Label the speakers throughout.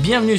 Speaker 1: Bienvenue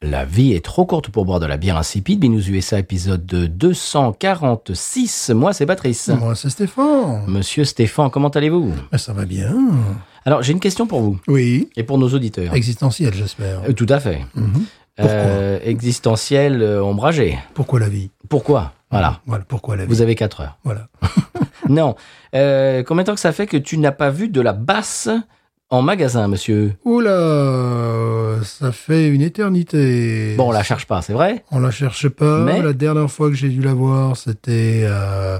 Speaker 1: La vie est trop courte pour boire de la bière insipide. Binous USA épisode 246. Moi, c'est Patrice.
Speaker 2: Moi, c'est Stéphane.
Speaker 1: Monsieur Stéphane, comment allez-vous
Speaker 2: Mais ça va bien.
Speaker 1: Alors, j'ai une question pour vous
Speaker 2: Oui.
Speaker 1: et pour nos auditeurs.
Speaker 2: Existentiel, j'espère.
Speaker 1: Euh, Tout à fait. Euh, existentiel euh, ombragé.
Speaker 2: Pourquoi la vie
Speaker 1: Pourquoi Voilà.
Speaker 2: Voilà, pourquoi la vie
Speaker 1: Vous avez 4 heures.
Speaker 2: Voilà.
Speaker 1: Non. Euh, combien de temps que ça fait que tu n'as pas vu de la basse en magasin, monsieur
Speaker 2: Oula, ça fait une éternité.
Speaker 1: Bon, on la cherche pas, c'est vrai
Speaker 2: On la cherche pas.
Speaker 1: Mais-
Speaker 2: La dernière fois que j'ai dû la voir, c'était euh,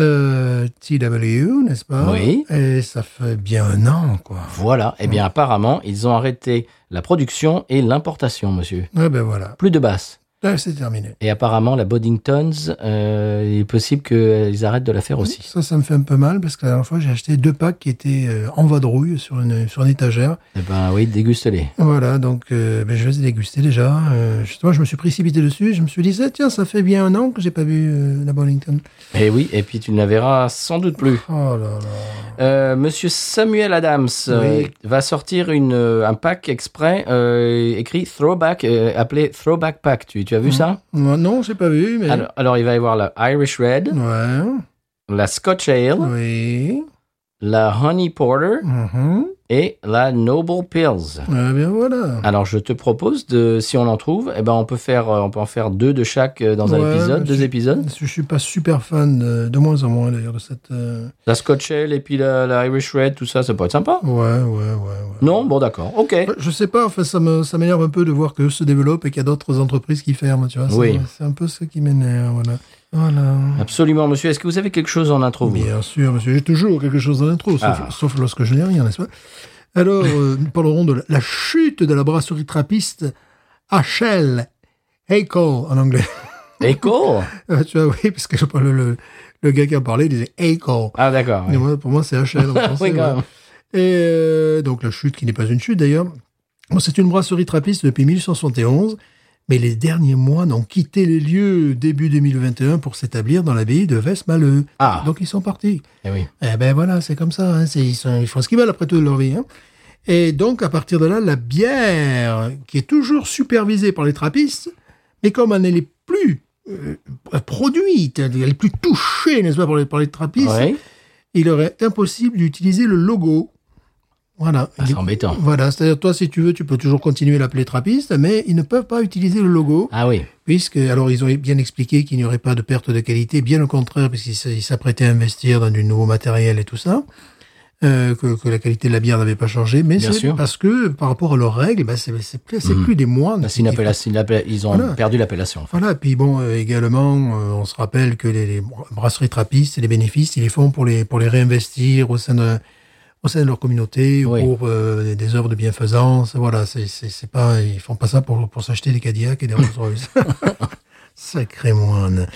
Speaker 2: euh, TW, n'est-ce pas
Speaker 1: Oui.
Speaker 2: Et ça fait bien un an, quoi.
Speaker 1: Voilà. Eh bien, apparemment, ils ont arrêté la production et l'importation, monsieur.
Speaker 2: Ouais, ben voilà.
Speaker 1: Plus de basse.
Speaker 2: Là, c'est terminé.
Speaker 1: Et apparemment, la Boddingtons, euh, il est possible qu'ils arrêtent de la faire aussi.
Speaker 2: Ça, ça me fait un peu mal parce que la dernière fois, j'ai acheté deux packs qui étaient euh, en vadrouille sur une, sur une étagère.
Speaker 1: Eh ben oui, déguste-les.
Speaker 2: Voilà, donc euh, ben, je les ai dégustés déjà. Euh, justement, je me suis précipité dessus. et Je me suis dit, Ah, tiens, ça fait bien un an que j'ai pas vu euh, la Burlington.
Speaker 1: Eh oui, et puis tu ne la verras sans doute plus.
Speaker 2: Oh là là.
Speaker 1: Euh, Monsieur Samuel Adams euh, va sortir une, euh, un pack exprès euh, écrit Throwback, euh, appelé Throwback Pack. Tu, tu as vu ça
Speaker 2: Moi, non, j'ai pas vu, mais.
Speaker 1: alors, alors, il va y avoir la Irish Red,
Speaker 2: Ouais.
Speaker 1: la Scotch Ale,
Speaker 2: Oui.
Speaker 1: la Honey Porter
Speaker 2: Mhm.
Speaker 1: et la Noble Pills.
Speaker 2: Eh bien voilà.
Speaker 1: Alors, je te propose de, si on en trouve, eh ben, on peut faire, euh, on peut en faire deux de chaque euh, dans un
Speaker 2: Ouais,
Speaker 1: épisode,
Speaker 2: mais
Speaker 1: deux
Speaker 2: je-
Speaker 1: épisodes.
Speaker 2: Je suis pas super fan de, de moins en moins d'ailleurs de cette. euh,
Speaker 1: La Scotch Ale et puis la, la Irish Red, tout ça, ça peut être sympa.
Speaker 2: Ouais, ouais, ouais, ouais.
Speaker 1: Non, bon, d'accord, ok.
Speaker 2: Ouais, Je sais pas, enfin, ça me- ça m'énerve un peu de voir que se développe et qu'il y a d'autres entreprises qui ferment, tu vois. C'est-
Speaker 1: Oui.
Speaker 2: C'est un peu ce qui m'énerve, voilà. Voilà.
Speaker 1: Absolument, monsieur. Est-ce que vous avez quelque chose en intro vous
Speaker 2: Bien sûr, monsieur, j'ai toujours quelque chose en intro, sauf,
Speaker 1: Oh. Ah.
Speaker 2: sauf lorsque je n'ai rien, n'est-ce pas Alors, euh, nous parlerons de la, la chute de la brasserie trappiste HL, Haeckel en anglais.
Speaker 1: Echo
Speaker 2: Euh, tu vois, oui, parce que je parle, le, le gars qui a parlé il disait Haeckel.
Speaker 1: Ah, d'accord.
Speaker 2: Et
Speaker 1: ouais.
Speaker 2: moi, pour moi, c'est HL en français.
Speaker 1: Oui, quand
Speaker 2: voilà.
Speaker 1: même.
Speaker 2: Et euh, donc la chute qui n'est pas une chute d'ailleurs. Bon, c'est une brasserie trappiste depuis 1871, mais les derniers moines ont quitté les lieux début 2021 pour s'établir dans l'abbaye de Vesmaleux.
Speaker 1: Ah.
Speaker 2: Donc ils sont partis.
Speaker 1: Eh oui.
Speaker 2: Eh ben voilà, c'est comme ça. hein, c'est- ils, sont- ils font ce qu'ils veulent après tout de leur vie. hein. Et donc à partir de là, la bière, qui est toujours supervisée par les trappistes, mais comme elle n'est plus euh, produite, elle n'est plus touchée, n'est-ce pas, par les, par les trappistes,
Speaker 1: Ouais.
Speaker 2: il leur est impossible d'utiliser le logo. Voilà.
Speaker 1: Ah, c'est embêtant.
Speaker 2: Voilà, c'est-à-dire toi, si tu veux, tu peux toujours continuer à l'appeler trappiste, mais ils ne peuvent pas utiliser le logo,
Speaker 1: Ah oui.
Speaker 2: puisque, alors ils ont bien expliqué qu'il n'y aurait pas de perte de qualité, bien au contraire, puisqu'ils s- ils s'apprêtaient à investir dans du nouveau matériel et tout ça, euh, que, que la qualité de la bière n'avait pas changé, mais
Speaker 1: Bien
Speaker 2: c'est
Speaker 1: sûr.
Speaker 2: parce que, par rapport à leurs règles, bah, c'est c'est plus, c'est plus des moines.
Speaker 1: Bah, c'est une appellation- une appella- Ils ont
Speaker 2: Voilà.
Speaker 1: perdu l'appellation. en fait.
Speaker 2: Voilà, puis bon, euh, également, euh, on se rappelle que les, les br- brasseries trappistes, les bénéfices, ils les font pour les, pour les réinvestir au sein de, au sein de leur communauté,
Speaker 1: Oui.
Speaker 2: pour euh, des- des œuvres de bienfaisance. Voilà, c'est, c'est, c'est pas, ils font pas ça pour, pour s'acheter des Cadillacs et des Rolls Royce. Sacré moine.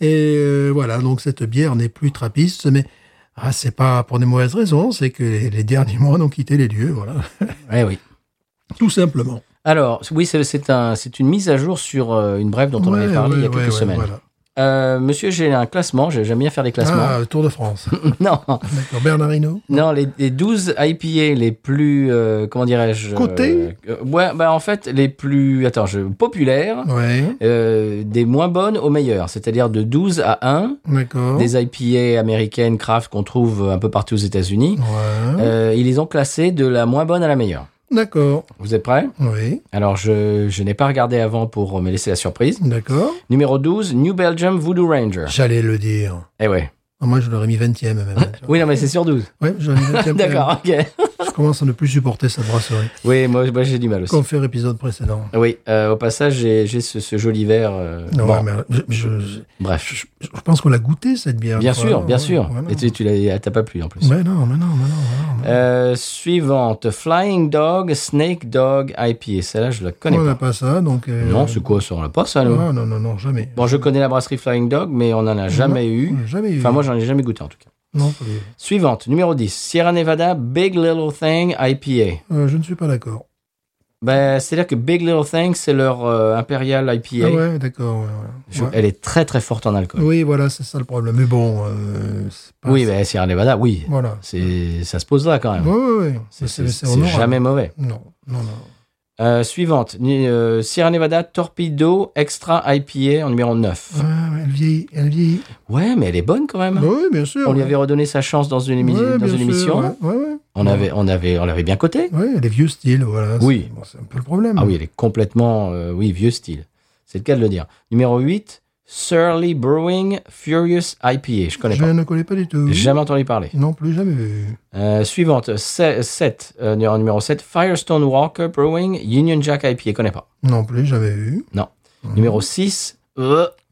Speaker 2: Et euh, voilà, donc cette bière n'est plus trappiste, mais ah, c'est pas pour des mauvaises raisons, c'est que les, les derniers moines ont quitté les lieux, voilà.
Speaker 1: Eh oui.
Speaker 2: Tout simplement.
Speaker 1: Alors, oui, c'est- c'est un, c'est une mise à jour sur euh, une brève dont on avait
Speaker 2: Ouais,
Speaker 1: parlé il y a
Speaker 2: ouais,
Speaker 1: quelques
Speaker 2: ouais,
Speaker 1: semaines.
Speaker 2: voilà.
Speaker 1: Euh, monsieur, j'ai un classement. J'ai- J'aime bien faire des classements.
Speaker 2: Ah, Tour de France.
Speaker 1: non,
Speaker 2: D'accord, Bernard Hinault.
Speaker 1: non, les, les 12 IPA les plus, euh, comment dirais-je, euh,
Speaker 2: Cotés
Speaker 1: euh, ouais, bah en fait les plus, attends, je, populaires,
Speaker 2: Ouais.
Speaker 1: euh, des moins bonnes aux meilleures, c'est-à-dire de 12 à 1,
Speaker 2: D'accord.
Speaker 1: des IPA américaines, craft qu'on trouve un peu partout aux États-Unis.
Speaker 2: Ouais.
Speaker 1: Euh, ils les ont classés de la moins bonne à la meilleure.
Speaker 2: D'accord.
Speaker 1: Vous êtes prêts
Speaker 2: Oui.
Speaker 1: Alors, je, je n'ai pas regardé avant pour me laisser la surprise.
Speaker 2: D'accord.
Speaker 1: Numéro 12, New Belgium Voodoo Ranger.
Speaker 2: J'allais le dire. Ah,
Speaker 1: Eh ouais.
Speaker 2: Moi, je l'aurais mis 20e même.
Speaker 1: Ah, Oui, non, mais c'est sur 12.
Speaker 2: Ouais, j'aurais mis 20e.
Speaker 1: D'accord, ok.
Speaker 2: Je commence à ne plus supporter cette brasserie.
Speaker 1: Oui, moi, moi, j'ai du mal aussi.
Speaker 2: Comme fait l'épisode précédent.
Speaker 1: Oui, euh, au passage, j'ai j'ai ce, ce joli verre. euh,
Speaker 2: Non,
Speaker 1: bon,
Speaker 2: ouais, mais je, je-
Speaker 1: Bref,
Speaker 2: je pense qu'on l'a goûté cette bière.
Speaker 1: bien
Speaker 2: quoi.
Speaker 1: sûr,
Speaker 2: Ouais,
Speaker 1: bien sûr.
Speaker 2: voilà.
Speaker 1: Et tu, tu l'as- ah, t'as pas plu en plus.
Speaker 2: Mais non, mais non, mais non. mais non, mais non.
Speaker 1: Euh, suivante, Flying Dog Snake Dog IPA. Celle-là, je la connais
Speaker 2: on n'a
Speaker 1: pas.
Speaker 2: pas ça, donc. euh, Ah,
Speaker 1: Non, c'est quoi ça On l'a pas, ça, nous
Speaker 2: non, non, non, non, jamais. Euh,
Speaker 1: Bon, je connais la brasserie Flying Dog, mais on en a jamais eu.
Speaker 2: Jamais eu.
Speaker 1: Enfin, moi, j'en ai jamais goûté, en tout cas.
Speaker 2: Non, faut les-
Speaker 1: Suivante, numéro 10, Sierra Nevada Big Little Thing IPA.
Speaker 2: euh, je ne suis pas d'accord.
Speaker 1: Ben, c'est-à-dire que Big Little Thing, c'est leur euh, Imperial IPA.
Speaker 2: Ah ouais, d'accord. ouais, ouais.
Speaker 1: Je-
Speaker 2: Ouais.
Speaker 1: Elle est très, très forte en alcool.
Speaker 2: Oui, voilà, c'est ça le problème. Mais bon, euh, c'est pas-
Speaker 1: Oui, ben, Sierra Nevada, oui.
Speaker 2: Voilà.
Speaker 1: C'est, ça se pose là, quand
Speaker 2: Oui,
Speaker 1: même.
Speaker 2: oui, oui.
Speaker 1: C'est,
Speaker 2: Mais
Speaker 1: c'est-
Speaker 2: Bah, C'est c'est hein.
Speaker 1: c'est
Speaker 2: honorable.
Speaker 1: jamais mauvais.
Speaker 2: Non, non, non.
Speaker 1: Euh, suivante, ni- euh, Sierra Nevada Torpedo Extra IPA en numéro 9.
Speaker 2: Ah, elle vieillit, elle vieillit.
Speaker 1: Ouais, mais elle est bonne quand même.
Speaker 2: Bah oui, bien sûr.
Speaker 1: Ah. On lui avait redonné sa chance dans une, émi-
Speaker 2: Ouais,
Speaker 1: dans
Speaker 2: bien
Speaker 1: une
Speaker 2: sûr,
Speaker 1: émission.
Speaker 2: ouais, ouais, ouais.
Speaker 1: On, avait, on, avait, on l'avait bien coté.
Speaker 2: Ouais, les vieux styles, voilà.
Speaker 1: Oui.
Speaker 2: C'est bon, c'est un peu le problème.
Speaker 1: Ah oui, elle est complètement, euh, oui, vieux style. C'est le cas de le dire. Numéro 8, Surly Brewing Furious IPA. Je connais
Speaker 2: Je
Speaker 1: pas.
Speaker 2: ne connais pas du tout.
Speaker 1: Jamais entendu parler.
Speaker 2: Non plus, jamais vu.
Speaker 1: Euh, suivante, 7, numéro 7, Firestone Walker Brewing Union Jack IPA. Connais pas.
Speaker 2: Non plus, jamais vu. Mhm.
Speaker 1: Numéro 6,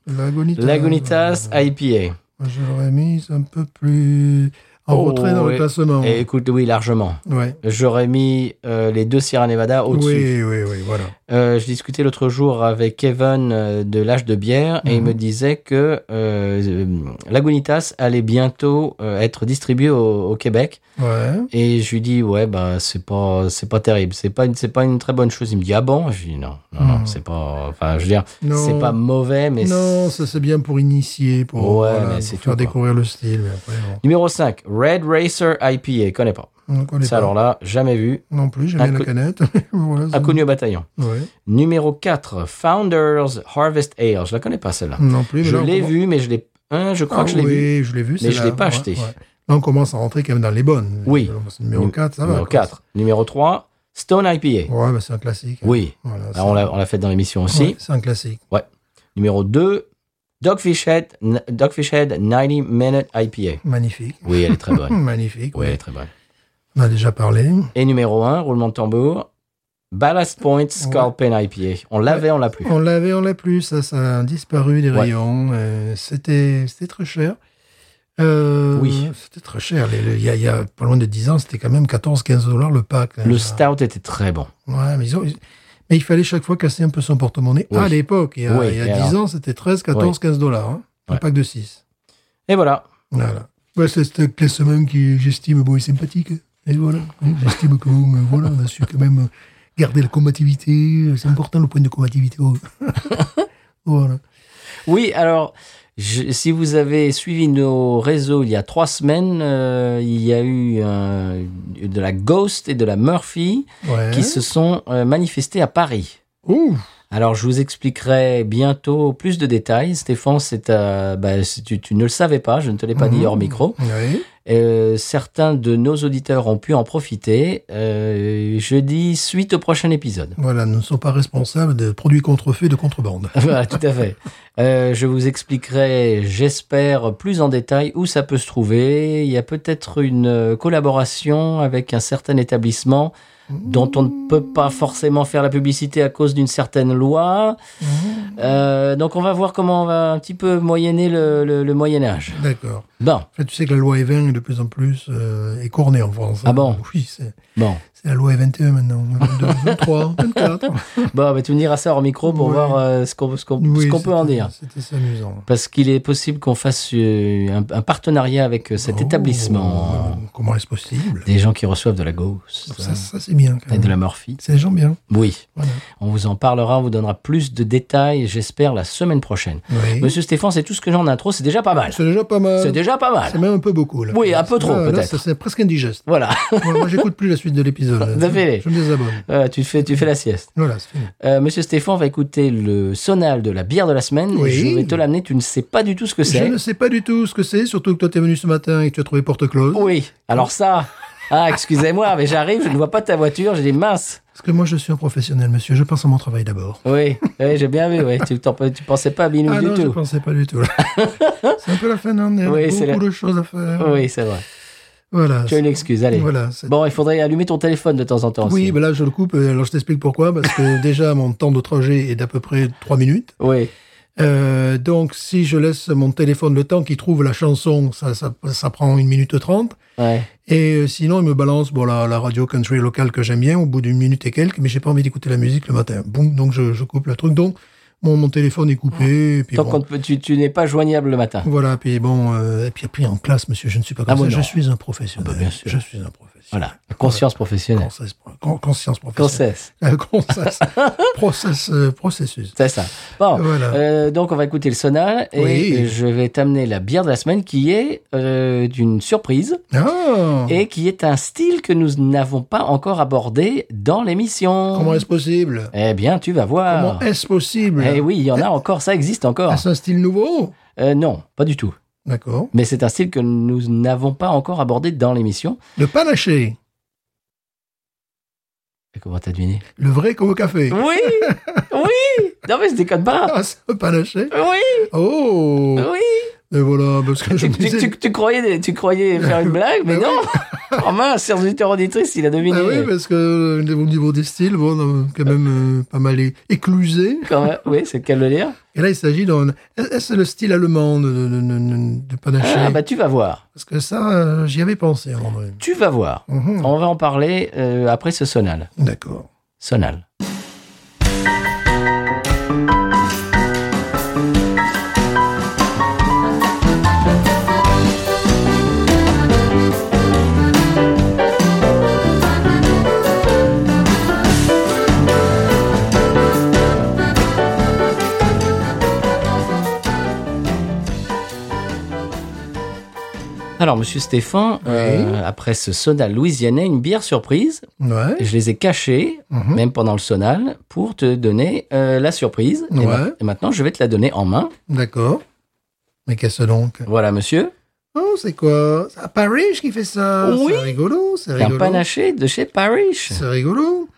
Speaker 2: Lagunitas.
Speaker 1: Lagunitas
Speaker 2: Ah.
Speaker 1: IPA.
Speaker 2: Moi, Je l'aurais mise un peu plus en
Speaker 1: Oh,
Speaker 2: retrait dans
Speaker 1: ouais.
Speaker 2: le classement.
Speaker 1: Et écoute, oui, largement.
Speaker 2: Ouais.
Speaker 1: J'aurais mis euh, les deux Sierra Nevada au-dessus.
Speaker 2: Oui, oui, oui, voilà.
Speaker 1: Euh, je discutais l'autre jour avec Kevin euh, de l'âge de bière et il
Speaker 2: Mhm.
Speaker 1: me disait que euh, Lagunitas allait bientôt euh, être distribué au, au Québec.
Speaker 2: Ouais.
Speaker 1: Et je lui dis, ouais, bah, c'est pas, c'est pas terrible. C'est pas, une- c'est pas une très bonne chose. Il me dit, ah bon? Je lui dis, non, non, non,
Speaker 2: Mhm.
Speaker 1: c'est pas, enfin, je veux dire,
Speaker 2: Non.
Speaker 1: c'est pas mauvais, mais
Speaker 2: non, ça c'est bien pour initier, pour,
Speaker 1: Ouais,
Speaker 2: voilà,
Speaker 1: mais c'est
Speaker 2: pour faire
Speaker 1: tout, quoi.
Speaker 2: découvrir le style. Mais après,
Speaker 1: Numéro 5, Red Racer IPA. Connais pas.
Speaker 2: on ne connaît
Speaker 1: Ça,
Speaker 2: pas. Hmm.
Speaker 1: alors là, jamais vu.
Speaker 2: non plus, j'aime bien
Speaker 1: Inco-
Speaker 2: la canette. voilà, ça-
Speaker 1: Inconnu au bataillon.
Speaker 2: Ouais.
Speaker 1: Numéro 4, Founders Harvest Ale. Je la connais pas celle-là.
Speaker 2: Non plus. Hmm. mais
Speaker 1: Je
Speaker 2: là, on
Speaker 1: l'ai
Speaker 2: commence-
Speaker 1: vu, mais je l'ai. Hein, je crois
Speaker 2: Ah
Speaker 1: que je l'ai vu.
Speaker 2: oui, je l'ai vu.
Speaker 1: Mais je
Speaker 2: celle-là.
Speaker 1: l'ai pas
Speaker 2: Ouais,
Speaker 1: acheté.
Speaker 2: ouais. Là, on commence à rentrer quand même dans les bonnes.
Speaker 1: Oui.
Speaker 2: C'est le numéro
Speaker 1: Num-
Speaker 2: 4, ça va.
Speaker 1: numéro
Speaker 2: quoi.
Speaker 1: 4. Numéro 3, Stone IPA.
Speaker 2: Ouais, bah, c'est un classique.
Speaker 1: Oui.
Speaker 2: Voilà,
Speaker 1: Alors, on l'a- on l'a fait dans l'émission aussi.
Speaker 2: Ouais, c'est un classique.
Speaker 1: Numéro 2, Dogfish Head, N- Dogfish Head 90 Minute IPA.
Speaker 2: Magnifique.
Speaker 1: Oui, elle est très bonne.
Speaker 2: Magnifique.
Speaker 1: oui, elle est très bonne.
Speaker 2: On en a déjà parlé.
Speaker 1: Et numéro 1, roulement de tambour, Ballast Point Scorpion IPA. On l'avait, on l'a plus.
Speaker 2: On l'avait, on l'a plus, ça, ça a disparu des
Speaker 1: Ouais.
Speaker 2: rayons. euh, c'était, c'était très cher. Euh,
Speaker 1: Oui.
Speaker 2: C'était très cher. Les- les- Il y, a- il y a pas loin de 10 ans, c'était quand même 14-15 dollars le pack. là. Ah.
Speaker 1: Le stout était très bon.
Speaker 2: Ouais, mais, ils ont- ils- mais il fallait chaque fois casser un peu son porte-monnaie
Speaker 1: Oui.
Speaker 2: à l'époque. Il y a,
Speaker 1: Oui,
Speaker 2: il y a
Speaker 1: et
Speaker 2: 10
Speaker 1: alors
Speaker 2: ans, c'était 13, 14, 15 dollars. hein, un
Speaker 1: Ouais.
Speaker 2: pack de 6.
Speaker 1: Et voilà.
Speaker 2: Voilà. Ouais, c'est ce classement qui, j'estime, bon et sympathique. Et voilà. J'estime que, euh, voilà, on a su quand même euh, garder la combativité. C'est important le point de combativité. voilà.
Speaker 1: Oui, alors, je- si vous avez suivi nos réseaux il y a trois semaines, euh, il y a eu euh, de la Ghost et de la Murphy
Speaker 2: Ouais.
Speaker 1: qui se sont euh, manifestées à Paris.
Speaker 2: Ouh.
Speaker 1: Alors, je vous expliquerai bientôt plus de détails. Stéphane, c'est, euh, bah, c'est- tu, tu ne le savais pas, je ne te l'ai pas
Speaker 2: Mhm.
Speaker 1: dit hors micro.
Speaker 2: Mmh. Oui.
Speaker 1: Euh, certains de nos auditeurs ont pu en profiter. Euh, jeudi, suite au prochain épisode.
Speaker 2: Voilà, nous ne sommes pas responsables de produits contrefaits et de contrebande.
Speaker 1: voilà, Ah, bah, tout à fait. Euh, je vous expliquerai, j'espère, plus en détail où ça peut se trouver. Il y a peut-être une euh, collaboration avec un certain établissement dont on ne peut pas forcément faire la publicité à cause d'une certaine loi.
Speaker 2: Mmh.
Speaker 1: Euh, donc on va voir comment on va un petit peu moyenner le, le- le Moyen Âge.
Speaker 2: D'accord.
Speaker 1: Bon,
Speaker 2: En fait, tu sais que la loi E20 est de plus en plus euh, écornée en France.
Speaker 1: Ah bon
Speaker 2: Oui, c'est
Speaker 1: bon.
Speaker 2: c'est la loi E21 maintenant. 22, 23, 24.
Speaker 1: Bon, bah, tu me diras ça hors micro pour
Speaker 2: Ouais.
Speaker 1: voir euh, ce qu'on ce qu'on- ce
Speaker 2: Oui,
Speaker 1: qu'on peut en
Speaker 2: c'était-
Speaker 1: dire.
Speaker 2: C'était c'est amusant.
Speaker 1: Parce qu'il est possible qu'on fasse euh, un, un partenariat avec euh, cet
Speaker 2: Oh,
Speaker 1: établissement.
Speaker 2: Comment est-ce possible
Speaker 1: Des gens qui reçoivent de la gauche
Speaker 2: Oh. Ça, ça, c'est bien. quand
Speaker 1: et de
Speaker 2: même.
Speaker 1: la Murphy.
Speaker 2: C'est des gens bien.
Speaker 1: Oui,
Speaker 2: Voilà.
Speaker 1: on vous en parlera, on vous donnera plus de détails, j'espère, la semaine prochaine.
Speaker 2: Oui.
Speaker 1: Monsieur Stéphane, c'est tout ce que j'ai en intro, c'est déjà pas mal.
Speaker 2: C'est déjà pas mal.
Speaker 1: C'est déjà pas
Speaker 2: C'est
Speaker 1: mal.
Speaker 2: même un peu beaucoup. Là.
Speaker 1: Oui, un peu trop,
Speaker 2: Là, là,
Speaker 1: peut-être.
Speaker 2: ça, C'est presque indigeste.
Speaker 1: Voilà,
Speaker 2: moi, moi, j'écoute plus la suite de l'épisode.
Speaker 1: Tout à fait.
Speaker 2: Je me désabonne.
Speaker 1: Euh, tu, fais, tu fais la sieste.
Speaker 2: Voilà, c'est fini.
Speaker 1: Euh, Monsieur Stéphane va écouter le sonal de la bière de la semaine.
Speaker 2: Oui.
Speaker 1: Je vais te l'amener, tu ne sais pas du tout ce que
Speaker 2: Je
Speaker 1: c'est.
Speaker 2: ne sais pas du tout ce que c'est, surtout que toi t'es venu ce matin et que tu as trouvé porte close.
Speaker 1: Oui, alors ça... Ah, excusez-moi, mais j'arrive, je ne vois pas ta voiture, j'ai des mince.
Speaker 2: Parce que moi je suis un professionnel, monsieur, je pense à mon travail d'abord.
Speaker 1: Oui, oui, j'ai bien vu, oui. Tu, t'en- tu pensais pas à Binou
Speaker 2: ah
Speaker 1: du
Speaker 2: non, je
Speaker 1: tout.
Speaker 2: pensais pas du tout. c'est un peu la Finlande, il y a
Speaker 1: Oui, c'est
Speaker 2: beaucoup
Speaker 1: la-
Speaker 2: de choses à faire.
Speaker 1: Oui, c'est vrai.
Speaker 2: Voilà.
Speaker 1: Tu as une excuse, allez.
Speaker 2: Voilà, c'est-
Speaker 1: Bon, il faudrait allumer ton téléphone de temps en temps
Speaker 2: Oui,
Speaker 1: aussi.
Speaker 2: ben là, je le coupe. euh, Alors, je t'explique pourquoi. Parce que déjà, mon temps de trajet est d'à peu près 3 minutes.
Speaker 1: Oui.
Speaker 2: Euh, donc, si je laisse mon téléphone le temps qu'il trouve la chanson, ça, ça, ça prend une minute trente.
Speaker 1: Ouais.
Speaker 2: Et euh, sinon, il me balance bon, la, la radio country locale que j'aime bien au bout d'une minute et quelques, mais j'ai pas envie d'écouter la musique le matin. Boum, donc je, je coupe le truc. Donc, mon, mon téléphone est coupé. Et puis
Speaker 1: Ah, Tant
Speaker 2: bon.
Speaker 1: qu'on te peut- tu, tu n'es pas joignable le matin.
Speaker 2: Voilà, puis bon, euh, et puis après en classe, monsieur, je ne suis pas comme
Speaker 1: Ah, moi,
Speaker 2: ça, je
Speaker 1: non.
Speaker 2: suis un professionnel.
Speaker 1: Ah, bah, bien sûr.
Speaker 2: Je suis un professionnel.
Speaker 1: Voilà. Conscience professionnelle.
Speaker 2: Conscience, con- conscience professionnelle.
Speaker 1: Conscience.
Speaker 2: Euh, Conscience. Process, euh, processus.
Speaker 1: C'est ça. Bon.
Speaker 2: Voilà.
Speaker 1: euh, donc, on va écouter le sonal et
Speaker 2: Oui.
Speaker 1: je vais t'amener la bière de la semaine qui est euh, d'une surprise
Speaker 2: Ah,
Speaker 1: et qui est un style que nous n'avons pas encore abordé dans l'émission.
Speaker 2: comment est-ce possible
Speaker 1: Eh bien, tu vas voir.
Speaker 2: Comment est-ce possible
Speaker 1: eh oui, il y en a encore, ça existe encore.
Speaker 2: Est-ce un style nouveau
Speaker 1: Euh, non, pas du tout.
Speaker 2: D'accord.
Speaker 1: Mais c'est un style que nous n'avons pas encore abordé dans l'émission.
Speaker 2: Le panaché,
Speaker 1: Et Comment t'as deviné
Speaker 2: le vrai comme au café.
Speaker 1: Oui Oui Non mais je déconne pas
Speaker 2: Ah, c'est un panaché
Speaker 1: Oui
Speaker 2: Oh
Speaker 1: Oui
Speaker 2: Et voilà, parce que je
Speaker 1: Ah tu,
Speaker 2: me
Speaker 1: tu-
Speaker 2: disais... ah
Speaker 1: tu- tu croyais, tu croyais faire une blague, mais
Speaker 2: Ben
Speaker 1: non Oh mince, chers auditeurs auditrices, il a deviné
Speaker 2: Ah oui, parce que euh, au niveau des styles, bon, on a quand même euh, pas mal é- éclusé.
Speaker 1: quand même. Oui, c'est le cas de le dire.
Speaker 2: Et là, il s'agit d'un. Est-ce le style allemand de, de, de- de- de panaché
Speaker 1: Ah bah tu vas voir.
Speaker 2: Parce que ça, euh, j'y avais pensé en vrai.
Speaker 1: Tu vas voir.
Speaker 2: Mhm.
Speaker 1: On va en parler euh, après ce sonal.
Speaker 2: D'accord.
Speaker 1: Sonal. Alors, monsieur Stéphane, euh, après ce sonal louisianais, une bière surprise
Speaker 2: Ouais.
Speaker 1: je les ai cachés,
Speaker 2: Mhm.
Speaker 1: même pendant le sonal, pour te donner euh, la surprise. Et,
Speaker 2: Ouais.
Speaker 1: ma- et maintenant, je vais te la donner en main.
Speaker 2: D'accord. Mais qu'est-ce donc
Speaker 1: Voilà, monsieur.
Speaker 2: Oh, c'est quoi C'est à Parrish qui fait ça
Speaker 1: Oui.
Speaker 2: C'est rigolo,
Speaker 1: C'est
Speaker 2: c'est
Speaker 1: un
Speaker 2: rigolo.
Speaker 1: panaché de chez Parrish.
Speaker 2: C'est rigolo.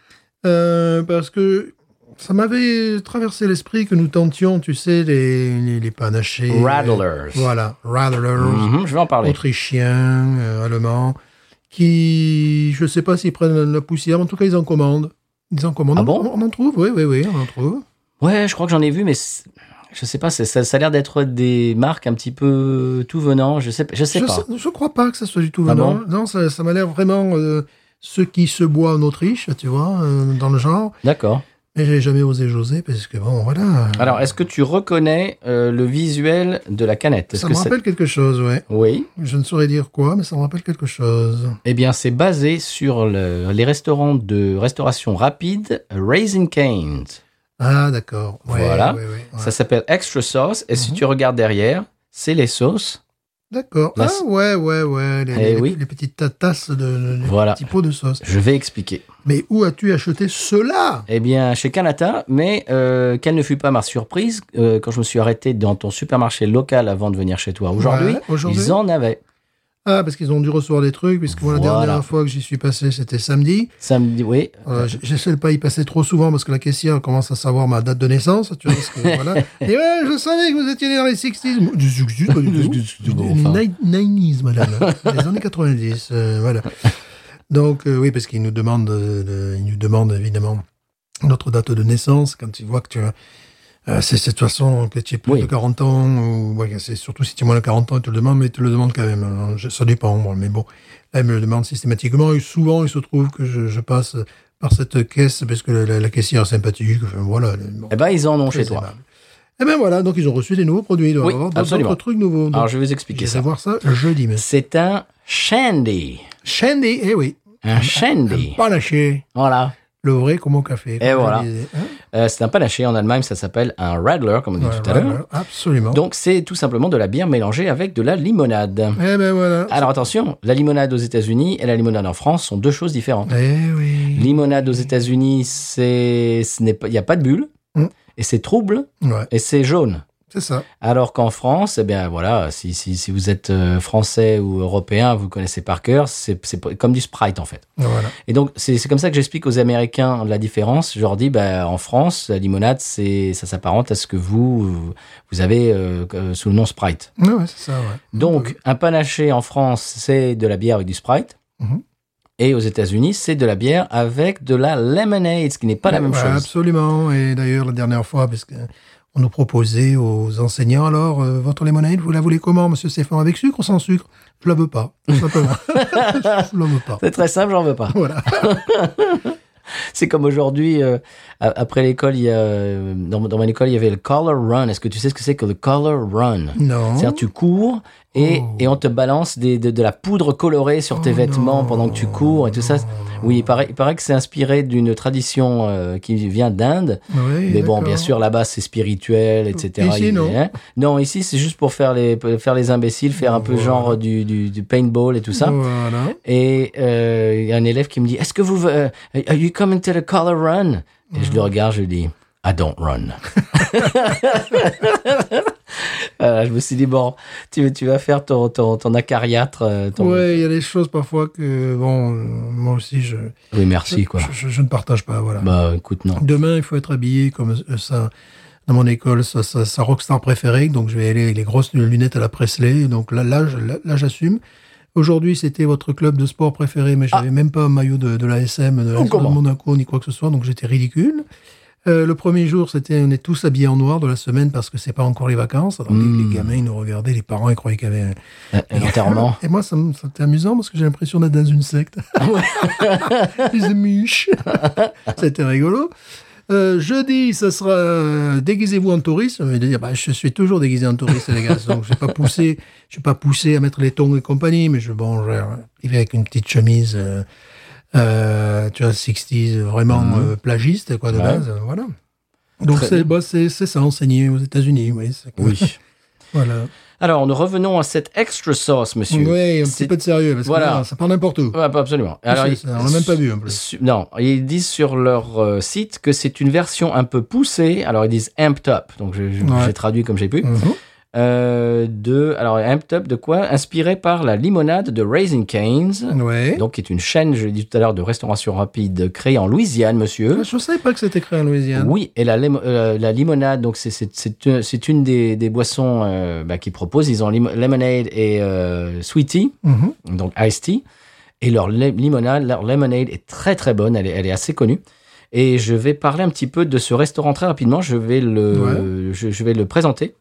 Speaker 2: Euh, parce que ça m'avait traversé l'esprit que nous tentions, tu sais, les, les, les panachés.
Speaker 1: Rattlers.
Speaker 2: Voilà, rattlers.
Speaker 1: Mhm, je vais en parler.
Speaker 2: Autrichiens, euh, Allemands, qui, je sais pas s'ils prennent la poussière, mais en tout cas, ils en commandent. Ils en commandent.
Speaker 1: Ah bon
Speaker 2: on, on en trouve, oui, oui, oui, on en trouve.
Speaker 1: Ouais, je crois que j'en ai vu, mais c'est- je sais pas, c'est- ça, ça a l'air d'être des marques un petit peu tout venant. Je sais, pas- je sais
Speaker 2: Je
Speaker 1: pas.
Speaker 2: sais- je crois pas que ça soit du tout
Speaker 1: Ah
Speaker 2: venant. non, ça, ça m'a l'air vraiment euh, ceux qui se boivent en Autriche, tu vois, euh, dans le genre.
Speaker 1: D'accord.
Speaker 2: Mais j'ai jamais osé José parce que bon, voilà.
Speaker 1: Alors, est-ce que tu reconnais euh, le visuel de la canette Est-ce
Speaker 2: ça
Speaker 1: que
Speaker 2: me
Speaker 1: c'est-
Speaker 2: rappelle quelque chose, ouais.
Speaker 1: Oui.
Speaker 2: Je ne saurais dire quoi, mais ça me rappelle quelque chose.
Speaker 1: Eh bien, c'est basé sur le- les restaurants de restauration rapide Raising Cane's.
Speaker 2: Ah, d'accord. Ouais,
Speaker 1: Voilà.
Speaker 2: ouais, ouais, ouais.
Speaker 1: Ça s'appelle Extra Sauce. Et
Speaker 2: Mhm.
Speaker 1: si tu regardes derrière, c'est les sauces.
Speaker 2: D'accord.
Speaker 1: Là,
Speaker 2: Ah,
Speaker 1: c'est-
Speaker 2: ouais, ouais, ouais. Les,
Speaker 1: Eh
Speaker 2: les-
Speaker 1: oui.
Speaker 2: les petites ta- tasses de. les
Speaker 1: Voilà.
Speaker 2: petits pots de sauce.
Speaker 1: Je vais expliquer.
Speaker 2: Mais où as-tu acheté cela
Speaker 1: Eh bien, chez Canata, mais euh, quelle ne fut pas ma surprise euh, quand je me suis arrêté dans ton supermarché local avant de venir chez toi aujourd'hui.
Speaker 2: Ouais, aujourd'hui.
Speaker 1: Ils en avaient.
Speaker 2: Ah, parce qu'ils ont dû recevoir des trucs, puisque moi,
Speaker 1: Voilà.
Speaker 2: la dernière fois que j'y suis passé, c'était samedi.
Speaker 1: Samedi, oui.
Speaker 2: Euh, j- J'essaie de pas y passer trop souvent parce que la caissière commence à savoir ma date de naissance. Tu vois, parce que, voilà. Et ouais, je savais que vous étiez né dans les 60s. Moi, Du 60s, pas du tout. Du-
Speaker 1: Bon, enfin.
Speaker 2: ni- 90s, madame. les années 90. euh, voilà. Donc, euh, oui, parce qu'ils nous demandent, euh, le- ils nous demandent évidemment notre date de naissance quand ils voient que tu as. euh, c'est cette façon que tu es plus
Speaker 1: Oui.
Speaker 2: de 40 ans, ou ouais, c'est surtout si tu es moins de 40 ans, ils te le demandent, mais ils te le demandent quand même. Alors, je- ça dépend, moi, Eh, mais bon, là, ils me le demandent systématiquement, et souvent, il se trouve que je, je passe par cette caisse, parce que la, la- la caissière est sympathique, enfin, voilà. elle est- bon,
Speaker 1: Eh ben, ils en ont
Speaker 2: très
Speaker 1: chez toi.
Speaker 2: aimable. Eh ben voilà, donc ils ont reçu des nouveaux produits, ils doivent
Speaker 1: Oui,
Speaker 2: avoir d'autres-
Speaker 1: absolument.
Speaker 2: d'autres trucs nouveaux. Donc,
Speaker 1: Alors, je vais vous
Speaker 2: je
Speaker 1: expliquer
Speaker 2: vais
Speaker 1: ça.
Speaker 2: voir ça jeudi, mais.
Speaker 1: C'est un shandy.
Speaker 2: Shandy, eh oui,
Speaker 1: Un shandy.
Speaker 2: pas lâché.
Speaker 1: Voilà.
Speaker 2: Le vrai comme au café. comme je
Speaker 1: voilà.
Speaker 2: disais, hein.
Speaker 1: Euh, c'est un panaché. En Allemagne, ça s'appelle un radler, comme on dit
Speaker 2: Ouais,
Speaker 1: tout à
Speaker 2: voilà,
Speaker 1: l'heure.
Speaker 2: Absolument.
Speaker 1: Donc, c'est tout simplement de la bière mélangée avec de la limonade.
Speaker 2: eh ben voilà.
Speaker 1: Alors attention, la limonade aux États-Unis et la limonade en France sont deux choses différentes.
Speaker 2: Eh oui.
Speaker 1: Limonade aux États-Unis, c'est, ce n'est pas, il n'y a pas de bulle,
Speaker 2: Mm.
Speaker 1: et c'est trouble,
Speaker 2: Ouais.
Speaker 1: et c'est jaune.
Speaker 2: C'est ça.
Speaker 1: Alors qu'en France, eh bien voilà, si, si, si vous êtes euh, français ou européen, vous connaissez par cœur, c'est c'est comme du Sprite en fait.
Speaker 2: Voilà.
Speaker 1: Et donc c'est c'est comme ça que j'explique aux Américains la différence. Je leur dis, bah, en France, la limonade, c'est ça s'apparente à ce que vous vous avez euh, euh, sous le nom Sprite.
Speaker 2: Ouais, ouais, c'est ça, ouais.
Speaker 1: Donc un panaché en France, c'est de la bière avec du Sprite.
Speaker 2: Mhm.
Speaker 1: Et aux États-Unis, c'est de la bière avec de la lemonade, ce qui n'est pas la même
Speaker 2: Ouais,
Speaker 1: chose.
Speaker 2: Absolument. Et d'ailleurs, la dernière fois, parce que on nous proposait aux enseignants, alors, euh, votre limonade, vous la voulez comment, monsieur Stéphane, avec sucre ou sans sucre Je la veux pas, tout simplement. Je la veux pas.
Speaker 1: C'est très simple, j'en veux pas.
Speaker 2: Voilà.
Speaker 1: C'est comme aujourd'hui, euh, a- après l'école, il y a, euh, dans, dans mon école, il y avait le color run. Est-ce que tu sais ce que c'est que le color run
Speaker 2: Non.
Speaker 1: C'est-à-dire, tu cours et,
Speaker 2: Oh.
Speaker 1: et on te balance des, de, de la poudre colorée sur tes
Speaker 2: Oh
Speaker 1: vêtements
Speaker 2: non,
Speaker 1: pendant que tu cours et tout ça.
Speaker 2: non,
Speaker 1: Oui, il paraît, il paraît que c'est inspiré d'une tradition euh, qui vient d'Inde.
Speaker 2: Oui,
Speaker 1: Mais bon, bien
Speaker 2: Eh, d'accord.
Speaker 1: sûr, là-bas, c'est spirituel, etc.
Speaker 2: Ici,
Speaker 1: Il-
Speaker 2: non.
Speaker 1: hein. Non, ici, c'est juste pour faire les, pour faire les imbéciles, faire un peu
Speaker 2: Voilà.
Speaker 1: genre du, du, du paintball et tout ça.
Speaker 2: Voilà.
Speaker 1: Et euh, il y a un élève qui me dit Est-ce que vous. euh, are you coming to the color run Et je le regarde, je lui dis I don't run. Voilà, je me suis dit Bon, tu, tu vas faire ton, ton, ton acariâtre. euh, Ton...
Speaker 2: Ouais, il y a des choses parfois que, bon, euh, moi aussi, je,
Speaker 1: Oui, merci, quoi.
Speaker 2: je, je- je ne partage pas, voilà.
Speaker 1: Bah, écoute, non.
Speaker 2: Demain, il faut être habillé comme euh, ça. Dans mon école, sa, sa, sa rockstar préférée, donc je vais aller avec les grosses lunettes à la Presley. Donc là, là, je- là, là, j'assume. Aujourd'hui, c'était votre club de sport préféré, mais je n'avais même pas un maillot de, de la SM, de la
Speaker 1: Oh,
Speaker 2: SM de
Speaker 1: Ah. comment
Speaker 2: Monaco, ni quoi que ce soit, donc j'étais ridicule. Euh, le premier jour, c'était on est tous habillés en noir de la semaine parce que c'est pas encore les vacances. Alors,
Speaker 1: Mm.
Speaker 2: les gamins, ils nous regardaient, les parents, ils croyaient qu'il y avait un-
Speaker 1: Euh, Volontairement.
Speaker 2: et moi, ça me- c'était amusant parce que j'ai l'impression d'être dans une secte.
Speaker 1: Ah
Speaker 2: Les miches. c'était rigolo. Euh, jeudi, ça sera euh, déguisez-vous en touriste. Ça veut dire, bah, je suis toujours déguisé en touriste, les gars. Donc, je ne pas poussé, je suis pas poussé à mettre les tongs et compagnie, mais je bon, je vais arriver avec une petite chemise, euh, euh, tu vois, 60s, vraiment euh, plagiste, quoi, de
Speaker 1: Mhm. Ouais.
Speaker 2: base. euh, Voilà. Donc,
Speaker 1: Très
Speaker 2: c'est
Speaker 1: bien.
Speaker 2: bah, c'est- c'est ça, enseigné aux États-Unis. Oui. c'est que- Voilà.
Speaker 1: Alors, nous revenons à cette extra sauce, monsieur.
Speaker 2: Oui, un
Speaker 1: C'est-
Speaker 2: petit peu de sérieux, parce
Speaker 1: Voilà.
Speaker 2: que là, ça part n'importe où.
Speaker 1: Ouais, Ah, pas absolument.
Speaker 2: c'est
Speaker 1: il-
Speaker 2: ça, on l'a même pas vu, en plus.
Speaker 1: su- non, ils disent sur leur euh, site que c'est une version un peu poussée. Alors ils disent amped up, donc je- je- j'ai
Speaker 2: Ouais.
Speaker 1: traduit comme j'ai pu.
Speaker 2: Mhm.
Speaker 1: Euh, de alors amped up de quoi Inspiré par la limonade de Raising Cane's,
Speaker 2: Ouais.
Speaker 1: donc qui est une chaîne, je l'ai dit tout à l'heure, de restauration rapide créée en Louisiane, monsieur.
Speaker 2: Ah, je ne savais pas que c'était créé en Louisiane.
Speaker 1: euh, Oui, et la, limo- euh, la limonade, donc c'est- c'est- c'est une- c'est une des, des boissons euh, bah, qu'ils proposent. Ils ont limo- lemonade et euh, sweetie
Speaker 2: Mhm.
Speaker 1: donc Ice Tea. Et leur lem- limonade, leur lemonade est très très bonne, elle est, elle est assez connue. Et je vais parler un petit peu de ce restaurant très rapidement, je vais le, je, je vais le présenter.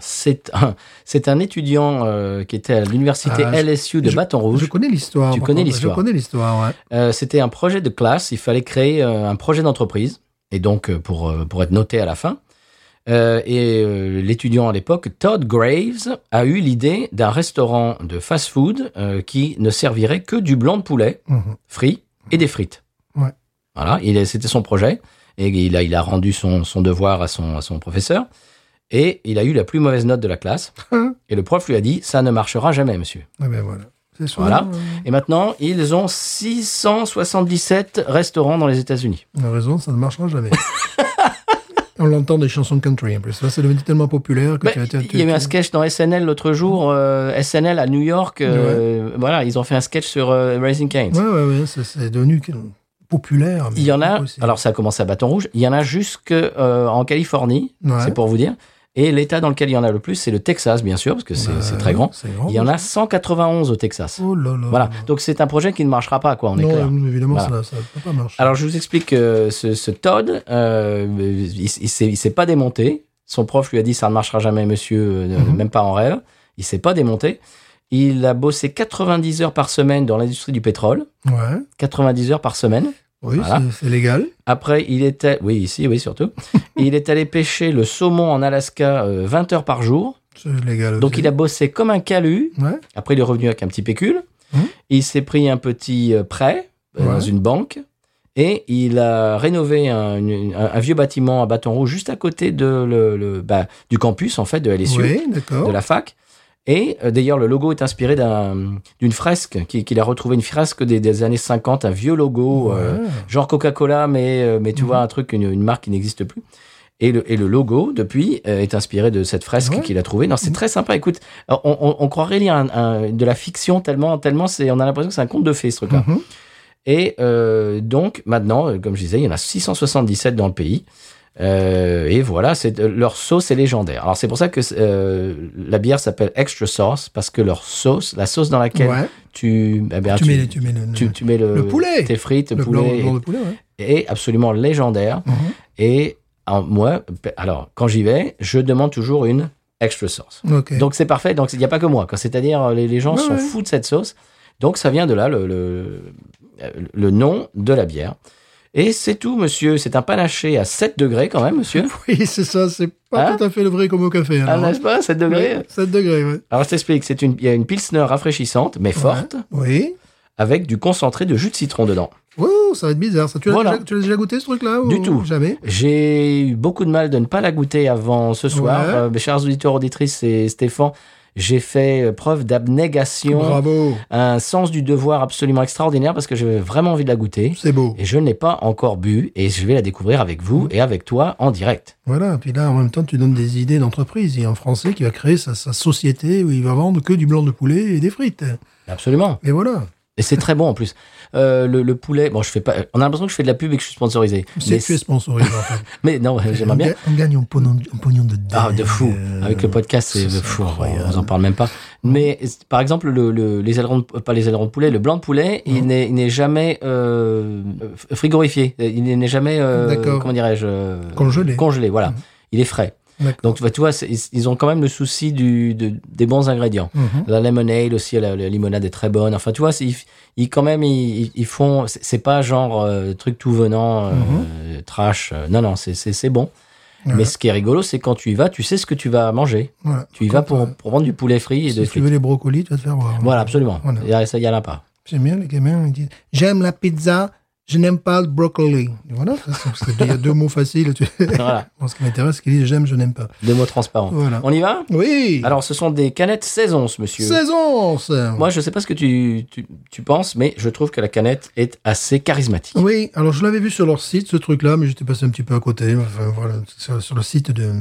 Speaker 1: C'est un, c'est un étudiant euh, qui était à l'université
Speaker 2: Ah, je-
Speaker 1: LSU de
Speaker 2: je-
Speaker 1: Baton
Speaker 2: Je
Speaker 1: Rouge.
Speaker 2: connais l'histoire.
Speaker 1: Tu
Speaker 2: par
Speaker 1: connais
Speaker 2: contre.
Speaker 1: l'histoire.
Speaker 2: Je connais l'histoire, ouais.
Speaker 1: Euh, C'était un projet de classe, il fallait créer euh, un projet d'entreprise, et donc euh, pour, euh, pour être noté à la fin. Euh, et euh, l'étudiant à l'époque, Todd Graves, a eu l'idée d'un restaurant de fast-food euh, qui ne servirait que du blanc de poulet
Speaker 2: Mhm.
Speaker 1: frit et des frites.
Speaker 2: Ouais.
Speaker 1: Voilà, il a- c'était son projet. Et il a, il a rendu son, son devoir à son, à son professeur. Et il a eu la plus mauvaise note de la classe. et le prof lui a dit Ça ne marchera jamais, monsieur.
Speaker 2: Ah ben voilà. C'est sûr. euh,
Speaker 1: Voilà. Et maintenant, ils ont 677 restaurants dans les États-Unis.
Speaker 2: La raison, ça ne marchera jamais. On l'entend des chansons country en plus. Là, c'est devenu tellement populaire que
Speaker 1: Ben,
Speaker 2: tu as- tu as-
Speaker 1: Il y a eu
Speaker 2: tu-
Speaker 1: un sketch dans SNL l'autre jour, euh, SNL à New York. euh, Voilà, ils ont fait un sketch sur euh, Raising Cane's.
Speaker 2: Ouais, ouais, ouais. C'est, c'est devenu que- populaire. mais
Speaker 1: Il y en a,
Speaker 2: impossible.
Speaker 1: alors ça a commencé à Bâton Rouge, il y en a jusque euh, en Californie,
Speaker 2: Ouais.
Speaker 1: c'est pour vous dire. Et l'État dans lequel il y en a le plus, c'est le Texas, bien sûr, parce que c'est
Speaker 2: Bah,
Speaker 1: c'est très grand.
Speaker 2: C'est grand.
Speaker 1: Il y en a 191 au Texas.
Speaker 2: Oh là là.
Speaker 1: Voilà, donc c'est un projet qui ne marchera pas, quoi, on est
Speaker 2: non,
Speaker 1: clair.
Speaker 2: évidemment,
Speaker 1: Voilà.
Speaker 2: ça ça ne peut pas marcher.
Speaker 1: Alors je vous explique que ce, ce Todd, euh, il, il s'est il s'est pas démonté. Son prof lui a dit ça ne marchera jamais, monsieur, euh,
Speaker 2: Mhm.
Speaker 1: même pas en rêve. Il s'est pas démonté. Il a bossé 90 heures par semaine dans l'industrie du pétrole,
Speaker 2: Ouais.
Speaker 1: 90 heures par semaine.
Speaker 2: Oui,
Speaker 1: Voilà.
Speaker 2: c'est, c'est légal.
Speaker 1: Après, il était, oui, ici, oui, surtout. il est allé pêcher le saumon en Alaska euh, 20 heures par jour.
Speaker 2: C'est légal.
Speaker 1: Donc,
Speaker 2: aussi.
Speaker 1: il a bossé comme un calu.
Speaker 2: Ouais.
Speaker 1: Après, il est revenu avec un petit pécule.
Speaker 2: Mhm.
Speaker 1: Il s'est pris un petit euh, prêt euh,
Speaker 2: Ouais.
Speaker 1: dans une banque. Et il a rénové un, une- un- un vieux bâtiment à Bâton Rouge juste à côté de le, le- bah, du campus, en fait, de LSU,
Speaker 2: Oui, d'accord.
Speaker 1: de la fac. Et euh, d'ailleurs, le logo est inspiré d'un- d'une fresque qui- qu'il a retrouvé, une fresque des, des années 50, un vieux logo. euh,
Speaker 2: Ouais.
Speaker 1: genre Coca-Cola, mais, euh, mais tu
Speaker 2: Mhm.
Speaker 1: vois, un truc, une, une marque qui n'existe plus. Et le, et le logo, depuis, euh, est inspiré de cette fresque
Speaker 2: Ouais. Mhm.
Speaker 1: qu'il a trouvée. Non, c'est très sympa. Écoute, on, on- on croirait lire un- un- de la fiction tellement, tellement c'est, on a l'impression que c'est un conte de fées, ce truc-là.
Speaker 2: Mhm.
Speaker 1: Et euh, donc, maintenant, euh, comme je disais, il y en a 677 dans le pays. Euh, et voilà, c'est, euh, leur sauce est légendaire. Alors, c'est pour ça que euh, la bière s'appelle Extra Sauce, parce que leur sauce, la sauce dans laquelle
Speaker 2: Ouais.
Speaker 1: tu, eh ben,
Speaker 2: tu, mets, les- tu mets le,
Speaker 1: tu- tu mets le,
Speaker 2: le poulet.
Speaker 1: tes frites,
Speaker 2: le blanc-
Speaker 1: poulet,
Speaker 2: blanc de poulet, ouais.
Speaker 1: est absolument légendaire.
Speaker 2: Mhm.
Speaker 1: Et en- moi, alors, quand j'y vais, je demande toujours une extra sauce.
Speaker 2: Mhm. Ok.
Speaker 1: Donc c'est parfait, donc il n'y a pas que moi. quoi. C'est-à-dire, euh, les, les gens
Speaker 2: Ouais,
Speaker 1: sont
Speaker 2: ouais.
Speaker 1: fous de cette sauce. Donc ça vient de là, le, le, euh, le nom de la bière. Et c'est tout, monsieur. C'est un panaché à 7 degrés quand même, monsieur.
Speaker 2: Oui, c'est ça, c'est pas
Speaker 1: Hein
Speaker 2: tout à fait le vrai comme au café.
Speaker 1: Ah,
Speaker 2: alors. hein.
Speaker 1: n'est-ce pas 7 degrés
Speaker 2: Ouais, 7 degrés, ouais.
Speaker 1: Alors je t'explique, c'est une, il y a une pilsner rafraîchissante, mais forte,
Speaker 2: Oui.
Speaker 1: avec du concentré de jus de citron dedans.
Speaker 2: Ouh, ça va être bizarre. Ça, tu l'as
Speaker 1: Voilà.
Speaker 2: déjà, tu l'as déjà goûté ce truc-là ou
Speaker 1: Du tout.
Speaker 2: Jamais.
Speaker 1: J'ai eu beaucoup de mal de ne pas la goûter avant ce soir.
Speaker 2: Ouais.
Speaker 1: Euh, mes chers auditeurs, auditrices et Stéphane, j'ai fait euh, preuve d'abnégation,
Speaker 2: Bravo,
Speaker 1: un sens du devoir absolument extraordinaire parce que j'avais vraiment envie de la goûter.
Speaker 2: c'est beau.
Speaker 1: Et je ne l'ai pas encore bu et je vais la découvrir avec
Speaker 2: Mm.
Speaker 1: vous et avec toi en direct.
Speaker 2: Voilà, puis là, en même temps, tu donnes des idées d'entreprise. Il y a un Français qui va créer sa, sa société où il va vendre que du blanc de poulet et des frites.
Speaker 1: Absolument.
Speaker 2: Et voilà.
Speaker 1: Et c'est très bon en plus. Euh, le, le poulet, bon, je fais pas. On a l'impression que je fais de la pub et que je suis sponsorisé.
Speaker 2: C'est
Speaker 1: Mais,
Speaker 2: que tu es sponsorisé, en fait.
Speaker 1: mais non, j'aimerais bien.
Speaker 2: On gagne un pognon, un pognon de dingue.
Speaker 1: Ah, de fou. Avec le podcast, c'est
Speaker 2: c'est
Speaker 1: de fou.
Speaker 2: euh, incroyable.
Speaker 1: On n'en parle même pas. Mais c'est- par exemple, le, le- les ailerons, de- pas les ailerons de poulet, le blanc de poulet, il n'est- il n'est jamais euh, f- frigorifié. Il n'est jamais, euh,
Speaker 2: D'accord.
Speaker 1: comment dirais-je, euh,
Speaker 2: Congelé. Mmh.
Speaker 1: Congelé, voilà. Il est frais.
Speaker 2: D'accord.
Speaker 1: Donc, tu vois- tu vois, c'est- ils, ils ont quand même le souci du, de- des bons ingrédients.
Speaker 2: Mhm.
Speaker 1: La lemonade aussi, la, la limonade est très bonne. Enfin, tu vois, c'est- ils, ils quand même, ils, ils- ils font. C'est c'est pas genre euh, truc tout venant, euh, trash. euh, Non, non, c'est- c'est c'est bon.
Speaker 2: Mhm. Ouais.
Speaker 1: Mais ce qui est rigolo, c'est quand tu y vas, tu sais ce que tu vas manger.
Speaker 2: Voilà.
Speaker 1: Tu y vas pour, pour vendre du poulet frit et
Speaker 2: euh, Si
Speaker 1: de
Speaker 2: tu
Speaker 1: frites.
Speaker 2: veux les brocolis, tu vas te faire voir.
Speaker 1: Voilà, absolument.
Speaker 2: Voilà.
Speaker 1: Il y a- ça, il y a là pas.
Speaker 2: J'aime bien les gamins, ils disent J'aime la pizza, je n'aime pas le brocoli. Et Voilà, ça, c'est- parce que il y a deux mots faciles. Tu...
Speaker 1: Voilà,
Speaker 2: Bon, ce qui m'intéresse, c'est qu'ils disent J'aime, je n'aime pas.
Speaker 1: deux mots transparents.
Speaker 2: Voilà.
Speaker 1: On y va
Speaker 2: Oui
Speaker 1: Alors, ce sont des canettes 16 onces, monsieur.
Speaker 2: 16 onces
Speaker 1: Moi, je sais pas ce que tu, tu, tu penses, mais je trouve que la canette est assez charismatique.
Speaker 2: Oui, alors je l'avais vu sur leur site, ce truc-là, mais j'étais passé un petit peu à côté. Enfin, voilà, sur, sur le site de,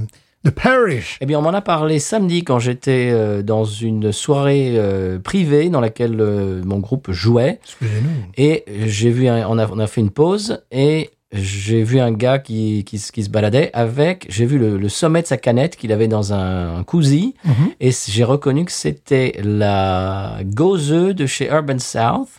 Speaker 2: de Parrish.
Speaker 1: Eh bien, on m'en a parlé samedi quand j'étais euh, dans une soirée euh, privée dans laquelle euh, mon groupe jouait.
Speaker 2: Excusez-nous.
Speaker 1: Et j'ai vu, un- on, a, on a fait une pause et j'ai vu un gars qui, qui, se- qui se baladait avec, j'ai vu le, le sommet de sa canette qu'il avait dans un, un koozie
Speaker 2: Mhm.
Speaker 1: et c- j'ai reconnu que c'était la gauzeux de chez Urban South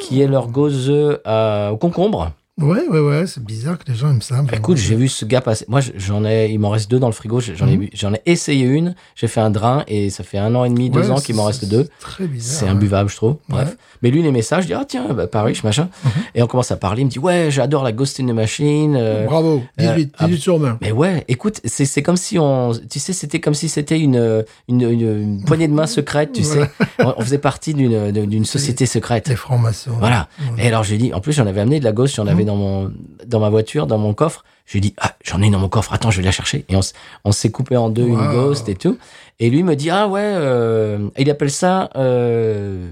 Speaker 1: qui est leur gauzeux euh, au concombre.
Speaker 2: Ouais, ouais, ouais, c'est bizarre que les gens aiment ça. mais
Speaker 1: Écoute,
Speaker 2: bon.
Speaker 1: j'ai vu ce gars passer. Moi, je- j'en ai, il m'en reste deux dans le frigo. J'en
Speaker 2: Mhm.
Speaker 1: ai, vu- j'en ai essayé une. J'ai fait un drain et ça fait un an et demi, deux
Speaker 2: Ouais,
Speaker 1: ans qu'il m'en
Speaker 2: c'est-
Speaker 1: reste deux.
Speaker 2: c'est Très bizarre.
Speaker 1: C'est
Speaker 2: hein.
Speaker 1: imbuvable, je trouve. Bref. Mais lui, les messages, il dit Ah, tiens, bah, Paris, machin.
Speaker 2: Mhm.
Speaker 1: Et on commence à parler. Il me dit Ouais, j'adore la Ghost in the Machine. euh,
Speaker 2: Bravo, 18,
Speaker 1: euh,
Speaker 2: 18 sur 20.
Speaker 1: Mais ouais, écoute, c'est c'est comme si on. Tu sais, c'était comme si c'était une, euh, une, une- une poignée de main secrète, tu
Speaker 2: Voilà.
Speaker 1: sais. On, on faisait partie d'une euh, d'une- d'une société secrète.
Speaker 2: Les francs-maçons.
Speaker 1: Voilà. Et alors j'ai dit, en plus j'en avais amené de la gauche, j'en avais dans mon dans ma voiture, dans mon coffre. J'ai dit, ah, j'en ai une dans mon coffre, attends, je vais la chercher. Et on, s- on s'est coupé en deux une
Speaker 2: Wow.
Speaker 1: ghost et tout. Et lui me dit, ah ouais, euh, il appelle ça euh,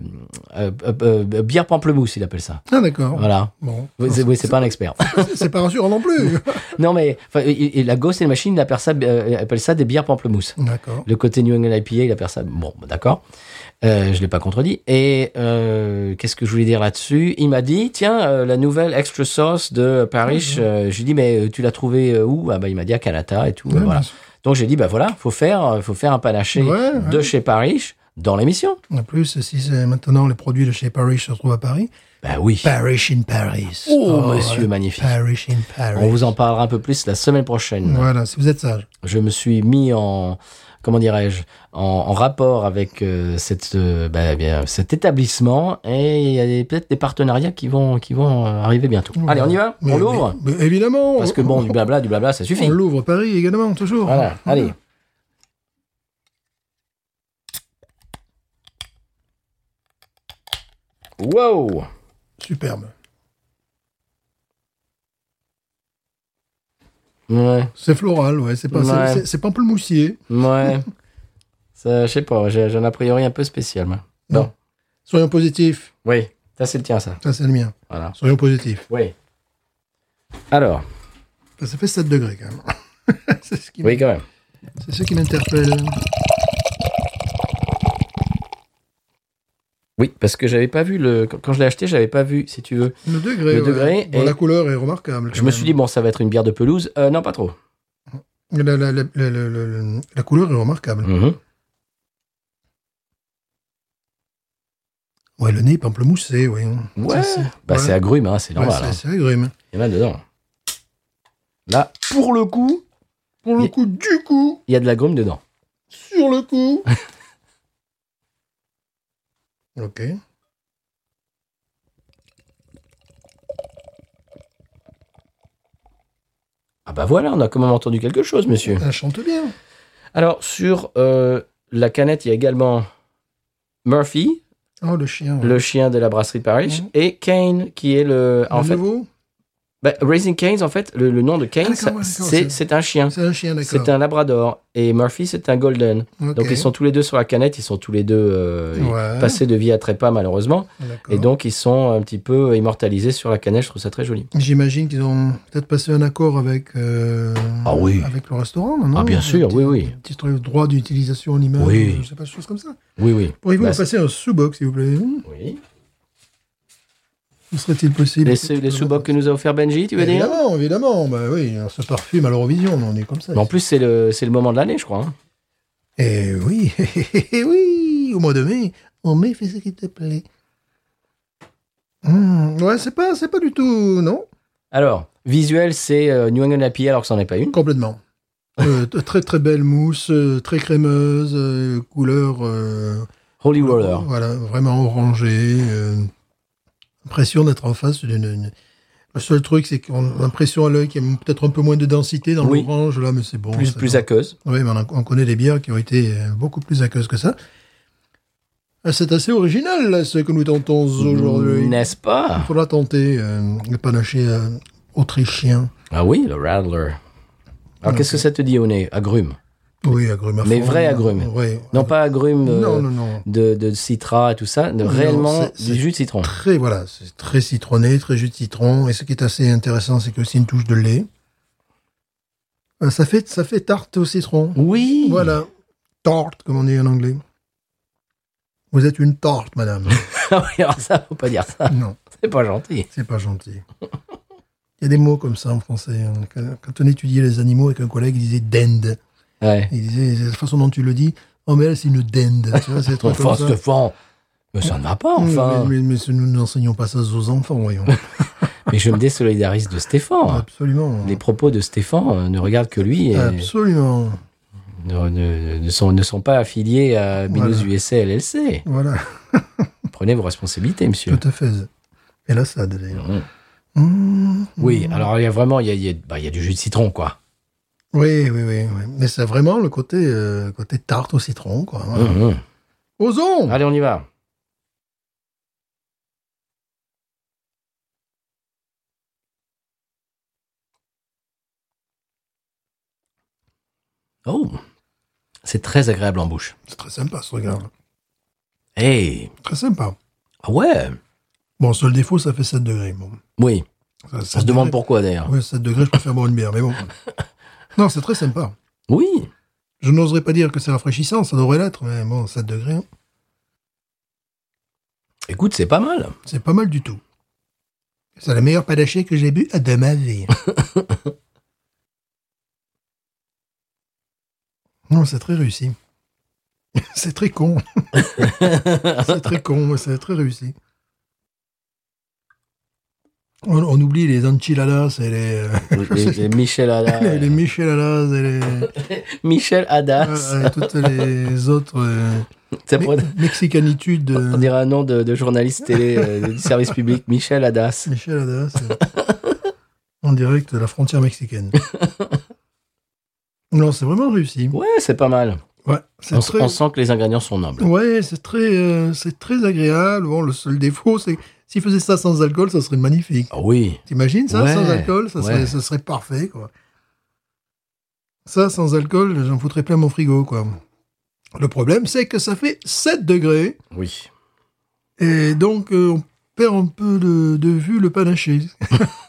Speaker 1: euh, euh, euh, bière pamplemousse, il appelle ça.
Speaker 2: Ah, d'accord.
Speaker 1: Voilà.
Speaker 2: Bon.
Speaker 1: Oui, c'est- oui, c'est pas un expert.
Speaker 2: C'est pas rassurant non plus.
Speaker 1: non, mais enfin, et- et la ghost et la machine, il appelle ça, euh, il appelle ça des bières pamplemousse.
Speaker 2: D'accord.
Speaker 1: Le côté New England IPA, il appelle ça. Bon, bah, d'accord. Euh, je l'ai pas contredit. Et euh, qu'est-ce que je voulais dire là-dessus Il m'a dit tiens, euh, la nouvelle extra sauce de Paris. euh, je lui ai dit mais euh, tu l'as trouvée euh, où ah, bah, Il m'a dit à Canada et tout.
Speaker 2: Ouais,
Speaker 1: voilà.
Speaker 2: bien sûr.
Speaker 1: Donc j'ai dit bah voilà, faut faire, euh, faut faire un panaché
Speaker 2: Ouais, ouais.
Speaker 1: de chez Paris dans l'émission.
Speaker 2: En plus, si c'est maintenant les produits de chez Parrish se retrouvent à Paris,
Speaker 1: Bah oui.
Speaker 2: Parrish in Paris.
Speaker 1: Oh, monsieur,
Speaker 2: ouais.
Speaker 1: magnifique.
Speaker 2: Parrish in Paris.
Speaker 1: On vous en parlera un peu plus la semaine prochaine.
Speaker 2: Voilà, si vous êtes sage.
Speaker 1: je me suis mis en comment dirais-je en, en rapport avec euh, cette euh, bah, eh bien cet établissement et il y a des- peut-être des partenariats qui vont qui vont euh, arriver bientôt. Allez, on y va, on l'ouvre
Speaker 2: mais- mais Évidemment.
Speaker 1: parce
Speaker 2: on-
Speaker 1: que bon du blabla du blabla ça
Speaker 2: On
Speaker 1: suffit.
Speaker 2: l'ouvre Paris également, toujours.
Speaker 1: Voilà, allez. Wow
Speaker 2: Superbe.
Speaker 1: Ouais,
Speaker 2: C'est floral, ouais. C'est pas, c'est-
Speaker 1: Ouais.
Speaker 2: c'est- c'est pas un peu le moussier.
Speaker 1: ouais. Ça, je sais pas, j'ai j'ai un a priori un peu spécial. moi. Non.
Speaker 2: Soyons positifs.
Speaker 1: Oui, ça c'est le tien, ça.
Speaker 2: Ça, c'est le mien.
Speaker 1: Voilà.
Speaker 2: Soyons positifs.
Speaker 1: Oui. Alors,
Speaker 2: Ça fait 7 degrés, quand même. c'est ce qui
Speaker 1: Oui, quand même.
Speaker 2: C'est ce qui m'interpelle.
Speaker 1: Oui, parce que j'avais pas vu le. Quand quand je l'ai acheté, j'avais pas vu, si tu veux.
Speaker 2: Le degré.
Speaker 1: Le
Speaker 2: ouais.
Speaker 1: degré
Speaker 2: Bon,
Speaker 1: est-
Speaker 2: La couleur est remarquable.
Speaker 1: Je
Speaker 2: quand
Speaker 1: me
Speaker 2: même.
Speaker 1: suis dit, bon, ça va être une bière de pelouse. Euh, non, pas trop.
Speaker 2: La, la- la- la- la- la- la couleur est remarquable.
Speaker 1: Mhm. Mm.
Speaker 2: Ouais, le nez pamplemoussé, oui. hein.
Speaker 1: Ouais.
Speaker 2: Ça, c'est-
Speaker 1: Bah,
Speaker 2: ouais.
Speaker 1: c'est agrume, hein, c'est
Speaker 2: Ouais,
Speaker 1: normal.
Speaker 2: c'est-
Speaker 1: hein.
Speaker 2: C'est agrume.
Speaker 1: Il y en a dedans. Là, pour le coup,
Speaker 2: Pour le
Speaker 1: Mais-
Speaker 2: coup, du coup,
Speaker 1: il y a de l'agrume dedans.
Speaker 2: sur le coup. ok.
Speaker 1: Ah bah voilà, on a quand même entendu quelque chose, monsieur.
Speaker 2: Ça chante bien.
Speaker 1: Alors, sur euh, la canette, il y a également Murphy,
Speaker 2: Oh, le chien.
Speaker 1: le chien de la brasserie Parish,
Speaker 2: Mhm.
Speaker 1: et Kane, qui est le... En
Speaker 2: Le
Speaker 1: fait,
Speaker 2: nouveau
Speaker 1: bah, Raising Cane's, en fait, le, le nom de Kane,
Speaker 2: Ah, d'accord,
Speaker 1: ça-
Speaker 2: ouais, d'accord,
Speaker 1: c'est
Speaker 2: c'est-
Speaker 1: c'est un chien.
Speaker 2: C'est un chien, d'accord.
Speaker 1: C'est un labrador. Et Murphy, c'est un golden.
Speaker 2: Ok.
Speaker 1: Donc, ils sont tous les deux sur la canette, ils sont tous les deux euh,
Speaker 2: Ouais. Oh.
Speaker 1: passés de vie à trépas, malheureusement.
Speaker 2: D'accord.
Speaker 1: Et donc, ils sont un petit peu immortalisés sur la canette, je trouve ça très joli.
Speaker 2: J'imagine qu'ils ont peut-être passé un accord avec, euh,
Speaker 1: Ah oui.
Speaker 2: avec le restaurant, non
Speaker 1: Ah, bien
Speaker 2: Un
Speaker 1: sûr,
Speaker 2: petit-
Speaker 1: oui, oui.
Speaker 2: un Petit truc, droit d'utilisation en image,
Speaker 1: Oui.
Speaker 2: je sais pas, des choses comme ça.
Speaker 1: Oui, oui.
Speaker 2: Pourriez-vous
Speaker 1: Bah,
Speaker 2: nous passer un sous-box, s'il vous plaît
Speaker 1: Oui.
Speaker 2: Ne serait-il possible
Speaker 1: Les, sous- les sous-bocs que nous a offert Benji, tu veux dire
Speaker 2: Évidemment, évidemment. Bah oui, on se parfume à l'Eurovision, on est comme ça.
Speaker 1: Mais en plus, c'est le, c'est le moment de l'année, je crois. hein.
Speaker 2: Eh oui, eh oui, au mois de mai, en mai, fais ce qui te plaît. Hmm, ouais, c'est pas, c'est pas du tout, non
Speaker 1: Alors, visuel, c'est euh, New England Happy, alors que c'en est pas une.
Speaker 2: Complètement. Euh, t- très très belle mousse, euh, très crémeuse, euh, couleur. euh,
Speaker 1: Holy Roller.
Speaker 2: Voilà, vraiment orangé. euh, impression d'être en face d'une. une- Le seul truc, c'est qu'on a l'impression à l'œil qu'il y a peut-être un peu moins de densité dans
Speaker 1: Oui.
Speaker 2: l'orange, là, mais c'est bon.
Speaker 1: plus
Speaker 2: c'est
Speaker 1: plus
Speaker 2: bon.
Speaker 1: aqueuse.
Speaker 2: Oui, mais on, en- on connaît des bières qui ont été euh, beaucoup plus aqueuses que ça. Ah, C'est assez original, là, ce que nous tentons aujourd'hui.
Speaker 1: N'est-ce
Speaker 2: Il
Speaker 1: pas
Speaker 2: faudra tenter euh, le panaché euh, autrichien.
Speaker 1: Ah oui, le Rattler. Alors, qu'est-ce que ça te dit au nez Agrume.
Speaker 2: Oui, agrume à
Speaker 1: Mais
Speaker 2: fond,
Speaker 1: vrai
Speaker 2: là.
Speaker 1: agrume.
Speaker 2: Ouais.
Speaker 1: Non, pas agrume euh,
Speaker 2: non, non, non.
Speaker 1: De, de citra et tout ça, de
Speaker 2: Non,
Speaker 1: réellement
Speaker 2: c'est- c'est-
Speaker 1: du jus de citron.
Speaker 2: Très, voilà, c'est très citronné, très jus de citron. Et ce qui est assez intéressant, c'est qu'il y a aussi une touche de lait. Euh, ça, fait, ça fait tarte au citron.
Speaker 1: Oui
Speaker 2: Voilà. Tarte, comme on dit en anglais. Vous êtes une tarte, madame.
Speaker 1: Ah oui, alors ça, faut pas dire ça.
Speaker 2: non.
Speaker 1: C'est pas gentil.
Speaker 2: C'est pas gentil. Il y a des mots comme ça en français. hein. Quand- Quand on étudiait les animaux avec un collègue, il disait dende.
Speaker 1: Ouais.
Speaker 2: Il disait, la façon dont tu le dis, oh mais elle, c'est une dende. Tu vois, c'est des trucs
Speaker 1: Enfin,
Speaker 2: comme ça.
Speaker 1: Stéphane, mais ça ne va pas, enfin. Mais,
Speaker 2: Mais, mais- mais nous n'enseignons pas ça aux enfants, voyons.
Speaker 1: je me désolidarise de Stéphane.
Speaker 2: Ah. Absolument.
Speaker 1: Les propos de Stéphane euh, ne regardent que lui et
Speaker 2: Absolument.
Speaker 1: ne, ne- ne sont, ne sont pas affiliés à Binous
Speaker 2: Voilà.
Speaker 1: USA LLC.
Speaker 2: Voilà,
Speaker 1: Prenez vos responsabilités, monsieur.
Speaker 2: tout à fait. Et là, ça, d'ailleurs.
Speaker 1: Mhm.
Speaker 2: Mmh.
Speaker 1: Mm. Oui, alors il y a vraiment, il y a, il y a- bah, il y a du jus de citron, quoi.
Speaker 2: Oui, oui, oui. oui. Mais c'est vraiment le côté, euh, côté tarte au citron, quoi. Voilà.
Speaker 1: Mhm.
Speaker 2: Osons
Speaker 1: Allez, on y va. Oh, c'est très agréable en bouche.
Speaker 2: C'est très sympa, ce regard.
Speaker 1: Hey,
Speaker 2: Très sympa.
Speaker 1: ah ouais,
Speaker 2: Bon, seul défaut, ça fait 7 degrés. Bon.
Speaker 1: oui.
Speaker 2: Ça,
Speaker 1: On se demande pourquoi d'ailleurs.
Speaker 2: Oui, 7 degrés, je préfère boire une bière, mais bon. Non, c'est très sympa.
Speaker 1: Oui,
Speaker 2: Je n'oserais pas dire que c'est rafraîchissant, ça devrait l'être, mais bon, 7 degrés, hein,
Speaker 1: écoute, c'est pas mal.
Speaker 2: c'est pas mal du tout. C'est le meilleur panaché que j'ai bu de ma vie. non, c'est très réussi. c'est très con. c'est très con, mais c'est très réussi. On, on oublie les enchiladas et les, euh,
Speaker 1: Les- les Michel Haddad.
Speaker 2: les, les micheladas et les...
Speaker 1: Michel Hadas.
Speaker 2: Ah, et toutes les autres euh,
Speaker 1: Ça
Speaker 2: me-
Speaker 1: pourrait-
Speaker 2: mexicanitudes. euh,
Speaker 1: On dirait un nom de, de journaliste télé euh, du service public, Michel Hadas.
Speaker 2: Michel Haddad, c'est- euh, en direct de la frontière mexicaine. non, c'est vraiment réussi.
Speaker 1: Ouais, c'est pas mal.
Speaker 2: Ouais, c'est
Speaker 1: On, s-
Speaker 2: très,
Speaker 1: on sent que les ingrédients sont nobles.
Speaker 2: ouais, c'est très, euh, c'est très agréable. Bon, le seul défaut, c'est que s'ils faisaient ça sans alcool, ça serait magnifique.
Speaker 1: Ah oui.
Speaker 2: T'imagines ça
Speaker 1: Ouais,
Speaker 2: sans alcool, ça,
Speaker 1: ouais.
Speaker 2: serait, ça serait parfait quoi. Ça sans alcool, j'en foutrais plein mon frigo quoi. Le problème, c'est que ça fait 7 degrés.
Speaker 1: Oui.
Speaker 2: Et donc, euh, on perd un peu de, de vue le panaché.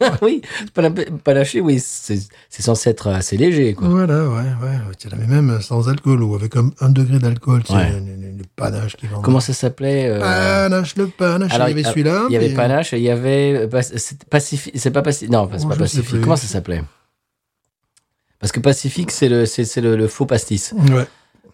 Speaker 1: Ah oui, c'est pas, la- pas lâché, oui, c'est c'est censé être assez léger, quoi.
Speaker 2: Voilà, ouais, ouais. Tu l'avais même sans alcool ou avec un, un degré d'alcool, tu sais,
Speaker 1: Ouais.
Speaker 2: le, le- le panache qui vend.
Speaker 1: Comment ça s'appelait euh,
Speaker 2: Panache, le panache, il y avait celui-là.
Speaker 1: Il y avait
Speaker 2: mais-
Speaker 1: Panache et il y avait. euh, Pac- c'est Pacifique. C'est pas Pacifique. Non, c'est
Speaker 2: Oh,
Speaker 1: pas
Speaker 2: je sais
Speaker 1: Pacifique.
Speaker 2: plus.
Speaker 1: Comment ça s'appelait Parce que Pacifique, c'est le, c'est c'est le, le faux pastis.
Speaker 2: Ouais.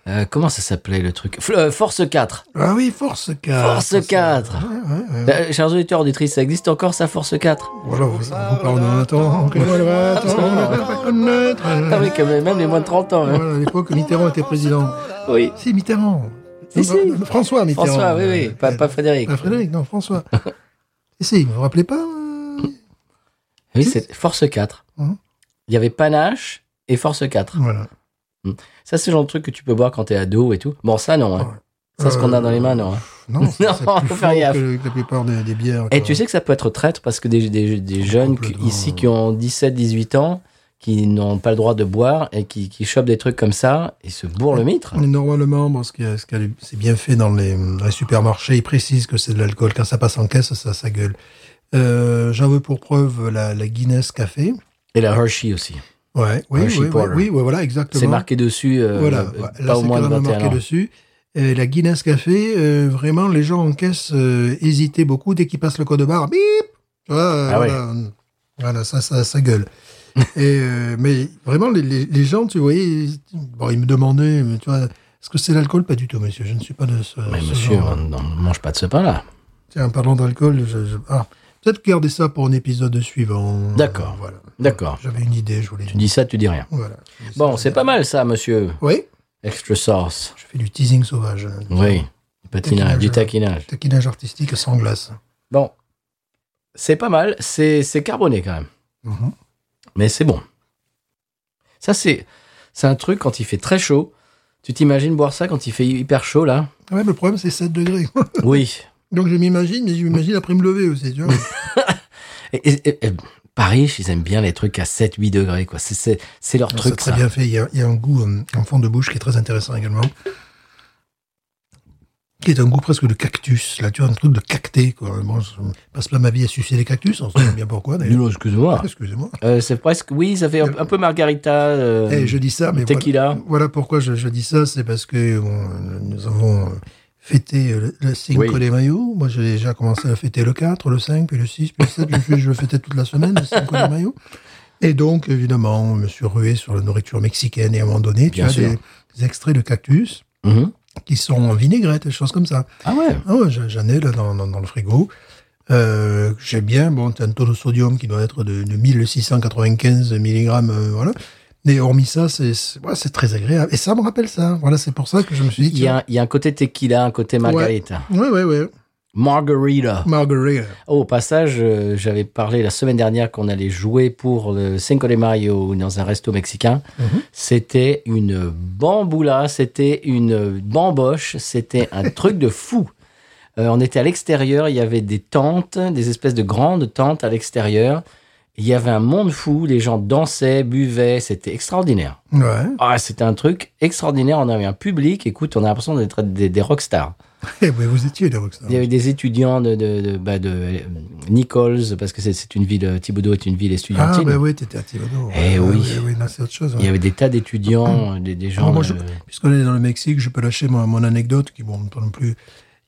Speaker 1: Euh, comment ça s'appelait le truc Fl- euh, Force 4.
Speaker 2: Ah oui, Force 4.
Speaker 1: Force
Speaker 2: ça, ça-
Speaker 1: 4.
Speaker 2: Ouais, ouais, ouais.
Speaker 1: Euh, chers auditeurs, auditrices, ça existe encore ça, Force 4
Speaker 2: Voilà, vous, vous parlez d'un attend. que moi, le va-t-on ne pas connaître.
Speaker 1: Ah oui, quand même, même les moins de 30 ans. hein.
Speaker 2: Voilà, à l'époque, Mitterrand était président.
Speaker 1: Oui.
Speaker 2: Si, Mitterrand.
Speaker 1: Si,
Speaker 2: Non,
Speaker 1: si.
Speaker 2: non, François Mitterrand.
Speaker 1: François, oui, oui.
Speaker 2: Euh,
Speaker 1: Pas, pas Frédéric.
Speaker 2: Pas Frédéric, non, François. Et si, vous vous rappelez pas euh,
Speaker 1: Oui, c'est Force 4.
Speaker 2: Mhm.
Speaker 1: Il y avait Panache et Force 4.
Speaker 2: Voilà.
Speaker 1: Ça, c'est le genre de truc que tu peux boire quand t'es ado et tout. Bon, ça, non. hein.
Speaker 2: Ouais.
Speaker 1: Ça, ce qu'on a dans les mains,
Speaker 2: Euh,
Speaker 1: non. hein.
Speaker 2: Non, c'est
Speaker 1: Non,
Speaker 2: c'est
Speaker 1: faut
Speaker 2: plus fort
Speaker 1: faire gaffe.
Speaker 2: que, que la plupart des, des bières.
Speaker 1: Et
Speaker 2: quoi.
Speaker 1: tu sais que ça peut être traître parce que des, des, des jeunes qui-
Speaker 2: Complètement. euh,
Speaker 1: ici qui ont 17, 18 ans, qui n'ont pas le droit de boire et qui, qui chopent des trucs comme ça, ils se bourrent le mitre.
Speaker 2: Mais Normalement, bon, ce qui est- ce qui est- c'est bien fait dans les, dans les supermarchés, ils précisent que c'est de l'alcool. Quand ça passe en caisse, ça, ça gueule. Euh, J'en veux pour preuve la, la Guinness Café.
Speaker 1: Et la Hershey aussi.
Speaker 2: Ouais, oui,
Speaker 1: Un
Speaker 2: oui, oui,
Speaker 1: chipotle.
Speaker 2: oui, ouais, voilà, exactement.
Speaker 1: C'est marqué dessus, euh,
Speaker 2: Voilà,
Speaker 1: euh,
Speaker 2: ouais, là,
Speaker 1: pas au
Speaker 2: c'est
Speaker 1: moins de
Speaker 2: quand même
Speaker 1: 21
Speaker 2: marqué
Speaker 1: ans.
Speaker 2: dessus. Euh, la Guinness Café, euh, vraiment, les gens en caisse euh, hésitaient beaucoup dès qu'ils passent le code barre. Bip Tu vois, euh,
Speaker 1: Ah ouais.
Speaker 2: voilà, Voilà, ça, ça, ça gueule. Et, euh, mais vraiment, les, les- les gens, tu voyais, ils- bon, ils me demandaient, mais tu vois, est-ce que c'est l'alcool Pas du tout, monsieur. Je ne suis pas de ce.
Speaker 1: Mais
Speaker 2: ce
Speaker 1: monsieur, hein.
Speaker 2: genre.
Speaker 1: on ne mange pas de ce pain-là.
Speaker 2: Tiens, en parlant d'alcool, je, je- ah, peut-être garder ça pour un épisode suivant. Euh,
Speaker 1: D'accord.
Speaker 2: Voilà.
Speaker 1: D'accord.
Speaker 2: J'avais une idée, je voulais
Speaker 1: Tu dis ça, tu dis rien.
Speaker 2: Voilà.
Speaker 1: Bon, c'est pas mal ça, monsieur.
Speaker 2: Oui,
Speaker 1: Extra sauce.
Speaker 2: je fais du teasing sauvage. hein.
Speaker 1: Oui. Du patinage,
Speaker 2: Taquinage.
Speaker 1: du taquinage.
Speaker 2: Taquinage artistique sans glace.
Speaker 1: Bon. C'est pas mal. C'est c'est carboné quand même.
Speaker 2: Mhm.
Speaker 1: Mais c'est bon. Ça, c'est, c'est un truc quand il fait très chaud. Tu t'imagines boire ça quand il fait hyper chaud, là
Speaker 2: Ouais, mais le problème, c'est 7 degrés.
Speaker 1: Oui.
Speaker 2: Donc je m'imagine, mais je m'imagine après me lever aussi, tu vois.
Speaker 1: Et, et- et- et Paris, ils aiment bien les trucs à 7-8 degrés, quoi. C'est, c'est, c'est leur
Speaker 2: Ah, c'est
Speaker 1: truc,
Speaker 2: très
Speaker 1: ça.
Speaker 2: bien fait. Il y, a, il y a un goût euh, en fond de bouche qui est très intéressant également. Qui est un goût presque de cactus. Là, tu vois, un truc de cacté, quoi. Moi, je passe pas ma vie à sucer les cactus. On sait bien pourquoi,
Speaker 1: Non,
Speaker 2: d'ailleurs.
Speaker 1: non, excuse-moi.
Speaker 2: Excusez-moi.
Speaker 1: Euh, c'est presque... Oui, ça fait un, un peu margarita. euh,
Speaker 2: Eh, je dis ça, mais voilà,
Speaker 1: tequila.
Speaker 2: voilà pourquoi je, je dis ça. C'est parce que bon, nous avons euh, fêté euh, le, le Cinco
Speaker 1: Oui.
Speaker 2: de Mayo. Moi, j'ai déjà commencé à fêter le 4, le 5, puis le 6, puis le 7. je, fais- je le fêtais toute la semaine, le Cinco de Mayo. Et donc, évidemment, on me suis rué sur la nourriture mexicaine. Et à un moment donné, tu
Speaker 1: Bien
Speaker 2: as
Speaker 1: sûr.
Speaker 2: des, des extraits de cactus
Speaker 1: Mhm.
Speaker 2: qui sont en vinaigrette, des choses comme ça.
Speaker 1: Ah ouais
Speaker 2: Ah ouais, j'en- j'en ai là dans, dans- dans le frigo. Euh, j'ai bien, bon, t'as un taux de sodium qui doit être de, de 1695 mg, euh, voilà. Mais hormis ça, c'est c'est- ouais, c'est très agréable. Et ça me rappelle ça. Voilà, c'est pour ça que je me suis dit.
Speaker 1: il y, a, un- il y a un côté tequila, un côté margarita.
Speaker 2: tiens, Ouais, ouais, ouais.
Speaker 1: Margarita.
Speaker 2: Margarita.
Speaker 1: Oh, au passage, euh, j'avais parlé la semaine dernière qu'on allait jouer pour le Cinco de Mayo dans un resto mexicain.
Speaker 2: Mhm.
Speaker 1: C'était une bamboula, c'était une bamboche, c'était un truc de fou. Euh, on était à l'extérieur, il y avait des tentes, des espèces de grandes tentes à l'extérieur. Il y avait un monde fou, les gens dansaient, buvaient, c'était extraordinaire.
Speaker 2: Ouais.
Speaker 1: Ah, c'était un truc extraordinaire, on avait un public, écoute, on a l'impression d'être des, des rockstars.
Speaker 2: Eh ben, vous étiez des rockstars.
Speaker 1: Il y avait des étudiants de, de, de- bah, de, euh, Nichols, parce que c'est- c'est une ville, Thibodeau est une ville
Speaker 2: Ah,
Speaker 1: estudiantine.
Speaker 2: ben oui, t'étais à Thibodeau.
Speaker 1: Eh
Speaker 2: Ouais,
Speaker 1: oui.
Speaker 2: ouais, ouais, non, c'est autre chose.
Speaker 1: Il y
Speaker 2: ouais.
Speaker 1: avait des tas d'étudiants, des, des gens.
Speaker 2: Ah, moi, je-
Speaker 1: euh,
Speaker 2: Puisqu'on est dans le Mexique, je peux lâcher mon, mon anecdote qui, bon, pas non plus.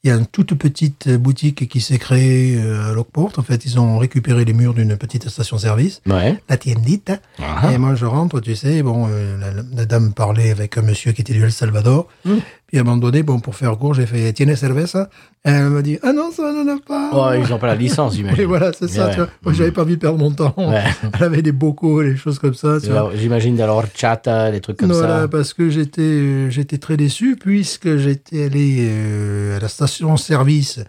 Speaker 2: Il y a une toute petite boutique qui s'est créée euh, à Lockport. En fait, ils ont récupéré les murs d'une petite station-service,
Speaker 1: Ouais.
Speaker 2: la tiendita.
Speaker 1: Ah.
Speaker 2: Et moi, je rentre, tu sais, bon, euh, la, la dame parlait avec un monsieur qui était du El Salvador.
Speaker 1: Mm.
Speaker 2: Puis à un moment donné, bon, pour faire court, j'ai fait Tiene cerveza Elle m'a dit Ah non, ça n'en a pas.
Speaker 1: Oh, ils n'ont pas la licence, j'imagine.
Speaker 2: Et voilà, c'est ça,
Speaker 1: Ouais. Mm.
Speaker 2: tu vois. Moi, j'avais pas envie de perdre mon temps.
Speaker 1: Ouais.
Speaker 2: Elle avait des bocaux, des choses comme ça, bah, tu vois.
Speaker 1: Alors, J'imagine dans l'horchata, des trucs comme
Speaker 2: Voilà,
Speaker 1: ça.
Speaker 2: parce que j'étais euh, j'étais très déçu puisque j'étais allé euh, à la station-service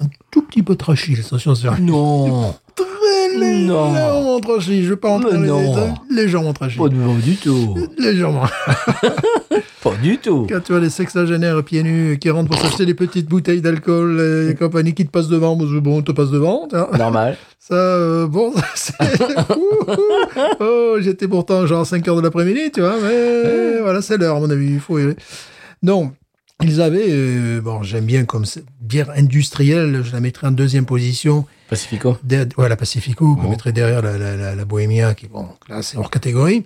Speaker 2: un tout petit peu trashy, la station-service.
Speaker 1: Non,
Speaker 2: Très
Speaker 1: Non.
Speaker 2: légèrement trashy, je vais pas
Speaker 1: Mais
Speaker 2: entrer dans les
Speaker 1: non.
Speaker 2: détails, légèrement trashy.
Speaker 1: pas du, du tout.
Speaker 2: Légèrement.
Speaker 1: Pas du tout.
Speaker 2: Quand tu vois les sexagénaires pieds nus qui rentrent pour s'acheter des petites bouteilles d'alcool euh, et compagnie qui te passent devant, parce que bon, on te passe devant. tu vois.
Speaker 1: Normal.
Speaker 2: Ça, euh, bon, c'est. Ouh, ouh. oh, j'étais pourtant genre 5 heures de l'après-midi, tu vois, mais voilà, c'est l'heure, à mon avis, il faut y aller. Non. Ils avaient, euh, bon, j'aime bien comme c'est- bière industrielle, je la mettrais en deuxième position.
Speaker 1: Pacifico.
Speaker 2: Der- ouais, la Pacifico, qu'on mettrait derrière la, la, la, la Bohemia, qui bon, là c'est hors catégorie.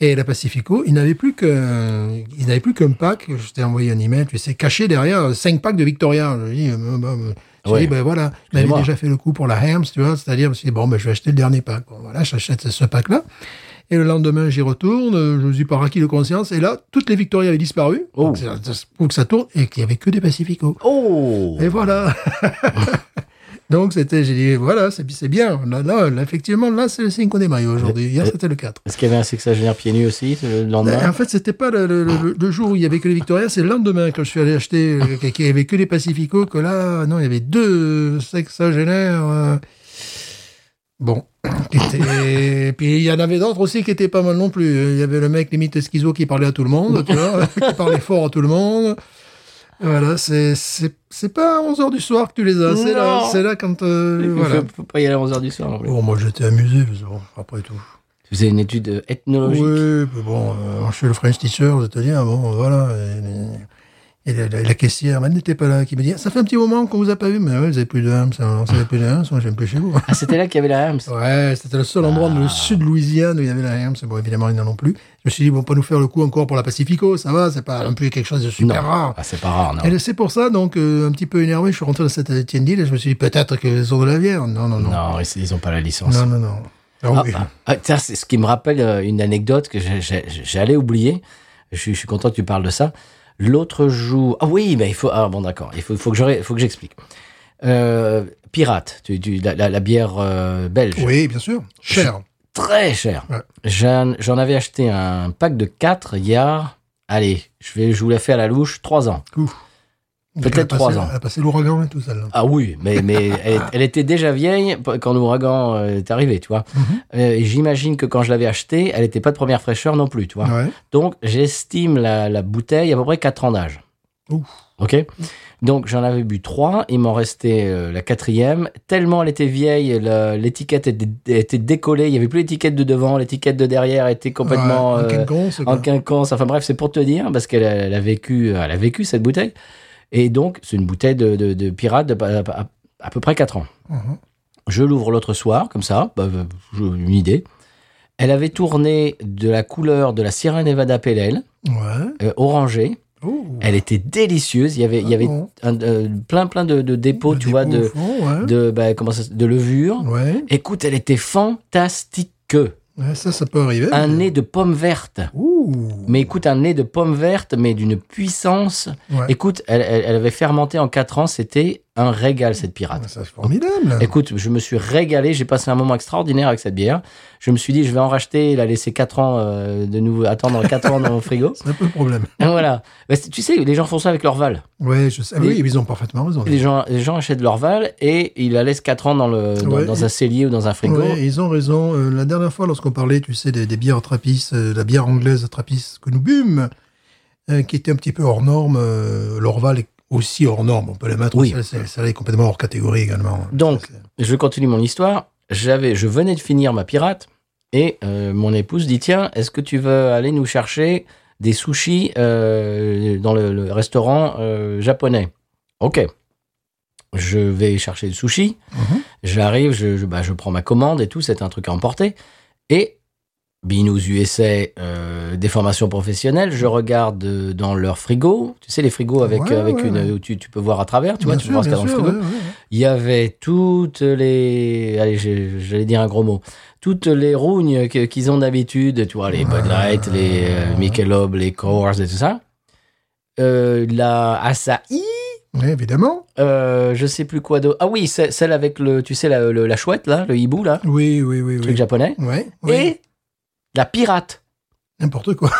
Speaker 2: Et la Pacifico, ils n'avaient plus qu'un, ils n'avaient plus qu'un pack. Je t'ai envoyé un email, tu sais, caché derrière euh, cinq packs de Victoria. Je dis, euh, bah, bah, je
Speaker 1: Ouais.
Speaker 2: dis, ben voilà, je
Speaker 1: Excusez-moi.
Speaker 2: m'avais déjà fait le coup pour la Hermes, tu vois, c'est-à-dire, je me suis dit, bon, ben, je vais acheter le dernier pack. Bon, voilà, j'achète ce pack-là. Et le lendemain, j'y retourne, euh, je me suis par acquis de conscience, et là, toutes les Victoria avaient disparu.
Speaker 1: Oh.
Speaker 2: Donc, ça, ça se prouve que ça tourne, et qu'il n'y avait que des Pacifico.
Speaker 1: Oh
Speaker 2: Et voilà. Donc, c'était, j'ai dit, voilà, c'est c'est bien. Là, là, là, effectivement, là, c'est le 5 de Mayo aujourd'hui. Hier,
Speaker 1: Et-
Speaker 2: c'était le 4.
Speaker 1: Est-ce qu'il y avait un sexagénaire pieds nus aussi le lendemain
Speaker 2: Ben, En fait, c'était pas le, le- le- le jour où il y avait que les Victoria, c'est le lendemain quand je suis allé acheter, euh, qu'il n'y avait que les Pacifico, que là, non, il y avait deux sexagénaires. euh, bon. qui étaient- Et puis, il y en avait d'autres aussi qui étaient pas mal non plus. Il y avait le mec limite schizo qui parlait à tout le monde, tu vois, qui parlait fort à tout le monde. Voilà, c'est, c'est, c'est pas à 11h du soir que tu les as. C'est là,
Speaker 1: Non.
Speaker 2: c'est là quand. euh,
Speaker 1: Il
Speaker 2: voilà.
Speaker 1: faut, faut pas y aller à 11h du soir. en fait.
Speaker 2: Bon, moi j'étais amusé, mais bon, après tout.
Speaker 1: Tu faisais une étude euh, ethnologique.
Speaker 2: Oui, mais bon, euh, je suis le French teacher, c'est-à-dire, bon, voilà. Et, et la, la- la caissière, elle n'était pas là, qui me dit, Ah, ça fait un petit moment qu'on vous a pas vu, mais ouais, vous avez plus de Hams, alors, vous avez plus de Hams, moi j'aime plus chez vous. Ah.
Speaker 1: Ah, c'était là qu'il y avait la Hermes.
Speaker 2: Ouais, c'était le seul endroit dans le sud de Louisiane où il y avait la Hams, bon, évidemment, ils n'en ont plus. Je me suis dit, bon, pas nous faire le coup encore pour la Pacifico, ça va, c'est pas non plus quelque chose de super
Speaker 1: non.
Speaker 2: rare.
Speaker 1: Ah, c'est pas rare, non.
Speaker 2: Et c'est pour ça, donc, euh, un petit peu énervé, je suis rentré dans cette Etienne Deal et je me suis dit, peut-être qu'ils ont de la bière. Non, non, non.
Speaker 1: Non, ils, ils ont pas la licence.
Speaker 2: Non, non, non. Ah
Speaker 1: Ah,
Speaker 2: oui.
Speaker 1: ah, ah, tiens, c'est ce qui me rappelle euh, une anecdote que j'ai- j'ai- j'allais oublier. Je, suis- je suis content que tu parles de ça. L'autre jour, ah oui, mais il faut, ah bon d'accord, il faut, faut que je, ré- faut que j'explique. Euh, pirate, tu, tu- la, la- la bière euh, belge,
Speaker 2: Oui, bien sûr. Cher.
Speaker 1: très chère.
Speaker 2: Ouais.
Speaker 1: J'en j'en avais acheté un pack de 4 il y a, allez, je vais, je vous la fais à la louche, 3 ans. Peut-être
Speaker 2: Elle a passé-
Speaker 1: trois ans.
Speaker 2: Elle a passé l'ouragan et tout ça. Là.
Speaker 1: Ah oui, mais, mais elle, elle était déjà vieille quand l'ouragan euh, est arrivé, tu
Speaker 2: Mhm.
Speaker 1: vois. Euh, J'imagine que quand je l'avais achetée, elle n'était pas de première fraîcheur non plus, tu vois.
Speaker 2: Ouais.
Speaker 1: Donc, j'estime la, la bouteille à peu près 4 ans d'âge.
Speaker 2: Ouf.
Speaker 1: OK Donc, j'en avais bu 3, il m'en restait euh, la quatrième. Tellement elle était vieille, la- l'étiquette était, était décollée, il n'y avait plus l'étiquette de devant, l'étiquette de derrière était complètement
Speaker 2: Ouais, en
Speaker 1: euh,
Speaker 2: quinconce, quoi.
Speaker 1: en quinconce. Enfin bref, c'est pour te dire, parce qu'elle a, elle a vécu, euh, elle a vécu cette bouteille. Et donc, c'est une bouteille de, de, de pirate de, à, à- à peu près 4 ans.
Speaker 2: Mhm.
Speaker 1: Je l'ouvre l'autre soir, comme ça, bah, bah, j'ai une idée. Elle avait tourné de la couleur de la Sierra Nevada Pale Ale,
Speaker 2: Ouais.
Speaker 1: euh, orangée.
Speaker 2: Oh.
Speaker 1: Elle était délicieuse. Il y avait, il y
Speaker 2: Ah
Speaker 1: avait
Speaker 2: bon.
Speaker 1: un- euh, plein, plein de, de dépôts,
Speaker 2: Le
Speaker 1: tu vois,
Speaker 2: dépôt au
Speaker 1: de,
Speaker 2: fond, ouais.
Speaker 1: de, bah, comment ça s- de levure.
Speaker 2: Ouais.
Speaker 1: Écoute, elle était fantastique.
Speaker 2: Ouais, ça, ça peut arriver.
Speaker 1: Un
Speaker 2: mais-
Speaker 1: nez de pomme verte.
Speaker 2: Ouh.
Speaker 1: Mais écoute, un nez de pomme verte, mais d'une puissance.
Speaker 2: Ouais.
Speaker 1: Écoute, elle, elle- elle avait fermenté en 4 ans. C'était un régal, cette pirate.
Speaker 2: Ouais, Ah, ça, c'est formidable.
Speaker 1: Écoute, je me suis régalé, j'ai passé un moment extraordinaire avec cette bière. Je me suis dit, je vais en racheter, la laisser 4 ans, euh, de nouveau, attendre 4 ans dans mon frigo.
Speaker 2: C'est un peu le problème.
Speaker 1: Et voilà. Bah, c'est- tu sais, les gens font ça avec leur val.
Speaker 2: Ouais, je sais. Ah
Speaker 1: Et-
Speaker 2: Oui, ils ont parfaitement raison.
Speaker 1: Les gens, les gens achètent leur val et ils la laissent 4 ans dans, le, dans,
Speaker 2: Ouais.
Speaker 1: dans un cellier ou dans un frigo.
Speaker 2: Ouais, ils ont raison. Euh, la dernière fois, lorsqu'on parlait, tu sais, des, des bières trappistes, euh, la bière anglaise trappistes que nous bûmes, euh, qui était un petit peu hors norme, euh, l'Orval est aussi hors norme. On peut la mettre,
Speaker 1: Oui.
Speaker 2: celle- celle- celle-là est complètement hors catégorie également.
Speaker 1: Donc,
Speaker 2: Ça, c'est-
Speaker 1: Je continue mon histoire. J'avais, je venais de finir ma pirate et euh, mon épouse dit tiens, est-ce que tu veux aller nous chercher des sushis euh, dans le, le restaurant euh, japonais Ok. Je vais chercher le sushi.
Speaker 2: Mhm.
Speaker 1: J'arrive, je, je- bah, je prends ma commande et tout. C'est un truc à emporter. Et Binous USA, euh, des formations professionnelles, je regarde euh, dans leur frigo. Tu sais, les frigos avec,
Speaker 2: Ouais,
Speaker 1: avec
Speaker 2: ouais,
Speaker 1: une,
Speaker 2: ouais.
Speaker 1: où tu, tu peux voir à travers, tu vois,
Speaker 2: Bien
Speaker 1: tu peux voir ce qu'il y a dans
Speaker 2: bien
Speaker 1: le frigo.
Speaker 2: ouais, ouais, ouais.
Speaker 1: Il y avait toutes les. Allez, j'ai- j'allais dire un gros mot. Toutes les rougnes que- qu'ils ont d'habitude, tu vois, les Bud Light, les euh, Michelob, les Coors et tout ça. Euh, la Asahi,
Speaker 2: Oui, évidemment.
Speaker 1: euh, je sais plus quoi d'autre. Ah oui, ce- celle avec le. Tu sais, la, le- la chouette, là, le hibou, là,
Speaker 2: Oui, oui, oui.
Speaker 1: le truc japonais.
Speaker 2: Ouais, ouais.
Speaker 1: Et la pirate,
Speaker 2: N'importe quoi.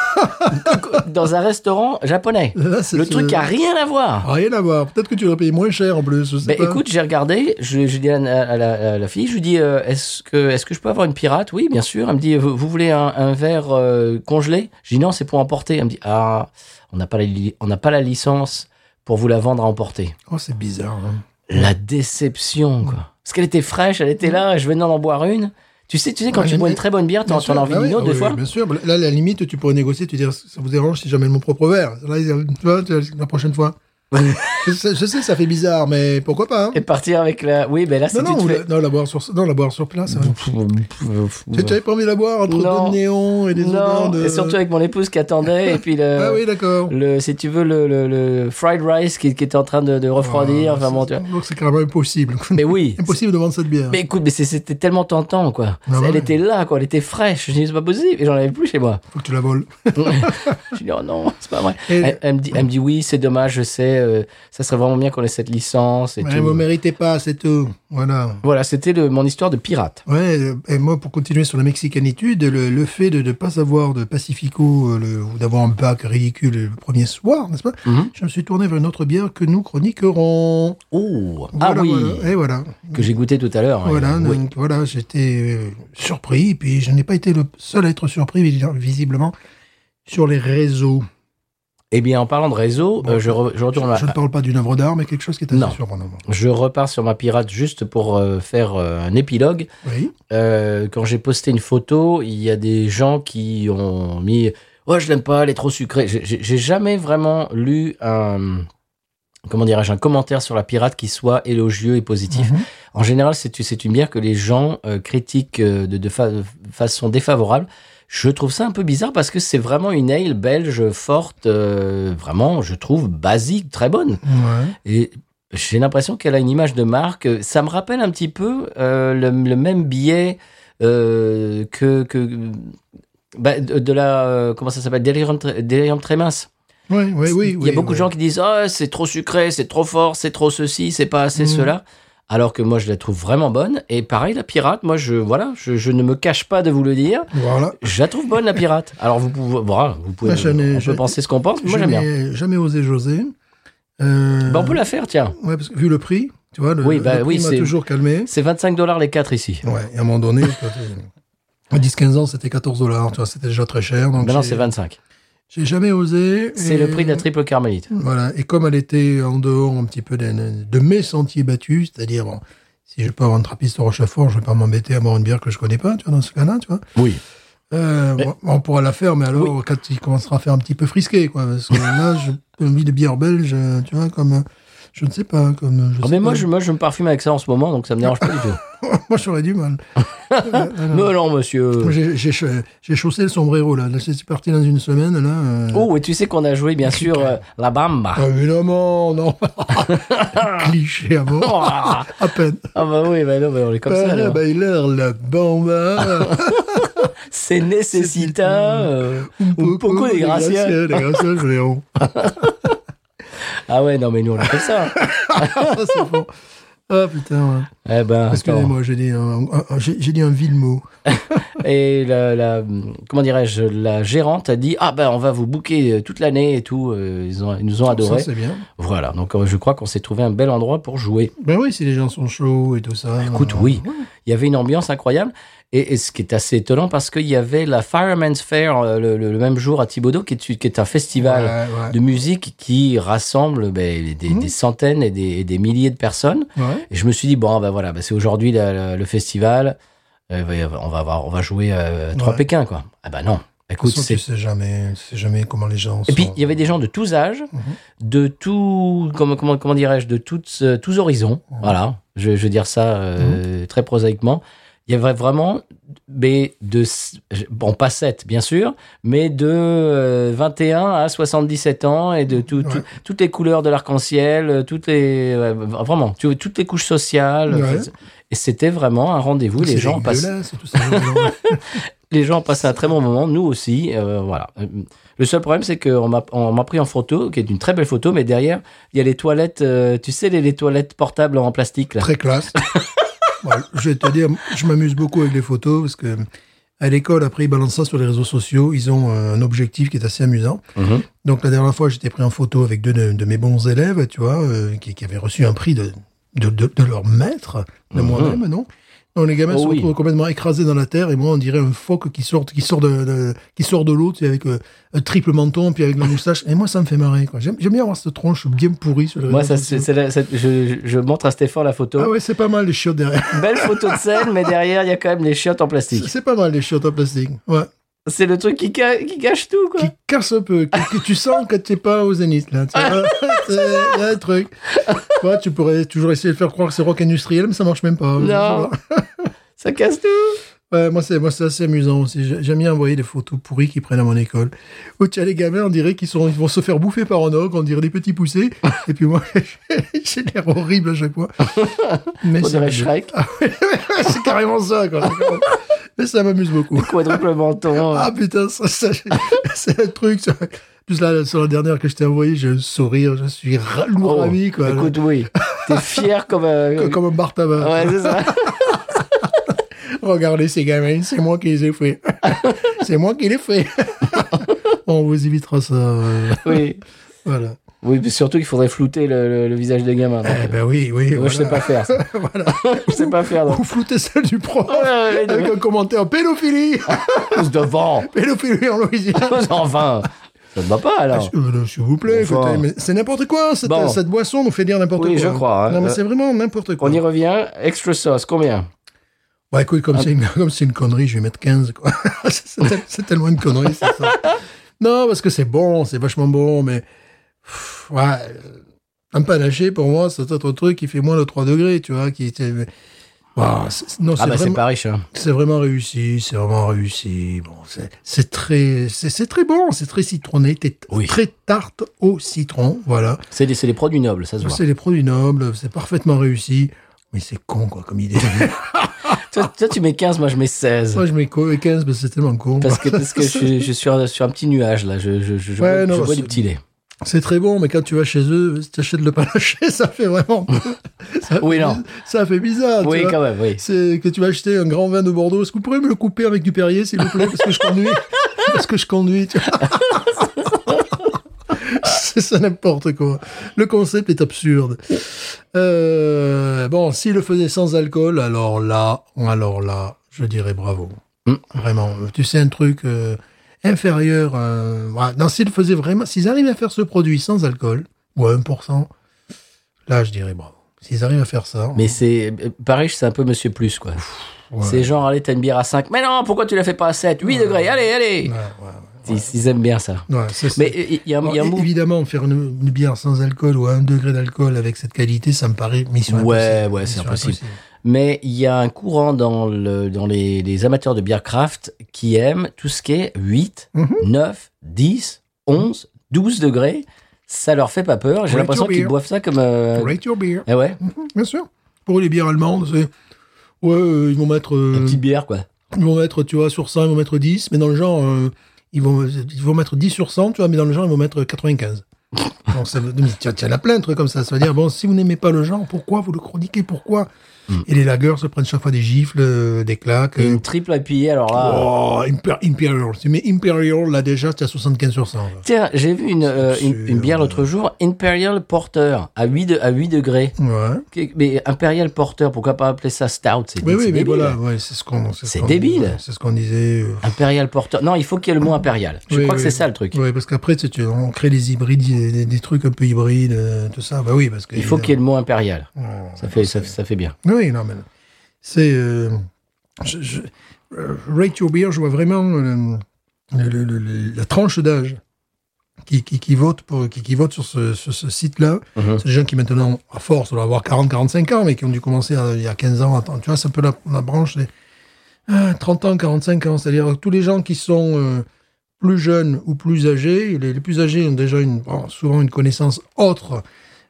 Speaker 1: dans un restaurant japonais.
Speaker 2: Là, c'est
Speaker 1: Le
Speaker 2: ce-
Speaker 1: truc a rien à voir.
Speaker 2: Rien à voir. Peut-être que tu l'aurais payé moins cher en plus. je sais
Speaker 1: Ben,
Speaker 2: pas.
Speaker 1: écoute, j'ai regardé, je, je dis à, la- à la, à la fille, je lui dis, euh, est-ce que, est que je peux avoir une pirate Oui, bien sûr. Elle me dit, vous, vous voulez un, un verre euh, congelé Je dis, non, c'est pour emporter. Elle me dit, ah, on n'a pas, la li- on n'a pas la licence pour vous la vendre à emporter.
Speaker 2: Oh, c'est bizarre. hein.
Speaker 1: La déception, quoi. Parce qu'elle était fraîche, elle était là, je venais d'en boire une. Tu sais, tu sais, quand
Speaker 2: Ouais,
Speaker 1: tu bois
Speaker 2: mais-
Speaker 1: une très bonne bière, t'en
Speaker 2: Bien sûr,
Speaker 1: t'en as envie
Speaker 2: bah
Speaker 1: d'une
Speaker 2: oui,
Speaker 1: autre
Speaker 2: oui,
Speaker 1: des fois.
Speaker 2: Bien sûr. Là, à la limite, tu pourrais négocier, tu dis ça vous dérange si j'amène mon propre verre. Là, ils disent, tu vois, tu vois, la prochaine fois. je, sais- je sais, ça fait bizarre, mais pourquoi pas hein.
Speaker 1: Et partir avec la. Oui, ben là, c'est
Speaker 2: Non,
Speaker 1: Eh ben, tu te
Speaker 2: non, ou
Speaker 1: fais-
Speaker 2: la, non, la boire sur, non, la boire sur place. hein. Tu tu avais pas envie de la boire entre
Speaker 1: Non.
Speaker 2: deux néons et des odeurs
Speaker 1: Non,
Speaker 2: de...
Speaker 1: et surtout avec euh, mon épouse qui attendait, et puis le.
Speaker 2: Ah oui, d'accord.
Speaker 1: le si tu veux, le, le, le fried rice qui, qui était en train de, de refroidir.
Speaker 2: Ah,
Speaker 1: enfin bon, tu
Speaker 2: c'est-
Speaker 1: vois.
Speaker 2: donc c'est carrément impossible.
Speaker 1: Mais oui.
Speaker 2: impossible de vendre cette bière.
Speaker 1: Mais écoute, mais c'est- c'était tellement tentant, quoi.
Speaker 2: Ah
Speaker 1: elle
Speaker 2: ouais.
Speaker 1: était là, quoi. Elle était fraîche. Je dis, c'est pas possible. Et j'en avais plus chez moi.
Speaker 2: Faut que tu la voles.
Speaker 1: je dis, oh non, c'est pas vrai.
Speaker 2: Et-
Speaker 1: Elle, elle me dit, elle me dit, oui, c'est dommage, je sais. euh, ça serait vraiment bien qu'on ait cette licence et
Speaker 2: Ouais,
Speaker 1: tout.
Speaker 2: vous méritez pas, c'est tout. Voilà.
Speaker 1: Voilà, c'était le- mon histoire de pirate.
Speaker 2: Ouais, euh, et moi, pour continuer sur la mexicanitude, le, le fait de ne pas savoir de Pacifico euh, le- ou d'avoir un bac ridicule le premier soir, n'est-ce pas
Speaker 1: Mhm.
Speaker 2: Je me suis tourné vers une autre bière que nous chroniquerons.
Speaker 1: Oh,
Speaker 2: Voilà,
Speaker 1: ah oui,
Speaker 2: voilà. Et voilà.
Speaker 1: que j'ai goûté tout à l'heure.
Speaker 2: Voilà,
Speaker 1: Euh, oui.
Speaker 2: donc voilà, j'étais euh, surpris, et puis je n'ai pas été le seul à être surpris, vis- visiblement, sur les réseaux.
Speaker 1: Eh bien, en parlant de réseau,
Speaker 2: Bon,
Speaker 1: euh, je, re- je retourne ma-
Speaker 2: Je ne parle pas d'une œuvre d'art, mais quelque chose qui est assez
Speaker 1: Non.
Speaker 2: surprenant.
Speaker 1: je repars sur ma pirate juste pour euh, faire euh, un épilogue.
Speaker 2: Oui.
Speaker 1: Euh, quand j'ai posté une photo, il y a des gens qui ont mis Oh, je l'aime pas, elle est trop sucrée. J'ai- J'ai j'ai jamais vraiment lu un. Comment dirais-je, un commentaire sur la pirate qui soit élogieux et positif.
Speaker 2: Mhm.
Speaker 1: En général, c'est c'est une bière que les gens euh, critiquent euh, de, de fa- de façon défavorable. Je trouve ça un peu bizarre parce que c'est vraiment une ale belge forte, euh, vraiment, je trouve, basique, très bonne.
Speaker 2: Ouais.
Speaker 1: Et j'ai l'impression qu'elle a une image de marque. Ça me rappelle un petit peu euh, le, le même biais euh, que, que bah, de, de la euh, comment ça s'appelle délirium, Tre- Delirium Tremens.
Speaker 2: Ouais, ouais, oui,
Speaker 1: Il y
Speaker 2: oui,
Speaker 1: a beaucoup
Speaker 2: ouais.
Speaker 1: de gens qui disent ah c'est trop sucré, c'est trop fort, c'est trop ceci, c'est pas assez
Speaker 2: Mhm.
Speaker 1: cela. Alors que moi je la trouve vraiment bonne. Et pareil la pirate, moi je voilà, je, je ne me cache pas de vous le dire.
Speaker 2: Voilà.
Speaker 1: Je la trouve bonne la pirate. Alors vous pouvez, voilà, vous pouvez,
Speaker 2: Moi, je n'ai-
Speaker 1: on
Speaker 2: je-
Speaker 1: peut penser ce qu'on pense, mais moi
Speaker 2: je
Speaker 1: j'aime bien.
Speaker 2: n'ai jamais osé José. Euh,
Speaker 1: Bah, on peut la faire tiens.
Speaker 2: ouais, parce que vu le prix, tu vois, le,
Speaker 1: Oui,
Speaker 2: le
Speaker 1: bah oui,
Speaker 2: prix m'a
Speaker 1: c'est-
Speaker 2: toujours calmé.
Speaker 1: C'est 25 dollars les quatre ici.
Speaker 2: Ouais, et à un moment donné, quand, euh, à 10-15 ans, c'était 14 dollars, tu vois, c'était déjà très cher. Donc
Speaker 1: Maintenant,
Speaker 2: j'ai-
Speaker 1: Bah c'est 25.
Speaker 2: J'ai jamais osé.
Speaker 1: C'est
Speaker 2: et-
Speaker 1: le prix de la triple carmélite.
Speaker 2: Voilà, et comme elle était en dehors un petit peu de, de mes sentiers battus, c'est-à-dire, bon, si je peux avoir un trappiste au Rochefort, je vais pas m'embêter à boire une bière que je connais pas, tu vois, dans ce cas-là, tu vois.
Speaker 1: Oui.
Speaker 2: Euh,
Speaker 1: Mais-
Speaker 2: bon, On pourra la faire, mais alors quand il commencera à faire un petit peu frisqué, quoi. Parce que là, j'ai envie de bière belge, euh, tu vois, comme. euh, Je ne sais pas, comme. Je sais
Speaker 1: Ah, mais moi
Speaker 2: pas.
Speaker 1: je, moi, je me parfume avec ça en ce moment, donc ça me dérange pas du tout.
Speaker 2: moi, j'aurais du mal. Euh, alors,
Speaker 1: Ah, Non, non, monsieur.
Speaker 2: j'ai- J'ai cha- j'ai chaussé le sombrero, là. Là, C'est parti dans une semaine, là. euh,
Speaker 1: Oh, et tu sais qu'on a joué, bien sûr, euh, la bamba.
Speaker 2: ah, Évidemment, non. Cliché à mort.
Speaker 1: Ah,
Speaker 2: À peine.
Speaker 1: ah bah oui, bah non, bah on est comme ça.
Speaker 2: Para
Speaker 1: là.
Speaker 2: bailar la bamba.
Speaker 1: C'est nécessita. euh, un poco de gracia.
Speaker 2: Les gracias, je les rends.
Speaker 1: Ah ouais, non, mais nous on est comme ça.
Speaker 2: Ah, c'est bon. Ah, putain, ouais.
Speaker 1: Eh ben, attends.
Speaker 2: Excusez-moi, j'ai dit, un- un- un- j'ai j'ai dit un vil mot.
Speaker 1: Et la, la- comment dirais-je, la gérante a dit Ah ben, on va vous booker euh, toute l'année et tout. euh, Ils, ont, ils nous ont adoré.
Speaker 2: Ça, c'est bien.
Speaker 1: Voilà, donc euh, je crois qu'on s'est trouvé un bel endroit pour jouer.
Speaker 2: Ben oui, si les gens sont chauds et tout ça.
Speaker 1: Écoute,
Speaker 2: euh,
Speaker 1: oui, il y avait une ambiance incroyable. Et, et ce qui est assez étonnant, parce qu'il y avait la Fireman's Fair euh, le, le- le même jour à Thibaudot, qui est, qui est un
Speaker 2: ouais,
Speaker 1: festival
Speaker 2: ouais,
Speaker 1: de musique qui rassemble ben, des,
Speaker 2: Mhm.
Speaker 1: des centaines et des, et des milliers de personnes.
Speaker 2: ouais.
Speaker 1: Et je me suis dit, bon, ben voilà, ben, c'est aujourd'hui la- la- le festival. Euh, ben, on, va avoir, on va jouer euh, à Trois
Speaker 2: Ouais.
Speaker 1: Pékin, quoi. Ah ben non,
Speaker 2: De toute
Speaker 1: écoute,
Speaker 2: façon,
Speaker 1: c'est
Speaker 2: tu sais jamais, tu sais jamais comment les gens
Speaker 1: et puis,
Speaker 2: sont.
Speaker 1: il y avait des gens de tous âges,
Speaker 2: Mhm.
Speaker 1: de tous, comment, comment, comment dirais-je, de toutes, euh, tous horizons. Voilà, je, je veux dire ça euh,
Speaker 2: Mhm.
Speaker 1: très prosaïquement. Il y avait vraiment, mais de, s- bon, pas 7, bien sûr, mais de euh, 21 à 77 ans et de tout- tout-
Speaker 2: Ouais.
Speaker 1: toutes les couleurs de l'arc-en-ciel, euh, toutes les, euh, vraiment, tu vois, toutes les couches sociales.
Speaker 2: Ouais.
Speaker 1: Enfin, Et c'était vraiment un rendez-vous. Les
Speaker 2: C'est
Speaker 1: gens passent,
Speaker 2: dégueulasse, Tout ça,
Speaker 1: les gens passent un très bon moment, nous aussi, euh, voilà. Euh, Le seul problème, c'est qu'on m'a on m'a pris en photo, qui est une très belle photo, mais derrière, il y a les toilettes, euh, tu sais, les, les toilettes portables en plastique, là.
Speaker 2: Très classe. Bon, je vais te dire, je m'amuse beaucoup avec les photos parce que à l'école, après, ils balancent ça sur les réseaux sociaux. Ils ont euh, un objectif qui est assez amusant.
Speaker 1: Mhm.
Speaker 2: Donc, la dernière fois, j'étais pris en photo avec deux de, de mes bons élèves, tu vois, euh, qui, qui avaient reçu un prix de, de, de- de leur maître, de
Speaker 1: Mhm.
Speaker 2: moi-même, non Non, les gamins
Speaker 1: Oh
Speaker 2: se
Speaker 1: oui.
Speaker 2: retrouvent complètement écrasés dans la terre et moi on dirait un phoque qui sort qui sort de, de- qui sort de l'eau tu sais, avec euh, un triple menton puis avec la moustache et moi ça me fait marrer quoi. J'aime j'aime bien avoir cette tronche bien pourrie sur le
Speaker 1: Moi,
Speaker 2: réseau
Speaker 1: ça,
Speaker 2: social.
Speaker 1: c'est- c'est la- c'est- je, je- je montre à Stéphane la photo.
Speaker 2: Ah ouais, c'est pas mal les chiottes derrière.
Speaker 1: Belle photo de scène, mais derrière, il y a quand même les chiottes en
Speaker 2: C'est
Speaker 1: plastique.
Speaker 2: c'est pas mal les chiottes en plastique. Ouais.
Speaker 1: C'est le truc qui, ca- qui cache tout, quoi.
Speaker 2: Qui casse un peu, que, que tu sens que t'es pas au zénith là. tu vois. C'est il y a un truc. Toi, tu pourrais toujours essayer de faire croire que c'est rock industriel, mais ça marche même pas.
Speaker 1: Non. Ça casse tout.
Speaker 2: Ouais, moi, c'est, moi, c'est assez amusant aussi. J'ai- J'aime bien envoyer des photos pourries qu'ils prennent à mon école. Où tu as les gamins, on dirait qu'ils sont, ils vont se faire bouffer par un ogre, on dirait des petits poussés. Et puis moi, j'ai l'air horrible à chaque fois. Mais
Speaker 1: On
Speaker 2: ça
Speaker 1: dirait
Speaker 2: m'amuse.
Speaker 1: Shrek.
Speaker 2: c'est carrément ça, quoi. Mais ça m'amuse beaucoup.
Speaker 1: Quadruple menton.
Speaker 2: Ah putain, ça, ça, c'est un truc. ça. En Plus là, sur la dernière que je t'ai envoyée, j'ai un sourire, je suis ra- lourd
Speaker 1: Oh,
Speaker 2: ravi, quoi.
Speaker 1: Écoute, oui. T'es fier comme un.
Speaker 2: Comme un bar tabac.
Speaker 1: Ouais, c'est ça.
Speaker 2: Regardez ces gamins, c'est moi qui les ai faits. c'est moi qui les fais. On vous évitera ça. euh,
Speaker 1: Oui.
Speaker 2: voilà.
Speaker 1: Oui, mais surtout qu'il faudrait flouter le, le- le visage des gamins. donc,
Speaker 2: Eh
Speaker 1: euh,
Speaker 2: ben oui, oui.
Speaker 1: Moi, je sais pas faire. ça.
Speaker 2: voilà.
Speaker 1: Je sais pas faire. donc.
Speaker 2: Vous floutez celle du prof
Speaker 1: Ouais, ouais, ouais,
Speaker 2: avec un commentaire pédophilie,
Speaker 1: Tous devant.
Speaker 2: pédophilie en Louisiane.
Speaker 1: Tous enfin. Ça ne va pas, alors.
Speaker 2: Euh, S'il vous plaît,
Speaker 1: Enfin.
Speaker 2: écoutez, mais c'est n'importe quoi. Cette,
Speaker 1: Bon.
Speaker 2: cette boisson nous fait dire n'importe
Speaker 1: Oui,
Speaker 2: quoi.
Speaker 1: je crois, hein.
Speaker 2: Non, mais
Speaker 1: Euh,
Speaker 2: c'est vraiment n'importe quoi.
Speaker 1: On y revient. Extra sauce, combien
Speaker 2: Bah écoute,
Speaker 1: Ah.
Speaker 2: comme c'est une, comme c'est une connerie, je vais mettre 15, quoi. c'est tel- c'est tellement une connerie, c'est ça. Non, parce que c'est bon, c'est vachement bon, mais. pff, ouais. euh, Un panaché, pour moi, c'est un autre truc qui fait moins de 3 degrés, tu vois. Qui, était- Waouh, c'est- non, c'est
Speaker 1: Ah, bah, c'est
Speaker 2: vraiment,
Speaker 1: pas riche. hein.
Speaker 2: c'est vraiment réussi, c'est vraiment réussi. Bon, c'est- c'est très, c'est c'est très bon, c'est très citronné, t'es-
Speaker 1: Oui.
Speaker 2: très tarte au citron, voilà.
Speaker 1: C'est des, c'est des produits nobles, ça se voit.
Speaker 2: C'est les produits nobles, c'est parfaitement réussi. Mais c'est con, quoi, comme idée.
Speaker 1: Toi, toi, tu mets 15, moi, je mets 16.
Speaker 2: Moi, je mets quoi, 15, parce que c'est tellement con.
Speaker 1: Parce que, parce que je, suis- je suis sur, un- sur un petit nuage, là. Je, je, je, je bois-
Speaker 2: Ouais, non,
Speaker 1: je bois
Speaker 2: c'est-
Speaker 1: du petit lait.
Speaker 2: C'est très bon, mais quand tu vas chez eux, si t'achètes le panaché, ça fait vraiment. ça
Speaker 1: Oui,
Speaker 2: fait-
Speaker 1: non.
Speaker 2: Ça fait bizarre.
Speaker 1: Oui,
Speaker 2: tu vois.
Speaker 1: quand même, oui.
Speaker 2: C'est que tu vas acheter un grand vin de Bordeaux. Est-ce que vous pourriez me le couper avec du Perrier, s'il vous plaît Parce que je conduis. Parce que je conduis, tu vois. C'est ça n'importe quoi. Le concept est absurde. Euh, bon, s'il le faisait sans alcool, alors là, alors là, je dirais bravo.
Speaker 1: Mm.
Speaker 2: Vraiment. Tu sais, un truc euh, inférieur. euh, voilà. Non, s'il le faisait vraiment, s'ils arrivent à faire ce produit sans alcool, ou à 1%, là, je dirais bravo. S'ils arrivent à faire ça.
Speaker 1: Mais c'est. euh, Paris, c'est un peu Monsieur Plus, quoi.
Speaker 2: ouais.
Speaker 1: C'est genre, allez, t'as une bière à 5. Mais non, pourquoi tu la fais pas à 7 8 degrés, allez, allez
Speaker 2: Ouais, ouais, ouais.
Speaker 1: ils, ils aiment bien ça.
Speaker 2: Ouais, ça, c'est-
Speaker 1: Mais il y a, un-
Speaker 2: Alors,
Speaker 1: il y a un
Speaker 2: é-
Speaker 1: mot.
Speaker 2: évidemment, faire une, une bière sans alcool ou à un degré d'alcool avec cette qualité, ça me paraît mission
Speaker 1: Ouais,
Speaker 2: impossible.
Speaker 1: ouais, c'est
Speaker 2: Mission
Speaker 1: impossible. Mais il y a un courant dans, le, dans les, les amateurs de bière craft qui aiment tout ce qui est 8,
Speaker 2: Mhm.
Speaker 1: 9, 10, 11, 12 degrés. Ça leur fait pas peur. J'ai
Speaker 2: Rate
Speaker 1: l'impression
Speaker 2: your
Speaker 1: qu'ils
Speaker 2: beer.
Speaker 1: boivent ça comme. euh,
Speaker 2: Rate your beer.
Speaker 1: Ah ouais,
Speaker 2: Mhm, bien sûr. Pour les bières allemandes, c'est. Ouais, euh, ils vont mettre. euh,
Speaker 1: une petite bière, quoi.
Speaker 2: Ils vont mettre, tu vois, sur 100, ils vont mettre 10, mais dans le genre. euh, ils, vont, ils vont mettre 10 sur 100, tu vois, mais dans le genre, ils vont mettre 95. Donc, ça, veut- mais tu tu en as plein de trucs comme ça. Ça veut dire, bon, si vous n'aimez pas le genre, pourquoi vous le chroniquez Pourquoi Et les lagueurs se prennent chaque fois des gifles, euh, des claques.
Speaker 1: Hmm. Et
Speaker 2: euh,
Speaker 1: une triple IPA, alors là.
Speaker 2: Oh, Imper- Imperial. Tu mets Imperial, là déjà, tu as 75 sur 100. là.
Speaker 1: Tiens, j'ai vu une, euh, une-
Speaker 2: absurde.
Speaker 1: une bière l'autre jour, Imperial Porter, à 8, de- à 8 degrés.
Speaker 2: Ouais.
Speaker 1: Que- Mais Imperial Porter, pourquoi pas appeler ça Stout C'est
Speaker 2: Oui,
Speaker 1: c'est
Speaker 2: oui, mais
Speaker 1: débile.
Speaker 2: voilà, ouais, c'est ce qu'on.
Speaker 1: C'est
Speaker 2: ce qu'on-
Speaker 1: débile.
Speaker 2: C'est ce qu'on disait. euh,
Speaker 1: Imperial Porter. Non, il faut qu'il y ait le mot Imperial. Je
Speaker 2: Oui,
Speaker 1: crois que
Speaker 2: oui.
Speaker 1: c'est ça le truc.
Speaker 2: Ouais, parce qu'après, tu sais, tu- on crée des hybrides, des, des- des trucs un peu hybrides, euh, tout ça. Bah oui, parce que.
Speaker 1: Il faut qu'il y ait le mot Imperial.
Speaker 2: Ouais.
Speaker 1: Ça fait, ça, ça fait bien.
Speaker 2: Oui, non, mais. C'est. euh, je- je- euh, rate your beer, je vois vraiment euh, le- le- le- le- la tranche d'âge qui, qui, qui vote pour, qui, qui vote sur ce, ce- ce site-là.
Speaker 1: Mhm.
Speaker 2: C'est des gens qui maintenant, à force, doivent avoir 40, 45 ans, mais qui ont dû commencer à- il y a 15 ans. Attends, tu vois, c'est un peu la, la branche des ah, 30 ans, 45 ans. C'est-à-dire tous les gens qui sont euh, plus jeunes ou plus âgés, les, les plus âgés ont déjà une, bon, souvent une connaissance autre.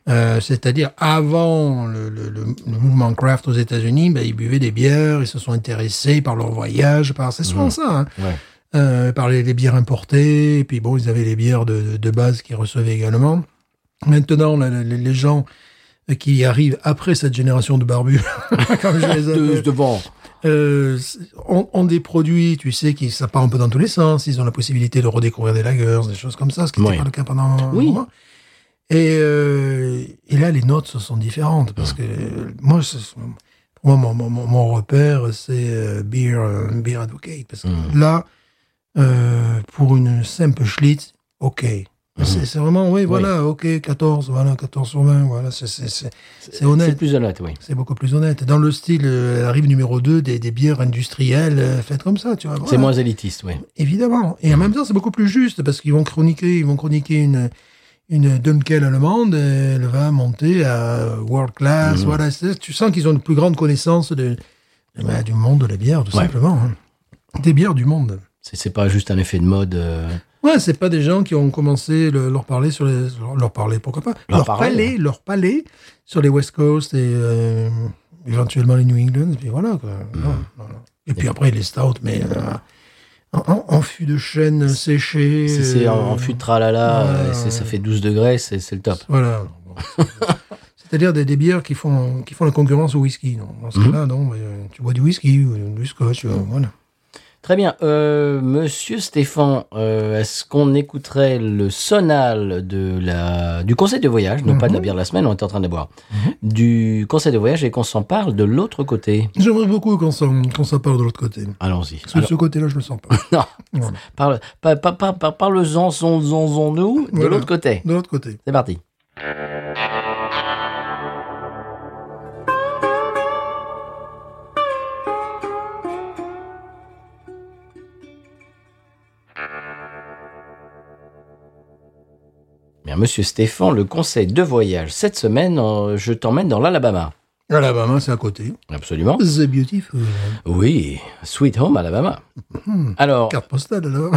Speaker 2: Euh, c'est-à-dire avant le, le- le- le mouvement craft aux États-Unis, ben, ils buvaient des bières, ils se sont intéressés par leur voyage, par c'est souvent ça. hein.
Speaker 1: Ouais.
Speaker 2: Euh, par les, les bières importées, et puis bon, ils avaient les bières de, de base qu'ils recevaient également. Maintenant, la- la- les, les gens qui arrivent après cette génération de barbus, comme je les appelle,
Speaker 1: De- devant.
Speaker 2: euh, ont, ont des produits, tu sais, qui ça part un peu dans tous les sens. Ils ont la possibilité de redécouvrir des lagers, des choses comme ça, ce qui n'était
Speaker 1: Oui.
Speaker 2: pas le cas pendant un
Speaker 1: Oui.
Speaker 2: moment. Et, euh, et là, les notes sont différentes parce que euh, moi, c'est- Moi, mon, mon- mon- mon repère, c'est euh, Beer, euh, Beer Advocate. Parce que là, euh, pour une simple Schlitz, OK. C'est c'est vraiment, oui, voilà, OK, 14, voilà, 14 sur 20, voilà, c'est- c'est c'est- c'est
Speaker 1: C'est
Speaker 2: honnête.
Speaker 1: plus honnête, oui.
Speaker 2: C'est beaucoup plus honnête. Dans le style, euh, la rive numéro 2 des, des bières industrielles euh, faites comme ça, tu vois.
Speaker 1: C'est
Speaker 2: voilà.
Speaker 1: moins élitiste, oui.
Speaker 2: Évidemment. Et en même temps, c'est beaucoup plus juste parce qu'ils vont chroniquer, ils vont chroniquer une une Dunkel allemande, euh, elle va monter à world class.
Speaker 1: Mmh.
Speaker 2: Voilà, C'est- tu sens qu'ils ont une plus grande connaissance de, bah, du monde de la bière, tout
Speaker 1: Ouais.
Speaker 2: simplement. hein. Des bières du monde.
Speaker 1: C'est c'est pas juste un effet de mode. euh,
Speaker 2: Ouais, c'est pas des gens qui ont commencé le- leur parler sur les leur, leur parler, pourquoi pas
Speaker 1: Leur
Speaker 2: leur,
Speaker 1: parler,
Speaker 2: palais, leur palais sur les West Coast et euh, éventuellement les New England. Et puis voilà. quoi.
Speaker 1: Hmm.
Speaker 2: Non, non, non. Et puis après les stouts, mais euh, en, en- en fût de chêne séché.
Speaker 1: si c'est en, en
Speaker 2: euh,
Speaker 1: fût de tralala,
Speaker 2: ouais,
Speaker 1: euh, c'est-
Speaker 2: ouais.
Speaker 1: ça fait 12 degrés, c'est c'est le top.
Speaker 2: euh, Voilà. Bon, c'est- C'est-à-dire des, des bières qui font qui font la concurrence au whisky. non. Dans ce
Speaker 1: Hmm.
Speaker 2: cas-là, non, mais, euh, tu bois du whisky ou du scotch, euh, voilà.
Speaker 1: Très bien. Euh, Monsieur Stéphane, euh, est-ce qu'on écouterait le sonal de la, du conseil de voyage, non
Speaker 2: Mhm.
Speaker 1: pas de la bière de la semaine, on est en train de boire, du conseil de voyage et qu'on s'en parle de l'autre côté
Speaker 2: J'aimerais beaucoup qu'on s'en qu'on s'en parle de l'autre côté.
Speaker 1: Allons-y.
Speaker 2: Parce que de ce côté-là, je le sens pas.
Speaker 1: Alors, non,
Speaker 2: Voilà.
Speaker 1: parle, par, par, par- par- parle-en, son, son, son, nous, de
Speaker 2: Voilà.
Speaker 1: l'autre côté.
Speaker 2: De l'autre côté.
Speaker 1: C'est parti. Bien, Monsieur Stéphane, le conseil de voyage cette semaine, euh, je t'emmène dans l'Alabama.
Speaker 2: Alabama, c'est à côté.
Speaker 1: Absolument.
Speaker 2: The Beautiful.
Speaker 1: Oui, Sweet Home Alabama. Alors,
Speaker 2: Carte postale, alors.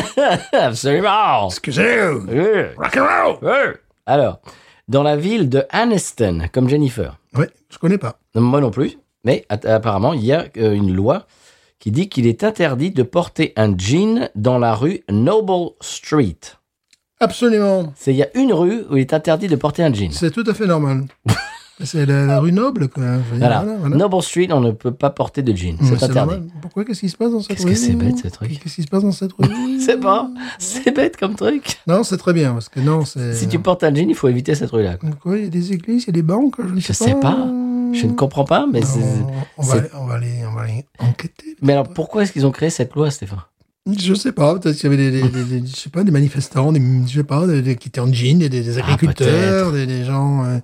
Speaker 1: absolument.
Speaker 2: Excusez-vous.
Speaker 1: Oui,
Speaker 2: Rock'n'roll.
Speaker 1: oui. Alors, dans la ville de Anniston, comme Jennifer.
Speaker 2: Ouais, je connais pas.
Speaker 1: Non, Moi non plus. Mais at- apparemment, il y a euh, une loi qui dit qu'il est interdit de porter un jean dans la rue Noble Street.
Speaker 2: Absolument.
Speaker 1: C'est il y a une rue où il est interdit de porter un jean.
Speaker 2: C'est tout à fait normal. c'est la, la rue noble, quoi. Je veux dire,
Speaker 1: Voilà.
Speaker 2: voilà, voilà.
Speaker 1: Noble Street, on ne peut pas porter de jean.
Speaker 2: Mais
Speaker 1: C'est interdit.
Speaker 2: normal. Pourquoi Qu'est-ce qui se passe dans cette
Speaker 1: Qu'est-ce
Speaker 2: rue
Speaker 1: que c'est bête, ce truc.
Speaker 2: Qu'est-ce qui se passe dans cette rue
Speaker 1: C'est pas. C'est bête comme truc.
Speaker 2: Non, c'est très bien, parce que non, c'est.
Speaker 1: Si tu portes un jean, il faut éviter cette rue-là. quoi.
Speaker 2: Quoi, il y a des églises, il y a des banques, je ne
Speaker 1: Je
Speaker 2: sais pas.
Speaker 1: sais pas. Je ne comprends pas, mais c'est.
Speaker 2: Non, on, va
Speaker 1: c'est-
Speaker 2: aller, on, va aller, on va aller enquêter.
Speaker 1: Mais alors, pourquoi est-ce qu'ils ont créé cette loi, Stéphane
Speaker 2: Je sais pas, peut-être qu'il y avait des, des- des- des- je sais pas, des manifestants, des, je sais pas, des, des- qui étaient en jean, des, des-
Speaker 1: Ah,
Speaker 2: des agriculteurs, des, des gens euh,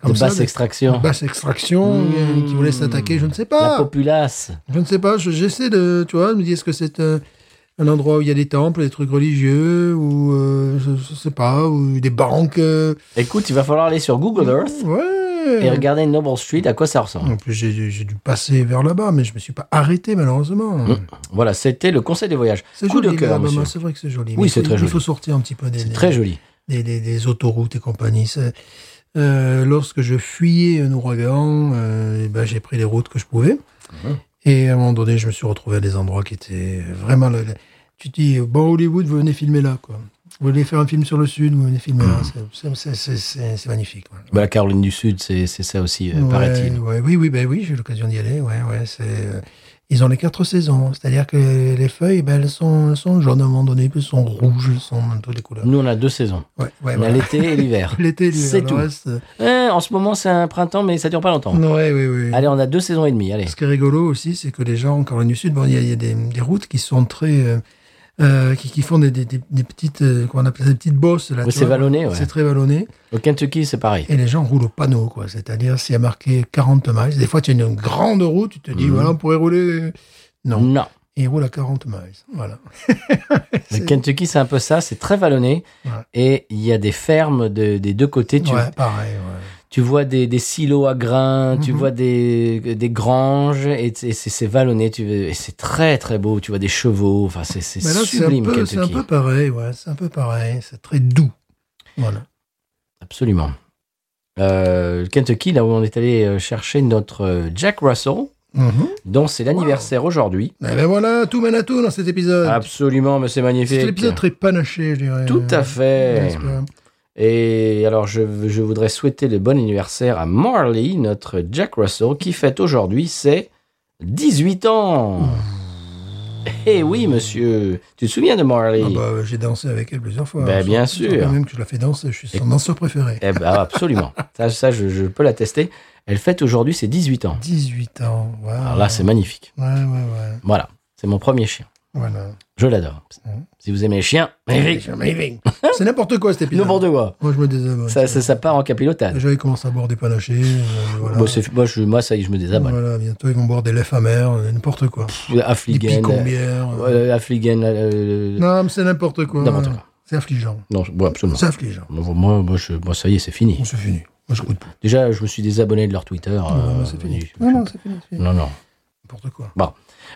Speaker 2: comme
Speaker 1: De
Speaker 2: ça,
Speaker 1: basse
Speaker 2: des- Bah.
Speaker 1: extraction.
Speaker 2: de basse extraction,
Speaker 1: Mmh.
Speaker 2: euh, qui voulaient s'attaquer, je ne sais
Speaker 1: La
Speaker 2: pas.
Speaker 1: populace.
Speaker 2: Je ne sais pas, je- j'essaie de, tu vois, je me dis, est-ce que c'est euh, un endroit où il y a des temples, des trucs religieux, ou euh, je, je sais pas, ou des banques. euh,
Speaker 1: Écoute, il va falloir aller sur Google Earth
Speaker 2: ouais.
Speaker 1: et regarder Noble Street, à quoi ça ressemble.
Speaker 2: En plus, j'ai j'ai dû passer vers là-bas, mais je me suis pas arrêté, malheureusement.
Speaker 1: Voilà, c'était Mmh. Ah, le conseil des voyages.
Speaker 2: C'est
Speaker 1: Coup
Speaker 2: joli,
Speaker 1: de cœur,
Speaker 2: l'Alabama,
Speaker 1: monsieur.
Speaker 2: c'est vrai que c'est joli.
Speaker 1: Oui,
Speaker 2: mais il
Speaker 1: c'est
Speaker 2: faut-
Speaker 1: très joli.
Speaker 2: Il faut sortir un petit peu des,
Speaker 1: C'est
Speaker 2: des-
Speaker 1: très joli.
Speaker 2: des, des- des autoroutes et compagnie. C'est- euh, lorsque je fuyais un ouragan, euh, eh ben, j'ai pris les routes que je pouvais.
Speaker 1: Uh-huh.
Speaker 2: Et à un moment donné, je me suis retrouvé à des endroits qui étaient vraiment... le- le- tu te dis, bon, Hollywood, vous venez filmer là, quoi. Vous voulez faire un film sur le Sud, vous venez filmer là.
Speaker 1: Hmm.
Speaker 2: C'est- c'est- c'est- C'est c'est magnifique. ouais.
Speaker 1: Bah, la Caroline du Sud, c'est c'est ça aussi, euh,
Speaker 2: Ouais,
Speaker 1: paraît-il.
Speaker 2: ouais, oui, oui, ben oui, j'ai eu l'occasion d'y aller. Ouais, ouais, c'est, euh, ils ont les quatre saisons. C'est-à-dire que les feuilles, ben, elles, sont, elles sont jaunes à un moment donné, puis elles sont rouges, elles sont de toutes les couleurs.
Speaker 1: Nous, on a deux saisons.
Speaker 2: Ouais,
Speaker 1: on
Speaker 2: ouais, bah.
Speaker 1: a
Speaker 2: voilà.
Speaker 1: l'été et l'hiver.
Speaker 2: L'été, l'hiver,
Speaker 1: Hmm. C'est
Speaker 2: le
Speaker 1: tout.
Speaker 2: reste, euh,
Speaker 1: Eh, en ce moment, c'est un printemps, mais ça dure pas longtemps.
Speaker 2: Ouais, oui, oui.
Speaker 1: Allez, on a deux saisons et demie. Allez.
Speaker 2: Ce qui est rigolo aussi, c'est que les gens en Caroline du Sud, bon, il y a, il y a des, des routes qui sont très. euh, euh, qui, qui font des, des- des- des petites. euh, comment on appelle ça, des petites bosses. Là,
Speaker 1: Oui,
Speaker 2: tu
Speaker 1: c'est
Speaker 2: vois.
Speaker 1: vallonné, ouais.
Speaker 2: C'est très vallonné.
Speaker 1: Au Kentucky, c'est pareil.
Speaker 2: Et les gens roulent au panneau, quoi. C'est-à-dire, s'il y a marqué 40 miles, des fois, tu as une grande route, tu te dis,
Speaker 1: Mhm.
Speaker 2: voilà, on pourrait rouler. Non.
Speaker 1: Non.
Speaker 2: Et il roule à 40 miles. Voilà.
Speaker 1: Le
Speaker 2: C'est-
Speaker 1: Kentucky, c'est un peu ça. C'est très vallonné.
Speaker 2: Ouais.
Speaker 1: Et il y a des fermes de- des deux côtés. Tu,
Speaker 2: Ouais, pareil. ouais.
Speaker 1: tu vois des, des silos à grains, tu
Speaker 2: Mhm.
Speaker 1: vois des, des granges, et, c'est- c'est c'est vallonné. Tu, et c'est très, très beau. Tu vois des chevaux. Enfin, c'est c'est
Speaker 2: Mais là, c'est un,
Speaker 1: sublime,
Speaker 2: peu- c'est
Speaker 1: Kentucky.
Speaker 2: un peu pareil. Ouais, c'est un peu pareil. C'est très doux. Voilà.
Speaker 1: Absolument. Euh, Kentucky, là où on est allé euh, chercher notre euh, Jack Russell,
Speaker 2: Mhm.
Speaker 1: dont c'est l'anniversaire aujourd'hui.
Speaker 2: Eh ben voilà, tout mène à tout dans cet épisode.
Speaker 1: Absolument, mais c'est Ah, magnifique.
Speaker 2: Euh, C'est l'épisode très panaché, je dirais.
Speaker 1: Tout à fait.
Speaker 2: N'est-ce pas
Speaker 1: Et alors, je, je voudrais souhaiter le bon anniversaire à Marley, notre Jack Russell, qui fête aujourd'hui ses 18 ans. Eh oui, monsieur. Tu te souviens de Marley
Speaker 2: Ah bah, j'ai dansé avec elle plusieurs fois.
Speaker 1: Ben,
Speaker 2: Je
Speaker 1: bien
Speaker 2: sens- je sens
Speaker 1: sûr. bah,
Speaker 2: quand même que je la fais danser. Je suis son danseur préféré.
Speaker 1: Eh ben, absolument. ça, ça, je, je peux l'attester. Elle fête aujourd'hui ses 18 ans.
Speaker 2: 18 ans. Wow.
Speaker 1: Alors là, c'est magnifique.
Speaker 2: Ouais, ouais, ouais.
Speaker 1: Voilà, c'est mon premier chien.
Speaker 2: Voilà.
Speaker 1: Je l'adore.
Speaker 2: Mhm.
Speaker 1: Si vous aimez les chiens, magnifique.
Speaker 2: C'est n'importe quoi cet
Speaker 1: Nous
Speaker 2: épisode.
Speaker 1: pour deux, quoi.
Speaker 2: Moi, je me désabonne.
Speaker 1: Ça, ça, ça part en capilotade.
Speaker 2: J'avais commencé à boire des panachés. euh, voilà.
Speaker 1: Moi, c'est- moi, je, moi, ça y est, je me désabonne.
Speaker 2: Voilà, bientôt ils vont boire des lèvres amères, euh, n'importe quoi. Des
Speaker 1: Affligen.
Speaker 2: picombières.
Speaker 1: euh, euh, Affligen. euh,
Speaker 2: Non, mais c'est n'importe quoi.
Speaker 1: N'importe quoi.
Speaker 2: C'est affligeant.
Speaker 1: Non, je- ouais, absolument.
Speaker 2: C'est affligeant.
Speaker 1: Moi, moi, moi, je- moi, ça y est, c'est
Speaker 2: On
Speaker 1: fini.
Speaker 2: se finit. Moi, je coûte plus.
Speaker 1: Déjà, je me suis désabonné de leur Twitter. euh,
Speaker 2: Non, non, c'est fini.
Speaker 1: je-
Speaker 2: Non, non, c'est fini. c'est fini.
Speaker 1: non, non.
Speaker 2: N'importe quoi.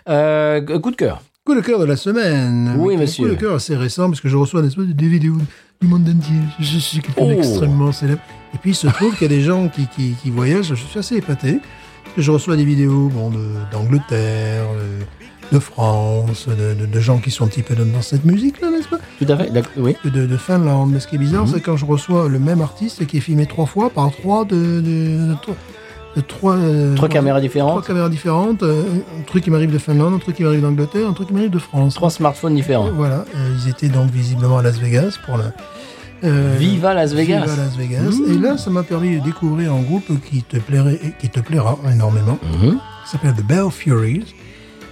Speaker 1: Euh, coup de cœur.
Speaker 2: Coup de cœur de la semaine.
Speaker 1: Oui,
Speaker 2: Un
Speaker 1: monsieur.
Speaker 2: Coup de cœur assez récent, parce que je reçois des, des vidéos du monde entier. Je suis quelqu'un
Speaker 1: Oh.
Speaker 2: d'extrêmement célèbre. Et puis, il se trouve qu'il y a des gens qui, qui, qui voyagent. Je suis assez épaté. Je reçois des vidéos bon, de- d'Angleterre, de, de France, de, de- de gens qui sont un petit peu dans dans cette musique-là, n'est-ce pas
Speaker 1: Tout à fait. d'ac- Oui.
Speaker 2: de, de Finlande. Mais ce qui est
Speaker 1: Mhm.
Speaker 2: bizarre, c'est quand je reçois le même artiste qui est filmé trois fois par trois de, de, de tro- de trois, euh,
Speaker 1: Trois caméras
Speaker 2: trois
Speaker 1: différentes,
Speaker 2: caméras différentes. euh, un truc qui m'arrive de Finlande, un truc qui m'arrive d'Angleterre, un truc qui m'arrive de France.
Speaker 1: trois smartphones différents.
Speaker 2: Voilà, euh, ils étaient donc visiblement à Las Vegas pour la. euh,
Speaker 1: Viva Las Vegas.
Speaker 2: Viva Las Vegas.
Speaker 1: Mmh.
Speaker 2: Et là, ça m'a permis de découvrir un groupe qui te plairait, qui te plaira énormément.
Speaker 1: Mhm.
Speaker 2: qui s'appelle The Bell Furies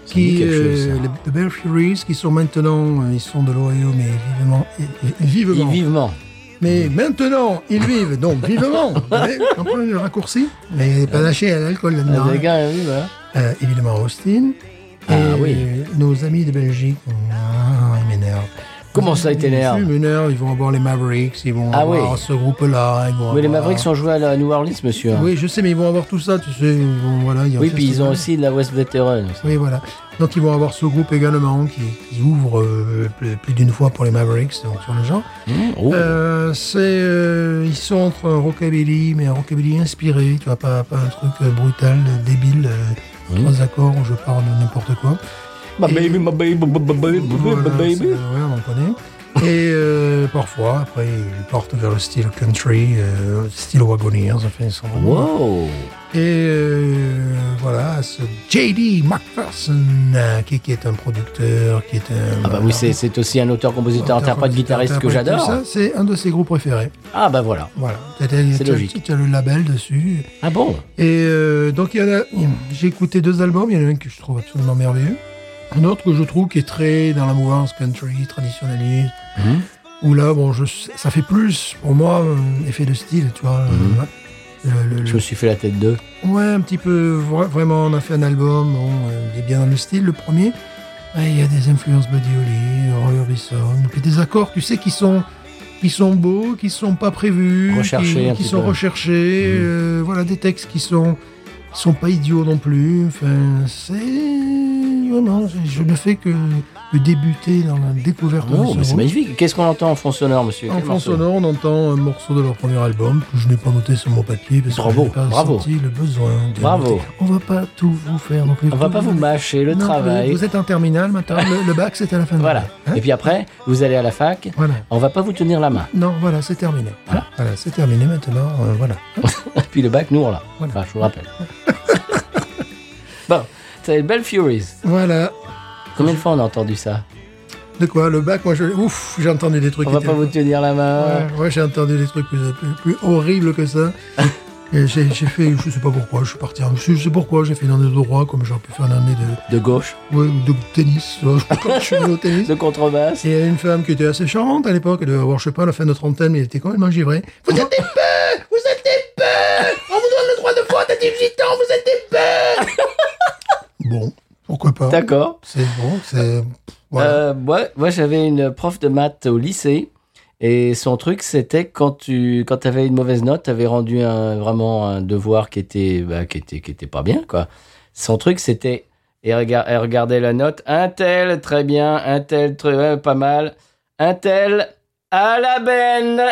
Speaker 1: Ça me dit
Speaker 2: qui,
Speaker 1: quelque chose, ça.
Speaker 2: euh, les- The Bell Furies, qui sont maintenant, euh, ils sont de l'Ohio, mais vivement, et- et-
Speaker 1: Et
Speaker 2: vivement.
Speaker 1: vivement.
Speaker 2: Mais maintenant, ils vivent, donc vivement. Vous voyez, vous comprenez le raccourci Mais pas lâché à l'alcool là-dedans.
Speaker 1: Euh, Las Vegas, Ah, oui, voilà.
Speaker 2: Euh, évidemment, Austin.
Speaker 1: Ah
Speaker 2: Et
Speaker 1: oui.
Speaker 2: Nos amis de Belgique. Ah, ils m'énervent.
Speaker 1: Comment ça, ils t'énervent
Speaker 2: Ils m'énervent, ils vont avoir les Mavericks, ils vont
Speaker 1: Ah
Speaker 2: avoir
Speaker 1: oui.
Speaker 2: ce groupe-là. ils vont
Speaker 1: Mais les
Speaker 2: avoir-
Speaker 1: Mavericks sont joués à la New Orleans, monsieur. hein.
Speaker 2: Ah, bah. Oui, je sais, mais ils vont avoir tout ça, tu sais. ils vont- voilà, il y a un
Speaker 1: Oui, puis ils ont
Speaker 2: festival.
Speaker 1: aussi de la West Veteran. aussi.
Speaker 2: Oui, voilà. Donc ils vont avoir ce groupe également qui, qui ouvre euh, plus, plus d'une fois pour les Mavericks, donc sur le genre.
Speaker 1: Mhm. Oh.
Speaker 2: Euh, c'est, euh, ils sont entre un rockabilly, mais un rockabilly inspiré, tu vois, pas, pas un truc euh, brutal, euh, débile, euh,
Speaker 1: Mhm.
Speaker 2: trois accords où je parle de n'importe quoi.
Speaker 1: Ma baby, ma baby, ma baby, ma
Speaker 2: Voilà,
Speaker 1: baby,
Speaker 2: c'est- ouais, on connaît. Et euh, parfois, après, ils partent vers le style country, euh, style Wagoneers, enfin, ils sont
Speaker 1: Wow.
Speaker 2: et euh, voilà, ce JD McPherson, euh, qui, qui est un producteur, qui est un...
Speaker 1: Ah bah oui, c'est- c'est aussi un auteur, compositeur, interprète, guitariste que
Speaker 2: interprète, tout
Speaker 1: j'adore.
Speaker 2: ça, C'est un de ses groupes préférés.
Speaker 1: Ah bah voilà.
Speaker 2: Voilà. C'est
Speaker 1: logique.
Speaker 2: Tu as le label dessus.
Speaker 1: Ah bon
Speaker 2: Et euh, donc, il y en a... J'ai écouté deux albums. Il y en a un que je trouve absolument merveilleux. Un autre que je trouve qui est très dans la mouvance country, traditionnaliste.
Speaker 1: Mhm.
Speaker 2: Où là, bon, je, sais- ça fait plus, pour moi, euh, effet de style, tu vois. euh, le- le-
Speaker 1: Je me suis fait la tête d'eux.
Speaker 2: Ouais, un petit peu. vra- Vraiment, on a fait un album. Bon, euh, il est bien dans le style, le premier. Ouais, Il y a des influences Buddy Holly, Roy Orbison. Et puis des accords, tu sais, qui sont, qui sont beaux, qui sont pas prévus.
Speaker 1: Recherchés, un
Speaker 2: Qui, qui
Speaker 1: petit
Speaker 2: sont
Speaker 1: peu.
Speaker 2: recherchés.
Speaker 1: Mhm.
Speaker 2: euh, voilà, des textes qui sont, qui sont pas idiots non plus. Enfin, c'est. Vraiment, je- je ne fais que, que débuter dans la découverte de
Speaker 1: Oh,
Speaker 2: ce
Speaker 1: mais c'est
Speaker 2: groupe.
Speaker 1: magnifique. Qu'est-ce qu'on entend en fond sonore, monsieur
Speaker 2: bah En
Speaker 1: Quel
Speaker 2: fond
Speaker 1: morceau
Speaker 2: sonore, on entend un morceau de leur premier album. que Je n'ai pas noté sur mon papier parce
Speaker 1: Bravo,
Speaker 2: que je n'ai pas
Speaker 1: bravo.
Speaker 2: senti le besoin. de
Speaker 1: Bravo.
Speaker 2: noter. On va pas tout vous faire non plus.
Speaker 1: On va pas vous mâcher le
Speaker 2: Non,
Speaker 1: travail.
Speaker 2: Vous êtes en terminale maintenant. Le, le bac, c'est à la fin. de
Speaker 1: Voilà.
Speaker 2: l'année. Hein
Speaker 1: Et puis après, vous allez à la fac.
Speaker 2: voilà.
Speaker 1: On va pas vous tenir la main.
Speaker 2: Non, voilà, c'est terminé.
Speaker 1: Voilà.
Speaker 2: Voilà, c'est terminé maintenant. euh, voilà.
Speaker 1: Puis le bac, nous, on l'a.
Speaker 2: Voilà.
Speaker 1: Enfin, je vous rappelle. bon, c'est les Belle Furies.
Speaker 2: Voilà.
Speaker 1: Combien de fois on a entendu ça
Speaker 2: De quoi Le bac, moi, je... ouf, j'ai entendu des trucs.
Speaker 1: On va
Speaker 2: qui
Speaker 1: pas vous
Speaker 2: étaient-
Speaker 1: tenir la main.
Speaker 2: Ouais, ouais, j'ai entendu des trucs plus, plus, plus horribles que ça. Et j'ai j'ai fait, je sais pas pourquoi, je suis parti en. Je sais pourquoi, j'ai fait une année de droit, comme j'aurais pu faire une année de,
Speaker 1: De gauche,
Speaker 2: Ouais, ou de tennis. euh, quand je suis venu au tennis.
Speaker 1: de contrebasse.
Speaker 2: Et il y avait une femme qui était assez charmante à l'époque, elle devait avoir, je sais pas, la fin de trentaine, mais elle était complètement givrée. Vous êtes des bœufs Vous êtes des bœufs On vous donne le droit de vote à 18 ans, vous êtes des bœufs Bon, pourquoi pas.
Speaker 1: D'accord.
Speaker 2: C'est bon, c'est... Voilà.
Speaker 1: Euh, moi, moi, j'avais une prof de maths au lycée. Et son truc, c'était quand tu quand avais une mauvaise note, tu avais rendu un, vraiment un devoir qui était, bah, qui, était, qui était pas bien, quoi. Son truc, c'était. Et rega- elle regardait la note. Un tel, très bien. Un tel, très, ouais, pas mal. Un tel, à la benne.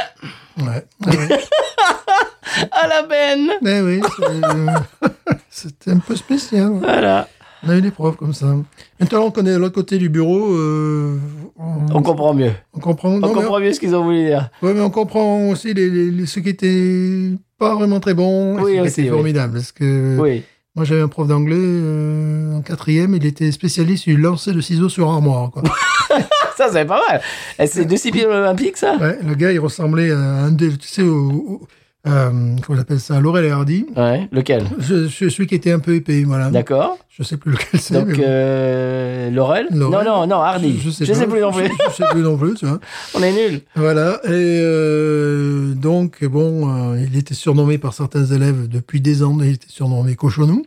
Speaker 2: Ouais. Ah oui.
Speaker 1: À la benne.
Speaker 2: Eh oui, c'est- euh, c'était un peu spécial. ouais.
Speaker 1: Voilà.
Speaker 2: On a eu des profs comme ça. Maintenant qu'on est de l'autre côté du bureau, euh, on,
Speaker 1: On comprend mieux.
Speaker 2: on comprend.
Speaker 1: On
Speaker 2: Non, mais
Speaker 1: comprend mieux ce qu'ils ont voulu dire.
Speaker 2: Ouais, mais on comprend aussi les, les- les- ceux qui étaient pas vraiment très bons
Speaker 1: Oui,
Speaker 2: et ceux qui
Speaker 1: aussi,
Speaker 2: étaient
Speaker 1: oui.
Speaker 2: formidables. Parce que
Speaker 1: Oui.
Speaker 2: moi, j'avais un prof d'anglais euh, en quatrième, il était spécialiste du lancer de ciseaux sur armoire. Quoi.
Speaker 1: Ça, c'est pas mal. Eh, C'est deux six pieds olympiques, ça.
Speaker 2: ouais, le gars, il ressemblait à un des, tu sais, au, au- euh, qu'on appelle ça, Laurel et Hardy.
Speaker 1: Ouais, lequel
Speaker 2: Je, je- celui qui était un peu épais, voilà.
Speaker 1: D'accord.
Speaker 2: Je sais plus lequel c'est. mais
Speaker 1: Donc,
Speaker 2: bon.
Speaker 1: euh, Laurel Non,
Speaker 2: Laurel.
Speaker 1: non, non, Hardy.
Speaker 2: Je, je sais,
Speaker 1: sais plus non plus.
Speaker 2: Je, je sais plus non plus, tu vois.
Speaker 1: On est nuls.
Speaker 2: Voilà. Et euh, donc, bon, euh, il était surnommé par certains élèves depuis des ans, il était surnommé Cochonou.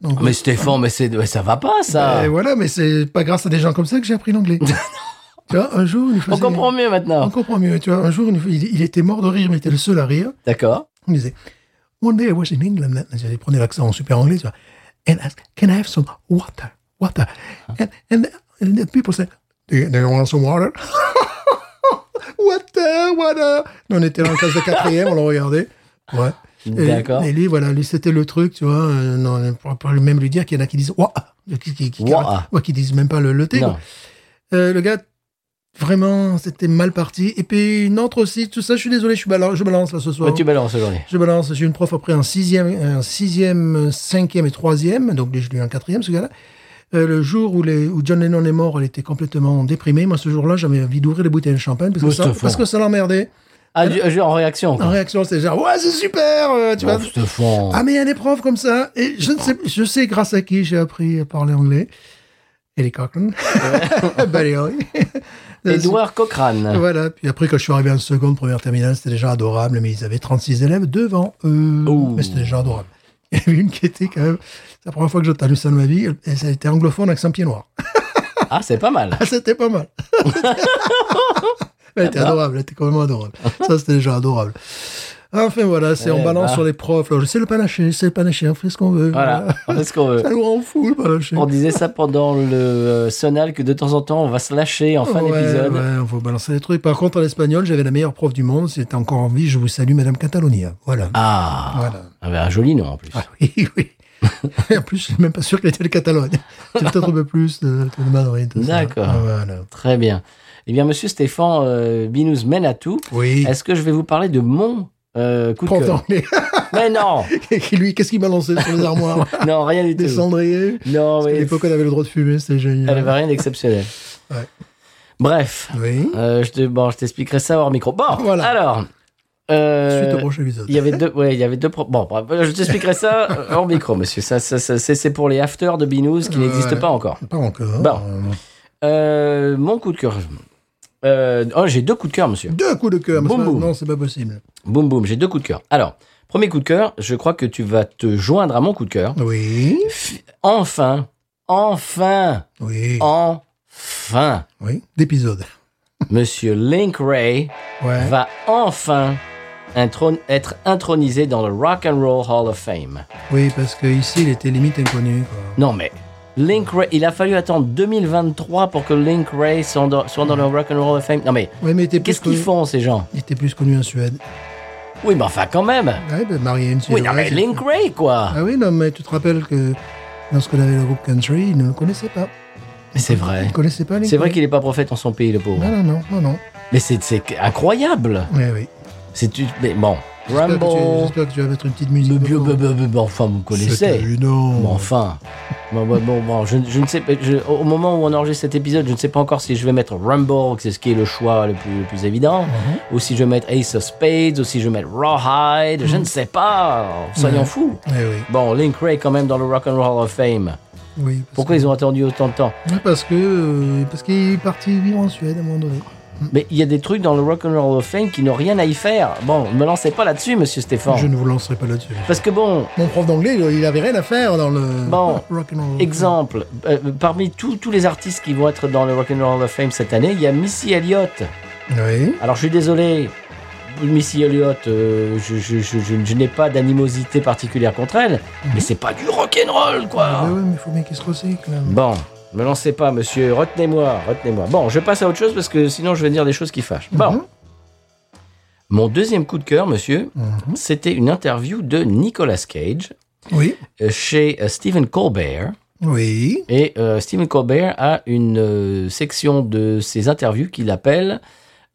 Speaker 2: Donc,
Speaker 1: Ah, Mais Stéphane, mais, c'est- mais ça va pas, ça.
Speaker 2: Et voilà, mais c'est pas grâce à des gens comme ça que j'ai appris l'anglais. tu vois, un jour, il
Speaker 1: On
Speaker 2: faisait-
Speaker 1: comprend mieux
Speaker 2: On
Speaker 1: maintenant.
Speaker 2: comprend mieux. Tu vois, un jour, il, il était mort de rire, mais il était le seul à rire.
Speaker 1: D'accord.
Speaker 2: Il disait, One day I was in England. Il prenait l'accent en super anglais, tu vois. And asked, can I have some water? Water. And, and, and the people said, do you, do you want some water? water, water. Nous, on était en classe de quatrième, on le regardait. Ouais. Et-
Speaker 1: D'accord.
Speaker 2: Et lui, voilà, lui, c'était le truc, tu vois. euh, non, pour, pour lui- même lui dire qu'il y en a qui disent Ouah qui, qui, qui,
Speaker 1: Ouah.
Speaker 2: ouais, qui disent même pas le, le T.
Speaker 1: Non.
Speaker 2: quoi. Euh, le gars, vraiment, c'était mal parti. Et puis, Nantes aussi, tout ça, je suis désolé, je, suis balan- je balance là ce soir.
Speaker 1: Ouais, tu balances aujourd'hui.
Speaker 2: Je balance, j'ai une prof après en sixième, un sixième, euh, cinquième et troisième, donc je lui ai un quatrième, ce gars-là. Euh, le jour où, les, où John Lennon est mort, elle était complètement déprimée. Moi, ce jour-là, j'avais envie d'ouvrir les bouteilles de champagne parce que ça,
Speaker 1: Mustapha.
Speaker 2: parce que ça l'emmerdait.
Speaker 1: Ah, du- jeu en réaction.
Speaker 2: En
Speaker 1: Quoi.
Speaker 2: réaction, c'était genre, ouais, c'est super, euh, tu
Speaker 1: Oh,
Speaker 2: vois.
Speaker 1: Stéphane.
Speaker 2: Ah mais il y a des profs comme ça et je ne sais je sais grâce à qui j'ai appris à parler anglais. Ellie Cochran, Buddy Holly.
Speaker 1: Edouard Cochrane.
Speaker 2: Voilà, puis après quand je suis arrivé en seconde, première terminale, c'était déjà adorable, mais ils avaient 36 élèves devant eux.
Speaker 1: Ouh.
Speaker 2: Mais c'était déjà adorable. Il y en avait une qui était quand même, c'est la première fois que j'ai entendu ça de ma vie, et ça a été anglophone avec son pied noir.
Speaker 1: Ah, c'est pas mal.
Speaker 2: Ah, c'était pas mal. elle était adorable, elle était complètement adorable. Ça, c'était déjà adorable. Enfin voilà, c'est
Speaker 1: Eh
Speaker 2: on balance
Speaker 1: bah.
Speaker 2: sur les profs. Là. Je sais le panaché, c'est le panaché, on fait ce qu'on veut.
Speaker 1: Voilà, on fait ce qu'on veut.
Speaker 2: Ça nous rend fou le panaché.
Speaker 1: On disait ça pendant le euh, sonal que de temps en temps on va se lâcher en fin
Speaker 2: Ouais,
Speaker 1: d'épisode.
Speaker 2: ouais, on faut balancer les trucs. Par contre, en espagnol, j'avais la meilleure prof du monde. Si elle était encore en vie, je vous salue, Madame Catalonia. Voilà.
Speaker 1: Ah,
Speaker 2: Voilà.
Speaker 1: Avec un joli nom en plus.
Speaker 2: Ah oui, oui. Et en plus, je suis même pas sûr qu'elle était de Catalogne. C'est peut-être un peu plus de, de Madrid. tout ça. Ah,
Speaker 1: D'accord.
Speaker 2: Voilà.
Speaker 1: Très bien. Eh bien, monsieur Stéphane euh, Binous mène à tout.
Speaker 2: Oui.
Speaker 1: Est-ce que je vais vous parler de mon euh, coup de
Speaker 2: Prof
Speaker 1: cœur
Speaker 2: d'anglais.
Speaker 1: Mais non
Speaker 2: Qui, lui, qu'est-ce qu'il balançait sur les armoires
Speaker 1: Non, rien du
Speaker 2: Des
Speaker 1: tout.
Speaker 2: cendriers.
Speaker 1: Non,
Speaker 2: À
Speaker 1: mais
Speaker 2: l'époque, on avait le droit de fumer, c'était
Speaker 1: elle avait
Speaker 2: génial.
Speaker 1: rien d'exceptionnel.
Speaker 2: Ouais.
Speaker 1: Bref,
Speaker 2: Oui.
Speaker 1: euh, je te- bon, je t'expliquerai ça hors micro. Bon,
Speaker 2: Voilà.
Speaker 1: alors... euh,
Speaker 2: Suite au prochain épisode.
Speaker 1: Il y avait deux, ouais, il y avait deux. pro- Bon, bref, je t'expliquerai ça euh, hors micro, monsieur. Ça, ça, ça, c'est c'est pour les afters de Binous qui
Speaker 2: Euh,
Speaker 1: n'existent
Speaker 2: voilà.
Speaker 1: pas encore.
Speaker 2: Pas encore.
Speaker 1: Bon. Euh, mon coup de cœur. Euh, oh, j'ai deux coups de cœur, monsieur.
Speaker 2: Deux coups de cœur. mais
Speaker 1: Boum,
Speaker 2: c'est pas-
Speaker 1: boum.
Speaker 2: Non, c'est pas possible.
Speaker 1: Boum, boum, j'ai deux coups de cœur. Alors, premier coup de cœur, je crois que tu vas te joindre à mon coup de cœur.
Speaker 2: Oui.
Speaker 1: Fi- Enfin, enfin,
Speaker 2: Oui.
Speaker 1: enfin,
Speaker 2: Oui. D'épisode.
Speaker 1: monsieur Link Ray
Speaker 2: Ouais.
Speaker 1: va enfin intron- être intronisé dans le Rock and Roll Hall of Fame.
Speaker 2: Oui, parce que ici, il était limite inconnu. quoi.
Speaker 1: Non mais Link Ray, il a fallu attendre 2023 pour que Link Ray soit dans, soit dans le Rock and Roll Hall of Fame. Non mais
Speaker 2: Oui, mais il était plus
Speaker 1: qu'est-ce qu'ils
Speaker 2: connu-
Speaker 1: font ces gens
Speaker 2: Il était plus connu en Suède.
Speaker 1: Oui, mais enfin quand même.
Speaker 2: Ouais, ben, marié à une
Speaker 1: Oui,
Speaker 2: Suédoise,
Speaker 1: non mais
Speaker 2: c'est-
Speaker 1: Link Ray quoi.
Speaker 2: Ah oui, non, mais tu te rappelles que lorsqu'on avait le groupe Country, il ne le connaissait pas.
Speaker 1: Mais c'est vrai.
Speaker 2: Il ne connaissait pas les
Speaker 1: C'est vrai qu'il n'est pas prophète en son pays, le pauvre.
Speaker 2: Non, non, non, non, non.
Speaker 1: Mais c'est c'est incroyable.
Speaker 2: Oui, oui.
Speaker 1: C'est une- mais bon,
Speaker 2: J'espère que tu-
Speaker 1: Rumble.
Speaker 2: J'espère que tu vas mettre une petite musique.
Speaker 1: le bio- bio- bio- bio- bio- Enfin, vous connaissez. Bon,
Speaker 2: Non.
Speaker 1: enfin. Bon, bon, bon, bon, je, je ne sais pas. je- au moment où on enregistre cet épisode, je ne sais pas encore si je vais mettre Rumble, que c'est ce qui est le choix le plus, le plus évident,
Speaker 2: Mhm.
Speaker 1: ou si je vais mettre Ace of Spades, ou si je vais mettre Rawhide.
Speaker 2: Mhm.
Speaker 1: Je ne sais pas. Soyons
Speaker 2: Ouais.
Speaker 1: fous.
Speaker 2: Eh oui,
Speaker 1: Bon, Link Ray quand même dans le Rock and Roll Hall of Fame.
Speaker 2: oui. parce
Speaker 1: Pourquoi ils ont attendu autant de temps
Speaker 2: que- Ouais, Parce que euh, parce qu'il est parti vivre en Suède à un moment donné.
Speaker 1: Mais il y a des trucs dans le Rock and Roll Hall of Fame qui n'ont rien à y faire. Bon, ne me lancez pas là-dessus, Monsieur Stéphane.
Speaker 2: Je ne vous lancerai pas là-dessus.
Speaker 1: Parce que bon,
Speaker 2: Mon prof d'anglais, il il avait rien à faire dans le
Speaker 1: Bon.
Speaker 2: rock and roll.
Speaker 1: exemple, euh, parmi tous tous les artistes qui vont être dans le Rock and Roll Hall of Fame cette année, il y a Missy Elliott.
Speaker 2: Oui.
Speaker 1: Alors je suis désolé, Missy Elliott, euh, je, je- je- je- je n'ai pas d'animosité particulière contre elle, mais c'est pas du rock and roll quoi.
Speaker 2: Ah, oui, mais il faut bien qu'il se recycle. là.
Speaker 1: Bon, me lancez pas, monsieur. Retenez-moi, retenez-moi. Bon, je passe à autre chose parce que sinon je vais dire des choses qui fâchent. Bon.
Speaker 2: Mhm.
Speaker 1: Mon deuxième coup de cœur, monsieur,
Speaker 2: Mhm.
Speaker 1: c'était une interview de Nicolas Cage
Speaker 2: Oui.
Speaker 1: euh, chez euh, Stephen Colbert.
Speaker 2: Oui.
Speaker 1: Et euh, Stephen Colbert a une euh, section de ses interviews qu'il appelle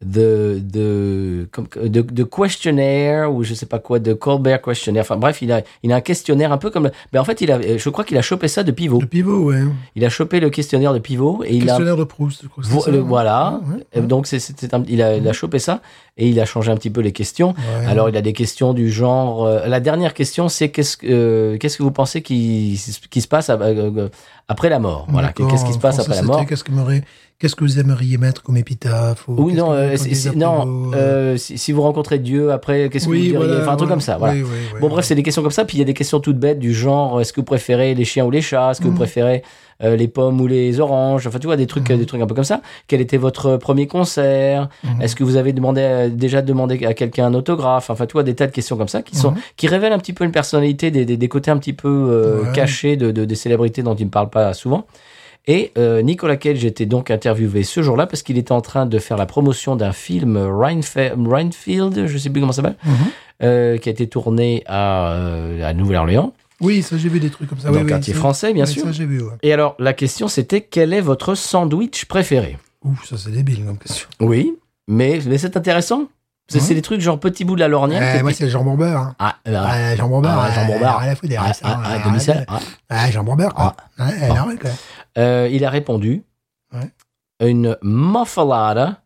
Speaker 1: de, de, comme- de, de questionnaire ou je sais pas quoi, de Colbert questionnaire. Enfin bref, il a, il a un questionnaire un peu comme. le- Ben, en fait, il a, je crois qu'il a chopé ça de pivot.
Speaker 2: Le pivot, ouais.
Speaker 1: Il a chopé le questionnaire de pivot et il a.
Speaker 2: Questionnaire de Proust, je crois que c'est
Speaker 1: Vo-
Speaker 2: ça,
Speaker 1: le-
Speaker 2: hein.
Speaker 1: voilà.
Speaker 2: Ouais, ouais.
Speaker 1: Et Donc, c'est- c'était un- il, a, il a chopé ça et il a changé un petit peu les questions.
Speaker 2: Ouais.
Speaker 1: Alors, il a des questions du genre. euh, la dernière question, c'est qu'est-ce que euh, qu'est-ce que vous pensez qui, s- qui se passe euh, euh, après la mort Voilà.
Speaker 2: D'accord,
Speaker 1: Qu'est-ce qui se
Speaker 2: en
Speaker 1: passe
Speaker 2: français,
Speaker 1: après la
Speaker 2: c'était
Speaker 1: mort
Speaker 2: Qu'est-ce que, m'aurait- qu'est-ce que vous aimeriez mettre comme épitaphe
Speaker 1: Ou
Speaker 2: qu'est-ce
Speaker 1: non,
Speaker 2: que vous
Speaker 1: euh,
Speaker 2: attendez
Speaker 1: c'est- c'est-
Speaker 2: d'Apollo,
Speaker 1: non.
Speaker 2: euh,
Speaker 1: euh, si, si vous rencontrez Dieu après, qu'est-ce que
Speaker 2: oui,
Speaker 1: vous diriez
Speaker 2: voilà,
Speaker 1: Enfin, un truc
Speaker 2: voilà.
Speaker 1: comme ça. Voilà.
Speaker 2: Oui, oui, oui,
Speaker 1: Bon,
Speaker 2: oui.
Speaker 1: bref, c'est des questions comme ça. Puis il y a des questions toutes bêtes du genre euh, est-ce que vous préférez les chiens ou les chats Est-ce que vous
Speaker 2: Mhm.
Speaker 1: préférez euh, les pommes ou les oranges Enfin, tu vois, des trucs,
Speaker 2: Mhm.
Speaker 1: euh, des trucs un peu comme ça. Quel était votre premier concert
Speaker 2: Mhm.
Speaker 1: Est-ce que vous avez demandé, à- déjà demandé à quelqu'un un autographe Enfin, tu vois, des tas de questions comme ça qui, sont,
Speaker 2: Mhm.
Speaker 1: qui révèlent un petit peu une personnalité, des, des, des côtés un petit peu euh,
Speaker 2: Ouais.
Speaker 1: cachés de, de- des célébrités dont ils ne parlent pas souvent. Et euh, Nicolas Cage était donc interviewé ce jour-là parce qu'il était en train de faire la promotion d'un film euh, Rhinefe- Rhinefield, je sais plus comment ça s'appelle,
Speaker 2: Mhm.
Speaker 1: euh, qui a été tourné à, euh, à Nouvelle-Orléans,
Speaker 2: Ah Oui, ça j'ai vu des trucs comme ça.
Speaker 1: dans
Speaker 2: oui,
Speaker 1: le
Speaker 2: oui,
Speaker 1: quartier
Speaker 2: ça-
Speaker 1: français bien
Speaker 2: oui,
Speaker 1: sûr.
Speaker 2: Ça j'ai vu, ouais.
Speaker 1: Et alors la question c'était quel est votre sandwich préféré
Speaker 2: Ouf, ça c'est débile comme question.
Speaker 1: Oui, mais, mais c'est intéressant. C'est
Speaker 2: Ouais.
Speaker 1: c'est des trucs genre petit bout de la
Speaker 2: Eh,
Speaker 1: lorgnette. que
Speaker 2: moi
Speaker 1: tu-
Speaker 2: c'est le jambon beurre. hein.
Speaker 1: Ah, là.
Speaker 2: Ah, jambon beurre.
Speaker 1: ah, jambon
Speaker 2: ah,
Speaker 1: beurre.
Speaker 2: rien à foutre, des
Speaker 1: Ah,
Speaker 2: restes,
Speaker 1: ah,
Speaker 2: hein,
Speaker 1: ah,
Speaker 2: rien à
Speaker 1: demi-sel.
Speaker 2: foutre. Ah, jambon beurre. quoi. Ouais,
Speaker 1: Ah.
Speaker 2: normal, quoi.
Speaker 1: Ah. Euh, il a répondu
Speaker 2: Ouais.
Speaker 1: une muffalada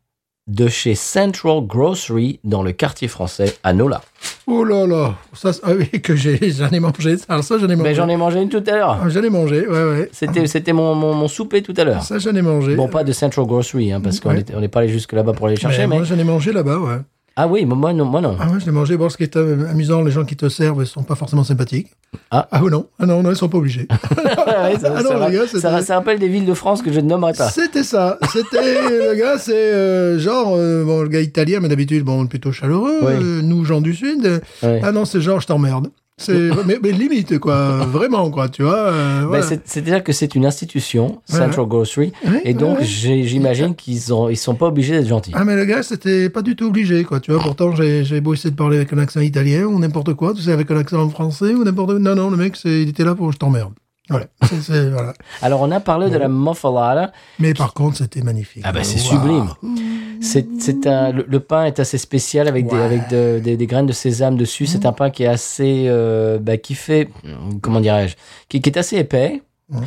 Speaker 1: de chez Central Grocery dans le quartier français à Nola.
Speaker 2: Oh là là, ça, c'est- ah oui, que j'ai, j'en ai mangé. ça. Alors ça, j'en ai mangé.
Speaker 1: Mais j'en ai mangé une tout à l'heure.
Speaker 2: Ah, j'en ai mangé, ouais, ouais.
Speaker 1: C'était c'était mon, mon, mon souper tout à l'heure.
Speaker 2: Ça, j'en ai mangé.
Speaker 1: Bon, pas de Central Grocery, hein, parce qu'on
Speaker 2: Ouais.
Speaker 1: était- on n'est pas allé jusque là-bas pour aller
Speaker 2: Mais
Speaker 1: chercher, mais...
Speaker 2: Moi, j'en ai mangé là-bas, ouais.
Speaker 1: Ah oui, moi- moi non, moi non.
Speaker 2: Ah ouais, je l'ai mangé. Bon, ce qui est euh, amusant, les gens qui te servent ne sont pas forcément sympathiques.
Speaker 1: Ah.
Speaker 2: ah ou non, ah non, non, ils sont pas obligés.
Speaker 1: Ouais, ça,
Speaker 2: Ah non,
Speaker 1: ça
Speaker 2: le
Speaker 1: ra-
Speaker 2: gars,
Speaker 1: ça
Speaker 2: c'était-
Speaker 1: ra- ça rappelle des villes de France que je ne nommerai pas.
Speaker 2: C'était ça. C'était le gars, c'est euh, genre euh, bon, le gars italien, mais d'habitude bon, plutôt chaleureux.
Speaker 1: Oui.
Speaker 2: euh, nous gens du sud. euh,
Speaker 1: Ouais.
Speaker 2: Ah non, c'est genre je t'emmerde. C'est mais, mais limite quoi, vraiment quoi, tu vois. euh,
Speaker 1: Ben,
Speaker 2: voilà.
Speaker 1: c'est- C'est-à-dire que c'est une institution,
Speaker 2: Ouais,
Speaker 1: Central Grocery,
Speaker 2: Ouais,
Speaker 1: et donc
Speaker 2: ouais.
Speaker 1: j'ai- j'imagine qu'ils ont- ils sont pas obligés d'être gentils.
Speaker 2: Ah mais le gars c'était pas du tout obligé quoi tu vois pourtant j'ai j'ai beau essayer de parler avec un accent italien ou n'importe quoi tu sais avec un accent français ou n'importe non non le mec c'est- il était là pour je t'emmerde voilà C'est- c'est- voilà
Speaker 1: Alors on a parlé de la muffalada.
Speaker 2: mais par contre c'était magnifique
Speaker 1: Ah ben c'est
Speaker 2: Waouh.
Speaker 1: sublime. C'est c'est un le, le pain est assez spécial avec des
Speaker 2: Ouais.
Speaker 1: avec de- des, des graines de sésame dessus. C'est un pain qui est assez euh, ben, qui fait comment dirais-je qui, qui est assez épais,
Speaker 2: Ouais.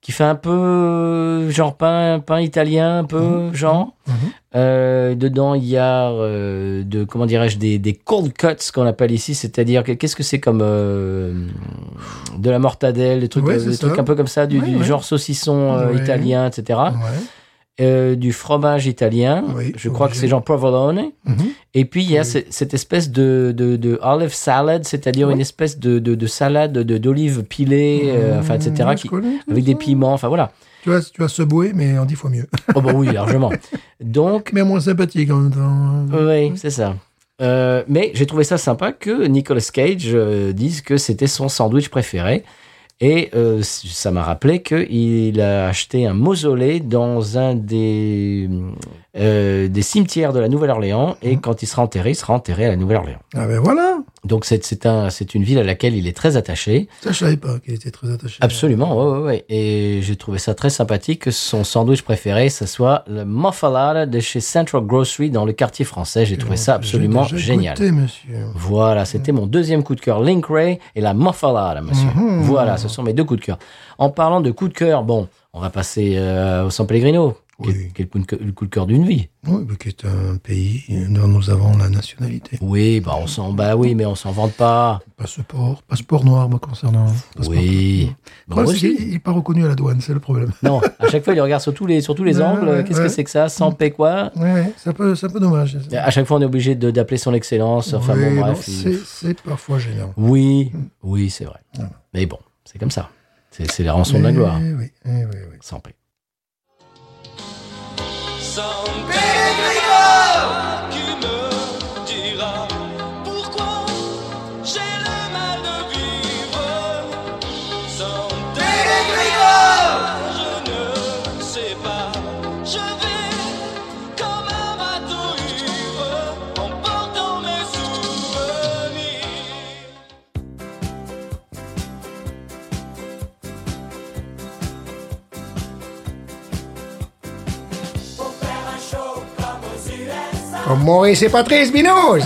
Speaker 1: qui fait un peu euh, genre pain pain italien un peu genre.
Speaker 2: Mhm.
Speaker 1: Euh, dedans, il y a euh, de comment dirais-je des, des cold cuts qu'on appelle ici, c'est-à-dire que- qu'est-ce que c'est comme euh, de la mortadelle, des trucs,
Speaker 2: Ouais,
Speaker 1: euh,
Speaker 2: c'est
Speaker 1: des
Speaker 2: ça.
Speaker 1: trucs un peu comme ça, du,
Speaker 2: Ouais,
Speaker 1: du
Speaker 2: ouais.
Speaker 1: genre saucisson euh,
Speaker 2: Ouais.
Speaker 1: italien, etc.
Speaker 2: Ouais.
Speaker 1: Euh, du fromage italien,
Speaker 2: Oui,
Speaker 1: je crois que
Speaker 2: obligé.
Speaker 1: c'est genre provolone.
Speaker 2: Mhm.
Speaker 1: Et puis il y a
Speaker 2: Oui.
Speaker 1: ce- cette espèce de, de, de olive salad, c'est-à-dire une espèce de, de, de salade de- d'olives pilées, euh, enfin etc.
Speaker 2: Ouais, Mmh, je
Speaker 1: qui-
Speaker 2: connais.
Speaker 1: avec des piments, enfin voilà.
Speaker 2: Tu vois, tu vas se bouer, mais en dix fois mieux.
Speaker 1: Oh bah oui, largement. Donc
Speaker 2: mais moins sympathique en même temps.
Speaker 1: Oui, c'est ça. Euh, mais j'ai trouvé ça sympa que Nicolas Cage euh, dise que c'était son sandwich préféré. Et euh, c- ça m'a rappelé qu'il a acheté un mausolée dans un des, euh, des cimetières de la Nouvelle-Orléans.
Speaker 2: Mm-hmm.
Speaker 1: Et quand il sera enterré, il sera enterré à la Nouvelle-Orléans.
Speaker 2: Ah ben voilà
Speaker 1: Donc c'est c'est un, c'est une ville à laquelle il est très attaché.
Speaker 2: Ça, je savais pas qu'il était très attaché.
Speaker 1: Absolument, ouais, ouais, ouais. Et j'ai trouvé ça très sympathique que son sandwich préféré, ce soit le muffalada de chez Central Grocery dans le quartier français. J'ai trouvé ça absolument
Speaker 2: Euh, J'ai déjà
Speaker 1: génial.
Speaker 2: goûté, monsieur.
Speaker 1: Voilà, c'était mon deuxième coup de cœur, Link Ray et la Morphala, là, monsieur.
Speaker 2: Mhm.
Speaker 1: Voilà, ce sont mes deux coups de cœur. En parlant de coup de cœur, bon, on va passer euh, au San Pellegrino, qui est-
Speaker 2: Oui.
Speaker 1: qui est le coup de cœur- le coup de cœur d'une vie.
Speaker 2: Oui, mais qui est un pays dont nous avons la nationalité.
Speaker 1: Oui, bah on s'en, bah oui, mais on s'en vante pas.
Speaker 2: Passeport, passeport noir, moi, concernant. Passeport.
Speaker 1: Oui.
Speaker 2: Le
Speaker 1: Bah,
Speaker 2: problème,
Speaker 1: moi
Speaker 2: c'est qu'il-
Speaker 1: aussi.
Speaker 2: il n'est pas reconnu à la douane, c'est le problème.
Speaker 1: Non, à chaque fois, il regarde sur tous les, sur tous les
Speaker 2: Ouais,
Speaker 1: angles.
Speaker 2: ouais,
Speaker 1: Qu'est-ce
Speaker 2: ouais.
Speaker 1: que c'est que ça Sans paix quoi
Speaker 2: Ouais, ouais, c'est un peu, c'est un peu dommage.
Speaker 1: À chaque fois, on est obligé de, d'appeler son excellence. Ah, Enfin
Speaker 2: Ouais,
Speaker 1: bon,
Speaker 2: non,
Speaker 1: bref. il-
Speaker 2: c'est, c'est parfois gênant.
Speaker 1: Oui, oui, c'est vrai. Mais bon, c'est comme ça. C'est, c'est la rançon de la
Speaker 2: Eh
Speaker 1: gloire.
Speaker 2: oui, eh oui, oui.
Speaker 1: Sans paix.
Speaker 3: San Pellegrino Qui me dira pourquoi j'ai le mal de vivre San Pellegrino Je ne sais pas Je vais comme un bateau ivre En portant mes souvenirs
Speaker 4: Pour faire un show, Comme Maurice et Patrice Binoz.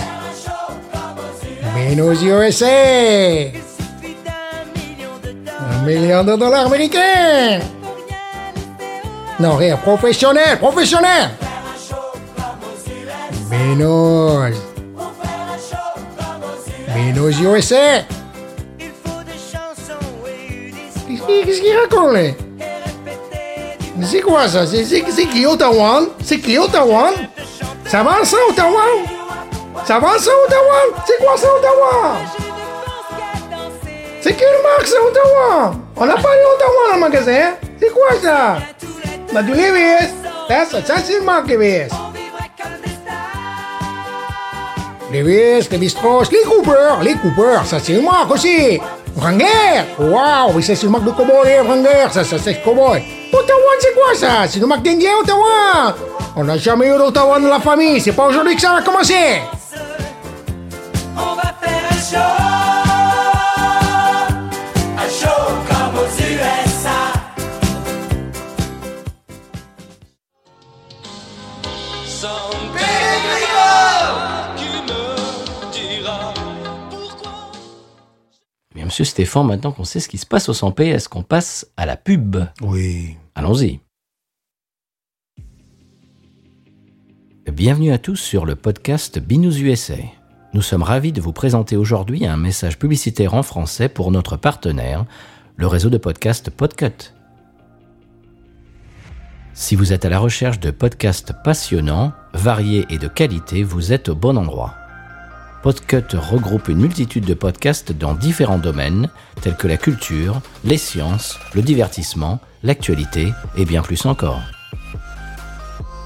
Speaker 4: Binoz USA. Un million de dollars américains. Non, rire, professionnel, professionnel. Binoz. Binoz USA. Qu'est-ce qu'il- Qu'est-ce qu'il raconte, là? Mais C'est quoi ça? C'est c'est- c'est qui Ottawa? C'est qui Ottawa? Ça va ça, Ottawa? Ça va ça, Ottawa? C'est quoi ça, Ottawa? C'est quelle marque ça, Ottawa? On n'a pas eu Ottawa dans le magasin. hein? C'est quoi ça? Bah, du l'EBS. Ça, Hein, ça, ça, c'est une marque EBS. L'EBS, les Bistros, les Coopers. Les Coopers, ça, c'est une marque aussi. Wrangler. Waouh, mais ça, c'est une marque de cowboy, hein, Wrangler. Ça, ça, c'est cowboy. Ottawa, c'est quoi ça? C'est une marque d'Indien, Ottawa. On n'a jamais eu d'Ottawa dans la famille. C'est pas aujourd'hui que ça va commencer.
Speaker 5: On va faire un show, un show comme aux USA.
Speaker 3: Sans Grégoire qui me dira pourquoi.
Speaker 1: Bien, monsieur Stéphane, maintenant qu'on sait ce qui se passe au 100 p est-ce qu'on passe à la pub
Speaker 2: Oui.
Speaker 1: Allons-y. Bienvenue à tous sur le podcast Binous USA. Nous sommes ravis de vous présenter aujourd'hui un message publicitaire en français pour notre partenaire, le réseau de podcasts Podcut. Si vous êtes à la recherche de podcasts passionnants, variés et de qualité, vous êtes au bon endroit. Podcut regroupe une multitude de podcasts dans différents domaines, tels que la culture, les sciences, le divertissement, l'actualité et bien plus encore.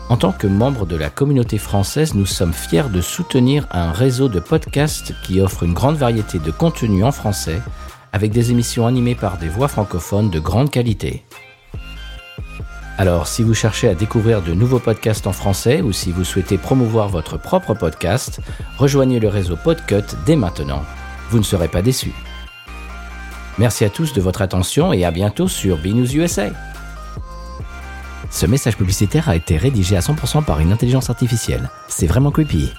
Speaker 1: En tant que membre de la communauté française, nous sommes fiers de soutenir un réseau de podcasts qui offre une grande variété de contenus en français, avec des émissions animées par des voix francophones de grande qualité. Alors, si vous cherchez à découvrir de nouveaux podcasts en français ou si vous souhaitez promouvoir votre propre podcast, rejoignez le réseau Podcut dès maintenant. Vous ne serez pas déçus. Merci à tous de votre attention et à bientôt sur BNews USA. Ce message publicitaire a été rédigé à 100% par une intelligence artificielle. C'est vraiment creepy.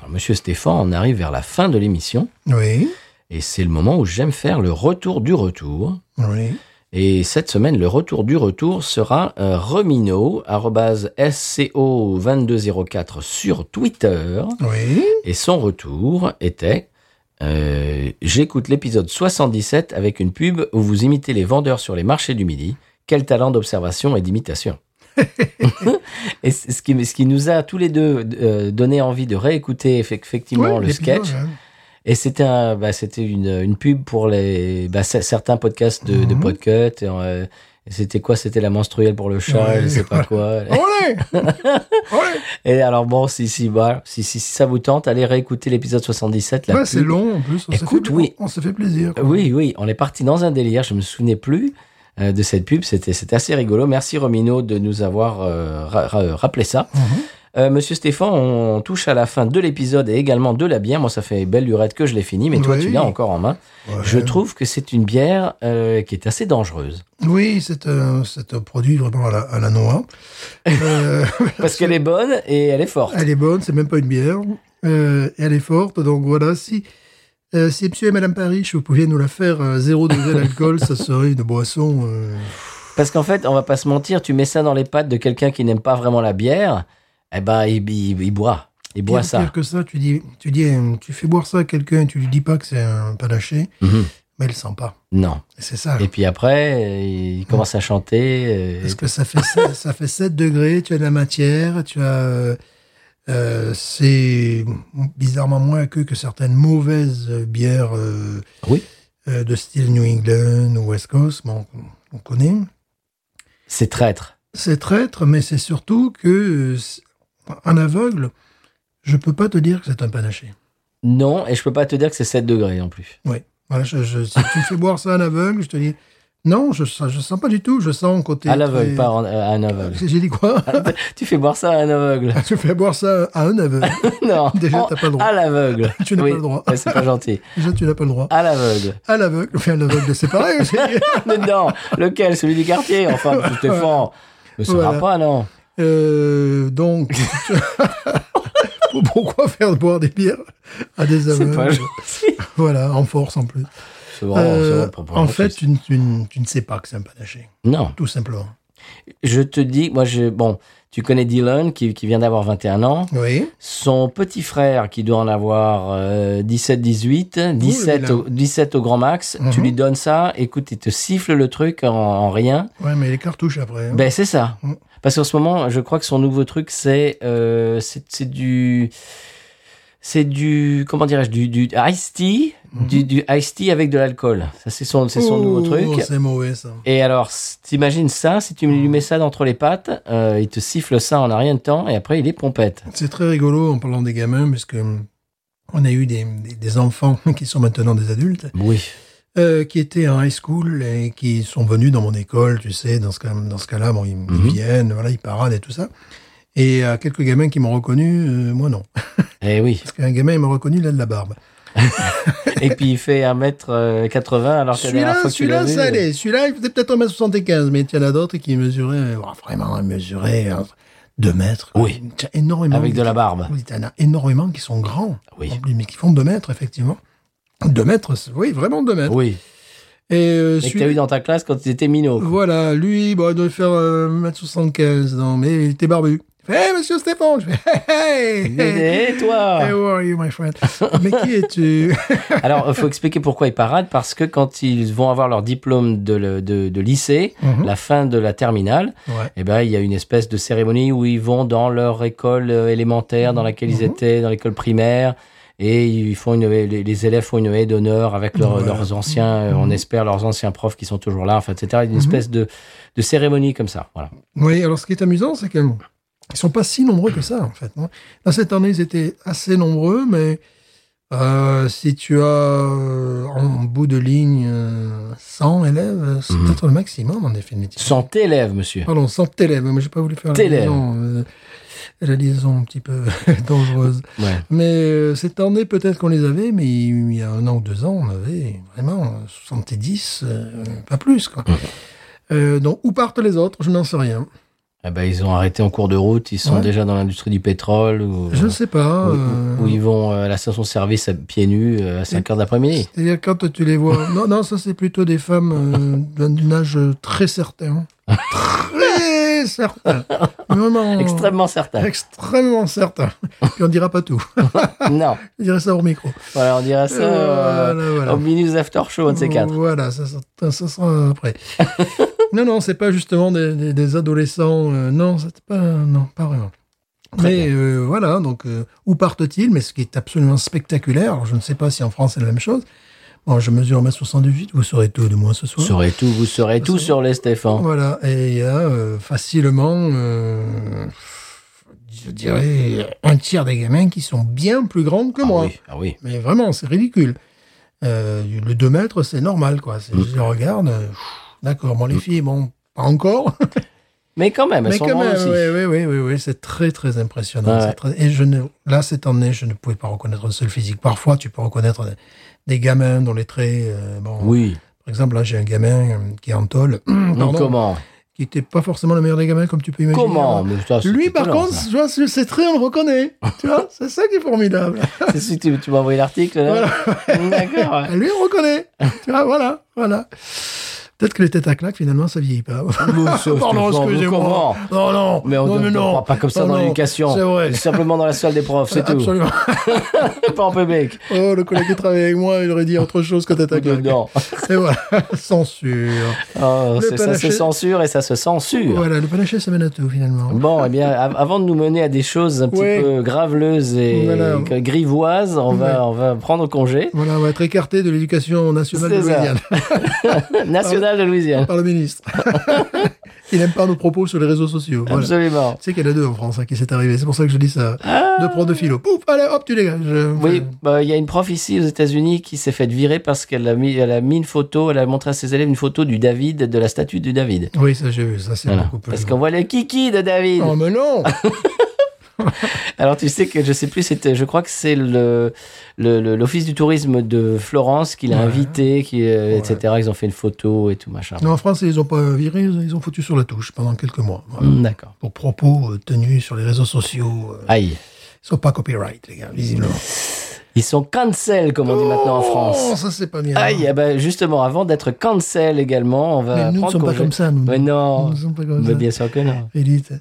Speaker 1: Alors, Monsieur Stéphane, on arrive vers la fin de l'émission
Speaker 2: Oui.
Speaker 1: et c'est le moment où j'aime faire le retour du retour.
Speaker 2: Oui.
Speaker 1: Et cette semaine, le retour du retour sera euh, Remino, arrobase SCO2204 sur Twitter.
Speaker 2: Oui.
Speaker 1: Et son retour était euh, J'écoute l'épisode 77 avec une pub où vous imitez les vendeurs sur les marchés du Midi. Quel talent d'observation et d'imitation Et c- ce qui, ce qui nous a tous les deux euh, donné envie de réécouter effe- effectivement
Speaker 2: Ouais,
Speaker 1: le
Speaker 2: l'épisode,
Speaker 1: sketch.
Speaker 2: hein.
Speaker 1: Et c'était un, bah, c'était une, une pub pour les, bah, c- certains podcasts de, de
Speaker 2: Mhm.
Speaker 1: Podcut. Et, euh, et c'était quoi C'était la menstruelle pour le chat,
Speaker 2: Ouais, Oh.
Speaker 1: je sais pas quoi.
Speaker 2: Olé Olé
Speaker 1: Et alors bon, si si, bah, si, si, si ça vous tente, allez réécouter l'épisode 77. la
Speaker 2: Ouais, Bah, C'est
Speaker 1: pub.
Speaker 2: long en plus. On s'est
Speaker 1: Écoute,
Speaker 2: fait-
Speaker 1: oui.
Speaker 2: On s'est fait plaisir. quoi.
Speaker 1: Oui, oui, on est parti dans un délire, je me souvenais plus euh, de cette pub, c'était c'était assez rigolo. Merci Romino de nous avoir euh, ra- ra- rappelé ça.
Speaker 2: Mhm.
Speaker 1: Euh, Monsieur Stéphane, on touche à la fin de l'épisode et également de la bière. Moi, ça fait belle lurette que je l'ai fini, mais toi,
Speaker 2: Oui.
Speaker 1: tu l'as encore en main.
Speaker 2: Ouais.
Speaker 1: Je trouve que c'est une bière euh, qui est assez dangereuse.
Speaker 2: Oui, c'est un, c'est un produit vraiment à la, à la noix. Euh,
Speaker 1: Parce qu'elle est bonne et elle est forte.
Speaker 2: elle est bonne, c'est même pas une bière. Euh, elle est forte, donc voilà. Si, euh, si monsieur et madame Paris, si vous pouviez nous la faire à zéro degré d'alcool, ça serait une boisson. euh,
Speaker 1: Parce qu'en fait, on va pas se mentir, tu mets ça dans les pattes de quelqu'un qui n'aime pas vraiment la bière, eh ben, il, il- il boit. Il boit
Speaker 2: pire-
Speaker 1: ça.
Speaker 2: pire que ça, tu dis, tu dis, euh, tu fais boire ça à quelqu'un, tu lui dis pas que c'est un panaché,
Speaker 1: Mhm.
Speaker 2: mais elle sent pas.
Speaker 1: Non.
Speaker 2: Et C'est ça.
Speaker 1: Et puis après, euh, il commence à chanter. euh,
Speaker 2: Parce que ça fait, sept- ça fait 7 degrés, tu as de la matière, tu as. euh, euh, c'est bizarrement moins que que certaines mauvaises bières euh,
Speaker 1: Oui.
Speaker 2: euh, de style New England ou West Coast, bon, on on connaît.
Speaker 1: C'est traître.
Speaker 2: C'est traître, mais c'est surtout que, euh, c'est- en aveugle, je peux pas te dire que c'est un panaché.
Speaker 1: Non, et je peux pas te dire que c'est 7 degrés en plus.
Speaker 2: Oui. Voilà, je- je- si tu fais boire ça en aveugle, je te dis, Non, je sens, je sens pas du tout. Je sens côté.
Speaker 1: À l'aveugle,
Speaker 2: très-
Speaker 1: pas en- euh, à un aveugle.
Speaker 2: J'ai dit quoi
Speaker 1: tu fais boire ça à un aveugle.
Speaker 2: Tu fais boire ça à un aveugle.
Speaker 1: non.
Speaker 2: Déjà,
Speaker 1: En-
Speaker 2: t'as pas le droit.
Speaker 1: À l'aveugle.
Speaker 2: Tu n'as
Speaker 1: Oui.
Speaker 2: pas le droit.
Speaker 1: Ouais, C'est pas gentil.
Speaker 2: Déjà, tu n'as pas le droit.
Speaker 1: À l'aveugle.
Speaker 2: À l'aveugle, enfin, à l'aveugle, c'est pareil. aussi.
Speaker 1: Mais non, lequel Celui du quartier Enfin, tu te fends. Mais ça
Speaker 2: Voilà.
Speaker 1: va pas, non
Speaker 2: Euh, donc, pourquoi faire boire des bières à des
Speaker 1: C'est pas
Speaker 2: aveugles
Speaker 1: gentil.
Speaker 2: Voilà, en force en plus.
Speaker 1: C'est vraiment- c'est
Speaker 2: Euh,
Speaker 1: vraiment pas- pas
Speaker 2: en
Speaker 1: gentil.
Speaker 2: fait, tu, ne- tu ne- tu ne sais pas que c'est un panaché,
Speaker 1: Non.
Speaker 2: tout simplement.
Speaker 1: Je te dis, moi, je. Bon, tu connais Dylan qui, qui vient d'avoir 21 ans.
Speaker 2: Oui.
Speaker 1: Son petit frère, qui doit en avoir euh, 17-18, 17,
Speaker 2: vilain.
Speaker 1: au- 17 au grand max, tu
Speaker 2: Mhm.
Speaker 1: lui donnes ça, écoute, il te siffle le truc en, en rien.
Speaker 2: Ouais, mais les cartouches après. hein.
Speaker 1: Ben, c'est ça.
Speaker 2: Mhm.
Speaker 1: Parce qu'en ce moment, je crois que son nouveau truc, c'est euh, c'est c'est du. C'est du. Comment dirais-je Du, du iced tea,
Speaker 2: Mhm.
Speaker 1: du, du iced tea avec de l'alcool. Ça, c'est son, c'est son nouveau
Speaker 2: Oh,
Speaker 1: truc.
Speaker 2: C'est mauvais ça.
Speaker 1: Et alors, s- t'imagines ça, si tu lui mets ça entre les pattes, euh, il te siffle ça en un rien de temps, et après, il est pompette.
Speaker 2: C'est très rigolo en parlant des gamins, puisque hum, on a eu des, des- des enfants qui sont maintenant des adultes,
Speaker 1: Oui.
Speaker 2: euh, qui étaient en high school et qui sont venus dans mon école, tu sais, dans ce cas- dans ce cas-là, bon, ils, ils
Speaker 1: Mhm.
Speaker 2: viennent, voilà, ils paradent et tout ça. Et euh, quelques gamins qui m'ont reconnu, euh, moi non.
Speaker 1: Eh oui.
Speaker 2: Parce qu'un gamin, il m'a reconnu, là, de la barbe.
Speaker 1: Et puis il fait 1m80 alors que la dernière
Speaker 2: Celui-là,
Speaker 1: fois que tu l'as
Speaker 2: celui-là,
Speaker 1: vu,
Speaker 2: ça allait. Celui-là, il faisait peut-être 1m75, mais il y en a d'autres qui mesuraient, euh, oh, vraiment, ils mesuraient 2 mètres. quoi.
Speaker 1: Oui.
Speaker 2: Il y a énormément.
Speaker 1: Avec de la barbe.
Speaker 2: Oui, il y en a énormément qui sont grands.
Speaker 1: Oui.
Speaker 2: en plus, Mais qui font 2 mètres, effectivement. 2 mètres, c'est- oui, vraiment 2 mètres.
Speaker 1: Oui.
Speaker 2: Et, euh,
Speaker 1: Et que
Speaker 2: celui-
Speaker 1: t'as eu dans ta classe quand ils étaient minots.
Speaker 2: Voilà, lui, bon, il doit faire euh, 1m75, non, mais il était barbu. Il fait, hey, monsieur Stéphane! Je fais, hey, hey, hey!
Speaker 1: Et Eh, toi
Speaker 2: Hey, who are you, my friend? mais qui es-tu?
Speaker 1: Alors, il faut expliquer pourquoi ils paradent, parce que quand ils vont avoir leur diplôme de, le- de- de lycée,
Speaker 2: Mhm.
Speaker 1: la fin de la terminale,
Speaker 2: Ouais.
Speaker 1: eh ben, il y a une espèce de cérémonie où ils vont dans leur école euh, élémentaire dans laquelle
Speaker 2: Mhm.
Speaker 1: ils étaient, dans l'école primaire, et ils font une, les, les élèves font une haie d'honneur avec leur-
Speaker 2: Voilà. Mhm.
Speaker 1: leurs anciens, euh, on espère leurs anciens profs qui sont toujours là, enfin, etc. Une espèce de, de cérémonie comme ça. Voilà.
Speaker 2: Oui, alors ce qui est amusant, c'est qu'ils ne sont pas si nombreux que ça, en fait. hein. Là, cette année, ils étaient assez nombreux, mais euh, si tu as euh, en bout de ligne euh, 100 élèves, c'est peut-être le maximum, en définitive.
Speaker 1: 100 élèves, monsieur.
Speaker 2: Pardon, 100 élèves, mais j'ai pas voulu faire la
Speaker 1: T'élèves.
Speaker 2: liaison, euh, la liaison un petit peu dangereuse.
Speaker 1: Ouais.
Speaker 2: Mais euh, cette année, peut-être qu'on les avait, mais il y a un an ou deux ans, on avait vraiment euh, 70, euh, pas plus. Quoi. Euh, donc, où partent les autres Je n'en sais rien.
Speaker 1: Ah bah, ils ont arrêté en cours de route, ils sont
Speaker 2: Ouais.
Speaker 1: déjà dans l'industrie du pétrole ou,
Speaker 2: Je ne sais pas.
Speaker 1: ou- ou-
Speaker 2: euh,
Speaker 1: ou ils vont euh, à la station-service à pieds nus euh, à 5 heures d'après-midi.
Speaker 2: C'est-à-dire quand tu les vois. non, non, ça c'est plutôt des femmes euh, d'un âge très certain. très certain. Vraiment.
Speaker 1: Extrêmement certain.
Speaker 2: Extrêmement certain. Puis on dira pas tout.
Speaker 1: non.
Speaker 2: Je dirais ça au micro.
Speaker 1: Voilà, on dira ça euh,
Speaker 2: Voilà, voilà. Oh.
Speaker 1: au minus after show, un de ces quatre.
Speaker 2: Voilà, ça, sera- ça sera après. non, non, c'est pas justement des, des- des adolescents. euh, non, c'est pas, non, pas vraiment.
Speaker 1: Très
Speaker 2: mais euh, voilà, donc euh, où partent-ils Mais ce qui est absolument spectaculaire, alors je ne sais pas si en France c'est la même chose. Bon, je mesure ma 78, vous saurez tout de moi ce
Speaker 1: Vous
Speaker 2: soir.
Speaker 1: saurez tout, vous saurez tout sur les Stéphane.
Speaker 2: Voilà, et il y a euh, facilement, euh, je dirais, un tiers des gamins qui sont bien plus grands que
Speaker 1: Ah
Speaker 2: moi.
Speaker 1: oui, ah oui.
Speaker 2: Mais vraiment, c'est ridicule. Euh, le 2 mètres, c'est normal, quoi.
Speaker 1: Mm.
Speaker 2: C'est- Je les regarde, euh, pff, d'accord, bon, les filles, bon, pas encore.
Speaker 1: Mais quand même, elles
Speaker 2: Mais
Speaker 1: sont
Speaker 2: quand
Speaker 1: grandes
Speaker 2: même,
Speaker 1: aussi.
Speaker 2: oui, oui, oui, oui, oui, c'est très, très impressionnant.
Speaker 1: Ouais.
Speaker 2: C'est très- Et je ne, là, cette année, je ne pouvais pas reconnaître le seul physique. Parfois, tu peux reconnaître des, des gamins dont les traits, euh, bon,
Speaker 1: Oui.
Speaker 2: par exemple, là, j'ai un gamin euh, qui est en tôle,
Speaker 1: Donc
Speaker 2: pardon,
Speaker 1: comment
Speaker 2: qui n'était pas forcément le meilleur des gamins, comme tu peux imaginer.
Speaker 1: Comment
Speaker 2: Alors,
Speaker 1: Mais ça, c'est
Speaker 2: Lui, par
Speaker 1: étonnant,
Speaker 2: contre,
Speaker 1: ça.
Speaker 2: tu vois, sur ses traits, on le reconnaît. tu vois, c'est ça qui est formidable.
Speaker 1: C'est si tu, tu m'as envoyé l'article, là Mm, D'accord.
Speaker 2: Ah, Lui, on reconnaît. tu vois, voilà, voilà. Peut-être que les têtes à claques, finalement, ça vieillit pas.
Speaker 1: sauf
Speaker 2: Pardon,
Speaker 1: que je m'en
Speaker 2: excusez-moi.
Speaker 1: recommande.
Speaker 2: Non, non.
Speaker 1: Mais on
Speaker 2: non,
Speaker 1: ne
Speaker 2: non.
Speaker 1: parle pas comme ça
Speaker 2: Non,
Speaker 1: dans
Speaker 2: non.
Speaker 1: l'éducation.
Speaker 2: C'est vrai.
Speaker 1: Simplement dans la salle des profs, c'est tout.
Speaker 2: Absolument.
Speaker 1: pas en public.
Speaker 2: Oh, le collègue qui travaille avec moi, il aurait dit autre chose que tête à claques.
Speaker 1: Non.
Speaker 2: Et voilà, censure.
Speaker 1: Oh,
Speaker 2: Le
Speaker 1: c'est- ça se
Speaker 2: panaché.
Speaker 1: censure et ça se censure.
Speaker 2: Voilà, le panaché, ça mène à tout, finalement.
Speaker 1: Bon, eh bien, av- avant de nous mener à des choses un petit
Speaker 2: Ouais.
Speaker 1: peu graveleuses et
Speaker 2: Voilà.
Speaker 1: que- grivoises, on va, on va prendre congé
Speaker 2: Voilà, on va être écarté de l'éducation nationale
Speaker 1: C'est
Speaker 2: de
Speaker 1: ça.
Speaker 2: Louisiane.
Speaker 1: nationale de Louisiane.
Speaker 2: par le ministre. Il n'aime pas nos propos sur les réseaux sociaux. Voilà.
Speaker 1: Absolument.
Speaker 2: Tu sais qu'il y en a deux en France hein, qui s'est arrivé, c'est pour ça que je dis ça. Deux prends deux philo. Pouf, allez, hop, tu dégages. Euh,
Speaker 1: Ah. Oui, bah, il y a une prof ici aux États-Unis qui s'est faite virer parce qu'elle a mis, elle a mis une photo, elle a montré à ses élèves une photo du David, de la statue du David.
Speaker 2: Oui, ça j'ai vu, ça c'est
Speaker 1: Voilà.
Speaker 2: beaucoup plus.
Speaker 1: Parce qu'on voit le kiki de David.
Speaker 2: Oh mais non
Speaker 1: Alors tu sais que je sais plus, c'était, je crois que c'est le, le- le- l'office du tourisme de Florence qui l'a
Speaker 2: Ouais.
Speaker 1: invité, qui, euh, etc. Ils ont fait une photo et tout machin.
Speaker 2: Non, en France, ils ont pas viré, ils ont foutu sur la touche pendant quelques mois. Voilà.
Speaker 1: Mm, D'accord.
Speaker 2: Pour propos euh, tenus sur les réseaux sociaux. euh,
Speaker 1: Aïe.
Speaker 2: ils sont pas copyright, les gars, visiblement.
Speaker 1: Ils sont cancel, comme on dit maintenant en
Speaker 2: Oh,
Speaker 1: France.
Speaker 2: ça c'est pas bien.
Speaker 1: Aïe, ah bah, justement, avant d'être cancel également, on va.
Speaker 2: Mais nous ne
Speaker 1: prendre
Speaker 2: sommes pas
Speaker 1: congé.
Speaker 2: comme ça, nous.
Speaker 1: Mais non.
Speaker 2: Nous ne sommes pas comme
Speaker 1: Mais
Speaker 2: ça.
Speaker 1: bien sûr que non.
Speaker 2: Élite.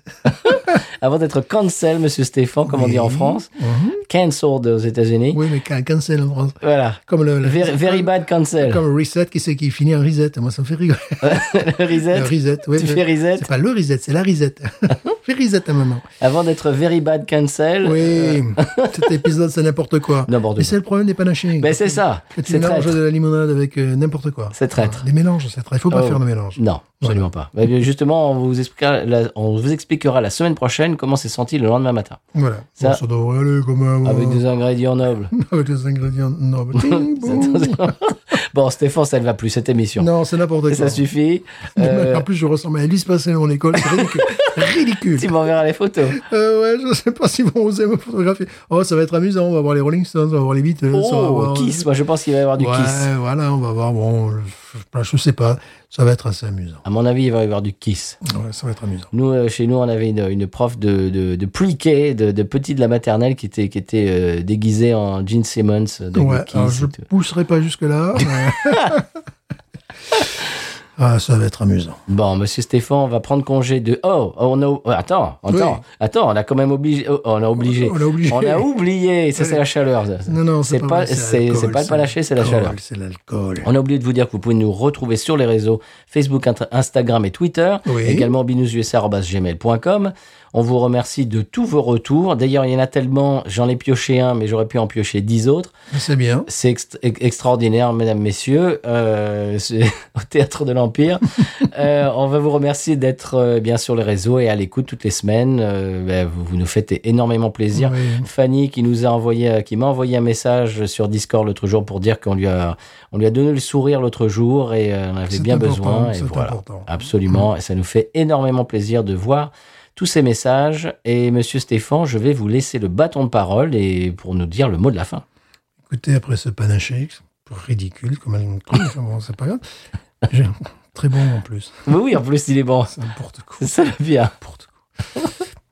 Speaker 1: Avant d'être cancel, monsieur Stéphane, comme on dit en
Speaker 2: Oui.
Speaker 1: France,
Speaker 2: Mhm.
Speaker 1: cancelled aux États-Unis.
Speaker 2: Oui, mais can- cancel en France.
Speaker 1: Voilà.
Speaker 2: Comme le, le-
Speaker 1: Very, very bad cancel.
Speaker 2: comme reset, qui c'est qui finit en reset Moi, ça me fait rigoler.
Speaker 1: le reset.
Speaker 2: Le reset, oui.
Speaker 1: Tu
Speaker 2: le-
Speaker 1: fais reset
Speaker 2: C'est pas le reset, c'est la reset. Fais reset à maman.
Speaker 1: Avant d'être very bad cancel.
Speaker 2: Oui, cet épisode, c'est n'importe quoi.
Speaker 1: N'importe
Speaker 2: Mais
Speaker 1: quoi.
Speaker 2: c'est le problème des panachés.
Speaker 1: Ben, c'est ça.
Speaker 2: Que tu
Speaker 1: C'est
Speaker 2: mélanges
Speaker 1: traître.
Speaker 2: de la limonade avec euh, n'importe quoi.
Speaker 1: C'est traître.
Speaker 2: Les mélanges, c'est traître. Il faut pas
Speaker 1: Oh.
Speaker 2: faire de mélange.
Speaker 1: Non, absolument pas. Mais bien, justement, on vous, expliquera la, on vous expliquera la semaine prochaine comment c'est senti le lendemain matin.
Speaker 2: Voilà.
Speaker 1: Ça-
Speaker 2: Bon, ça devrait aller quand même.
Speaker 1: Avec
Speaker 2: hein.
Speaker 1: des ingrédients nobles.
Speaker 2: Avec les ingrédients. Non, mais- Ting, boum.
Speaker 1: bon, Stéphane, ça ne va plus, cette émission.
Speaker 2: non c'est n'importe
Speaker 1: ça
Speaker 2: quoi.
Speaker 1: suffit.
Speaker 2: Mais
Speaker 1: Euh,
Speaker 2: En plus, je ressemble à Elvis Passé dans mon école. C'est ridicule. ridicule.
Speaker 1: tu m'enverras les photos.
Speaker 2: Euh, ouais, je sais pas s'ils vont oser me photographier. Oh, ça va être amusant. On va voir les Rolling Stones, on va voir les Beatles. on va
Speaker 1: Oh,
Speaker 2: voir- euh,
Speaker 1: Kiss. Moi, je pense qu'il va y avoir du
Speaker 2: ouais,
Speaker 1: Kiss.
Speaker 2: voilà, on va voir. Bon, je, je sais pas. Ça va être assez amusant.
Speaker 1: À mon avis, il va y avoir du Kiss.
Speaker 2: Ouais, ça va être amusant.
Speaker 1: Nous, euh, chez nous, on avait une, une prof de, de, de pre-K, de, de petit de la maternelle, qui était, qui était euh, déguisée en Gene Simmons. euh, de
Speaker 2: Ouais,
Speaker 1: Kiss
Speaker 2: alors
Speaker 1: et
Speaker 2: je
Speaker 1: tout.
Speaker 2: pousserai pas jusque-là. mais- ah, ça va être amusant.
Speaker 1: Bon, monsieur Stéphane, on va prendre congé de. Oh, on a. oh, Attends, attends,
Speaker 2: Oui.
Speaker 1: attends, on a quand même obligé. oh, on a obligé.
Speaker 2: On l'a obligé.
Speaker 1: On a oublié. Ça,
Speaker 2: Oui.
Speaker 1: c'est la chaleur. ça.
Speaker 2: Non, non,
Speaker 1: c'est
Speaker 2: c'est
Speaker 1: pas.
Speaker 2: pas,
Speaker 1: C'est c'est pas le palachais, c'est la chaleur.
Speaker 2: C'est l'alcool.
Speaker 1: On a oublié de vous dire que vous pouvez nous retrouver sur les réseaux Facebook, Int- Instagram et Twitter.
Speaker 2: Oui.
Speaker 1: Également binoususa.gmail.com. On vous remercie de tous vos retours. D'ailleurs, il y en a tellement, j'en ai pioché un, mais j'aurais pu en piocher dix autres.
Speaker 2: C'est bien.
Speaker 1: C'est ext- ex- extraordinaire, mesdames, messieurs, euh, c'est au théâtre de l'Empire. Euh, on va vous remercier d'être euh, bien sur les réseaux et à l'écoute toutes les semaines. Euh, ben, vous, vous nous faites énormément plaisir.
Speaker 2: Oui.
Speaker 1: Fanny qui nous a envoyé, euh, qui m'a envoyé un message sur Discord l'autre jour pour dire qu'on lui a, on lui a donné le sourire l'autre jour et euh, on avait
Speaker 2: C'est
Speaker 1: bien
Speaker 2: important,
Speaker 1: besoin. Et
Speaker 2: c'est
Speaker 1: voilà,
Speaker 2: important.
Speaker 1: absolument. Et ça nous fait énormément plaisir de voir tous ces messages. Et Monsieur Stéphane, je vais vous laisser le bâton de parole et pour nous dire le mot de la fin.
Speaker 2: Écoutez, après ce panaché, ridicule comme un truc, enfin bon, c'est pas grave. J'ai- Très bon en plus.
Speaker 1: Mais oui, en plus, il est bon.
Speaker 2: C'est n'importe quoi.
Speaker 1: C'est ça le pire.
Speaker 2: N'importe quoi.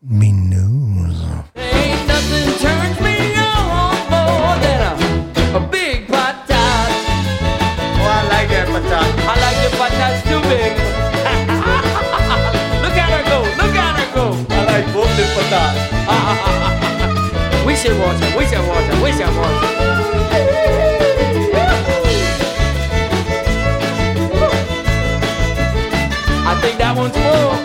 Speaker 2: Minous.
Speaker 3: Ain't nothing turns me on more than a, a big patat. Oh, I like that patat. I like the patats too big. look at her go, look at her go. I like both the patats. we should watch her, we should watch her, we should watch her. I think that one's full.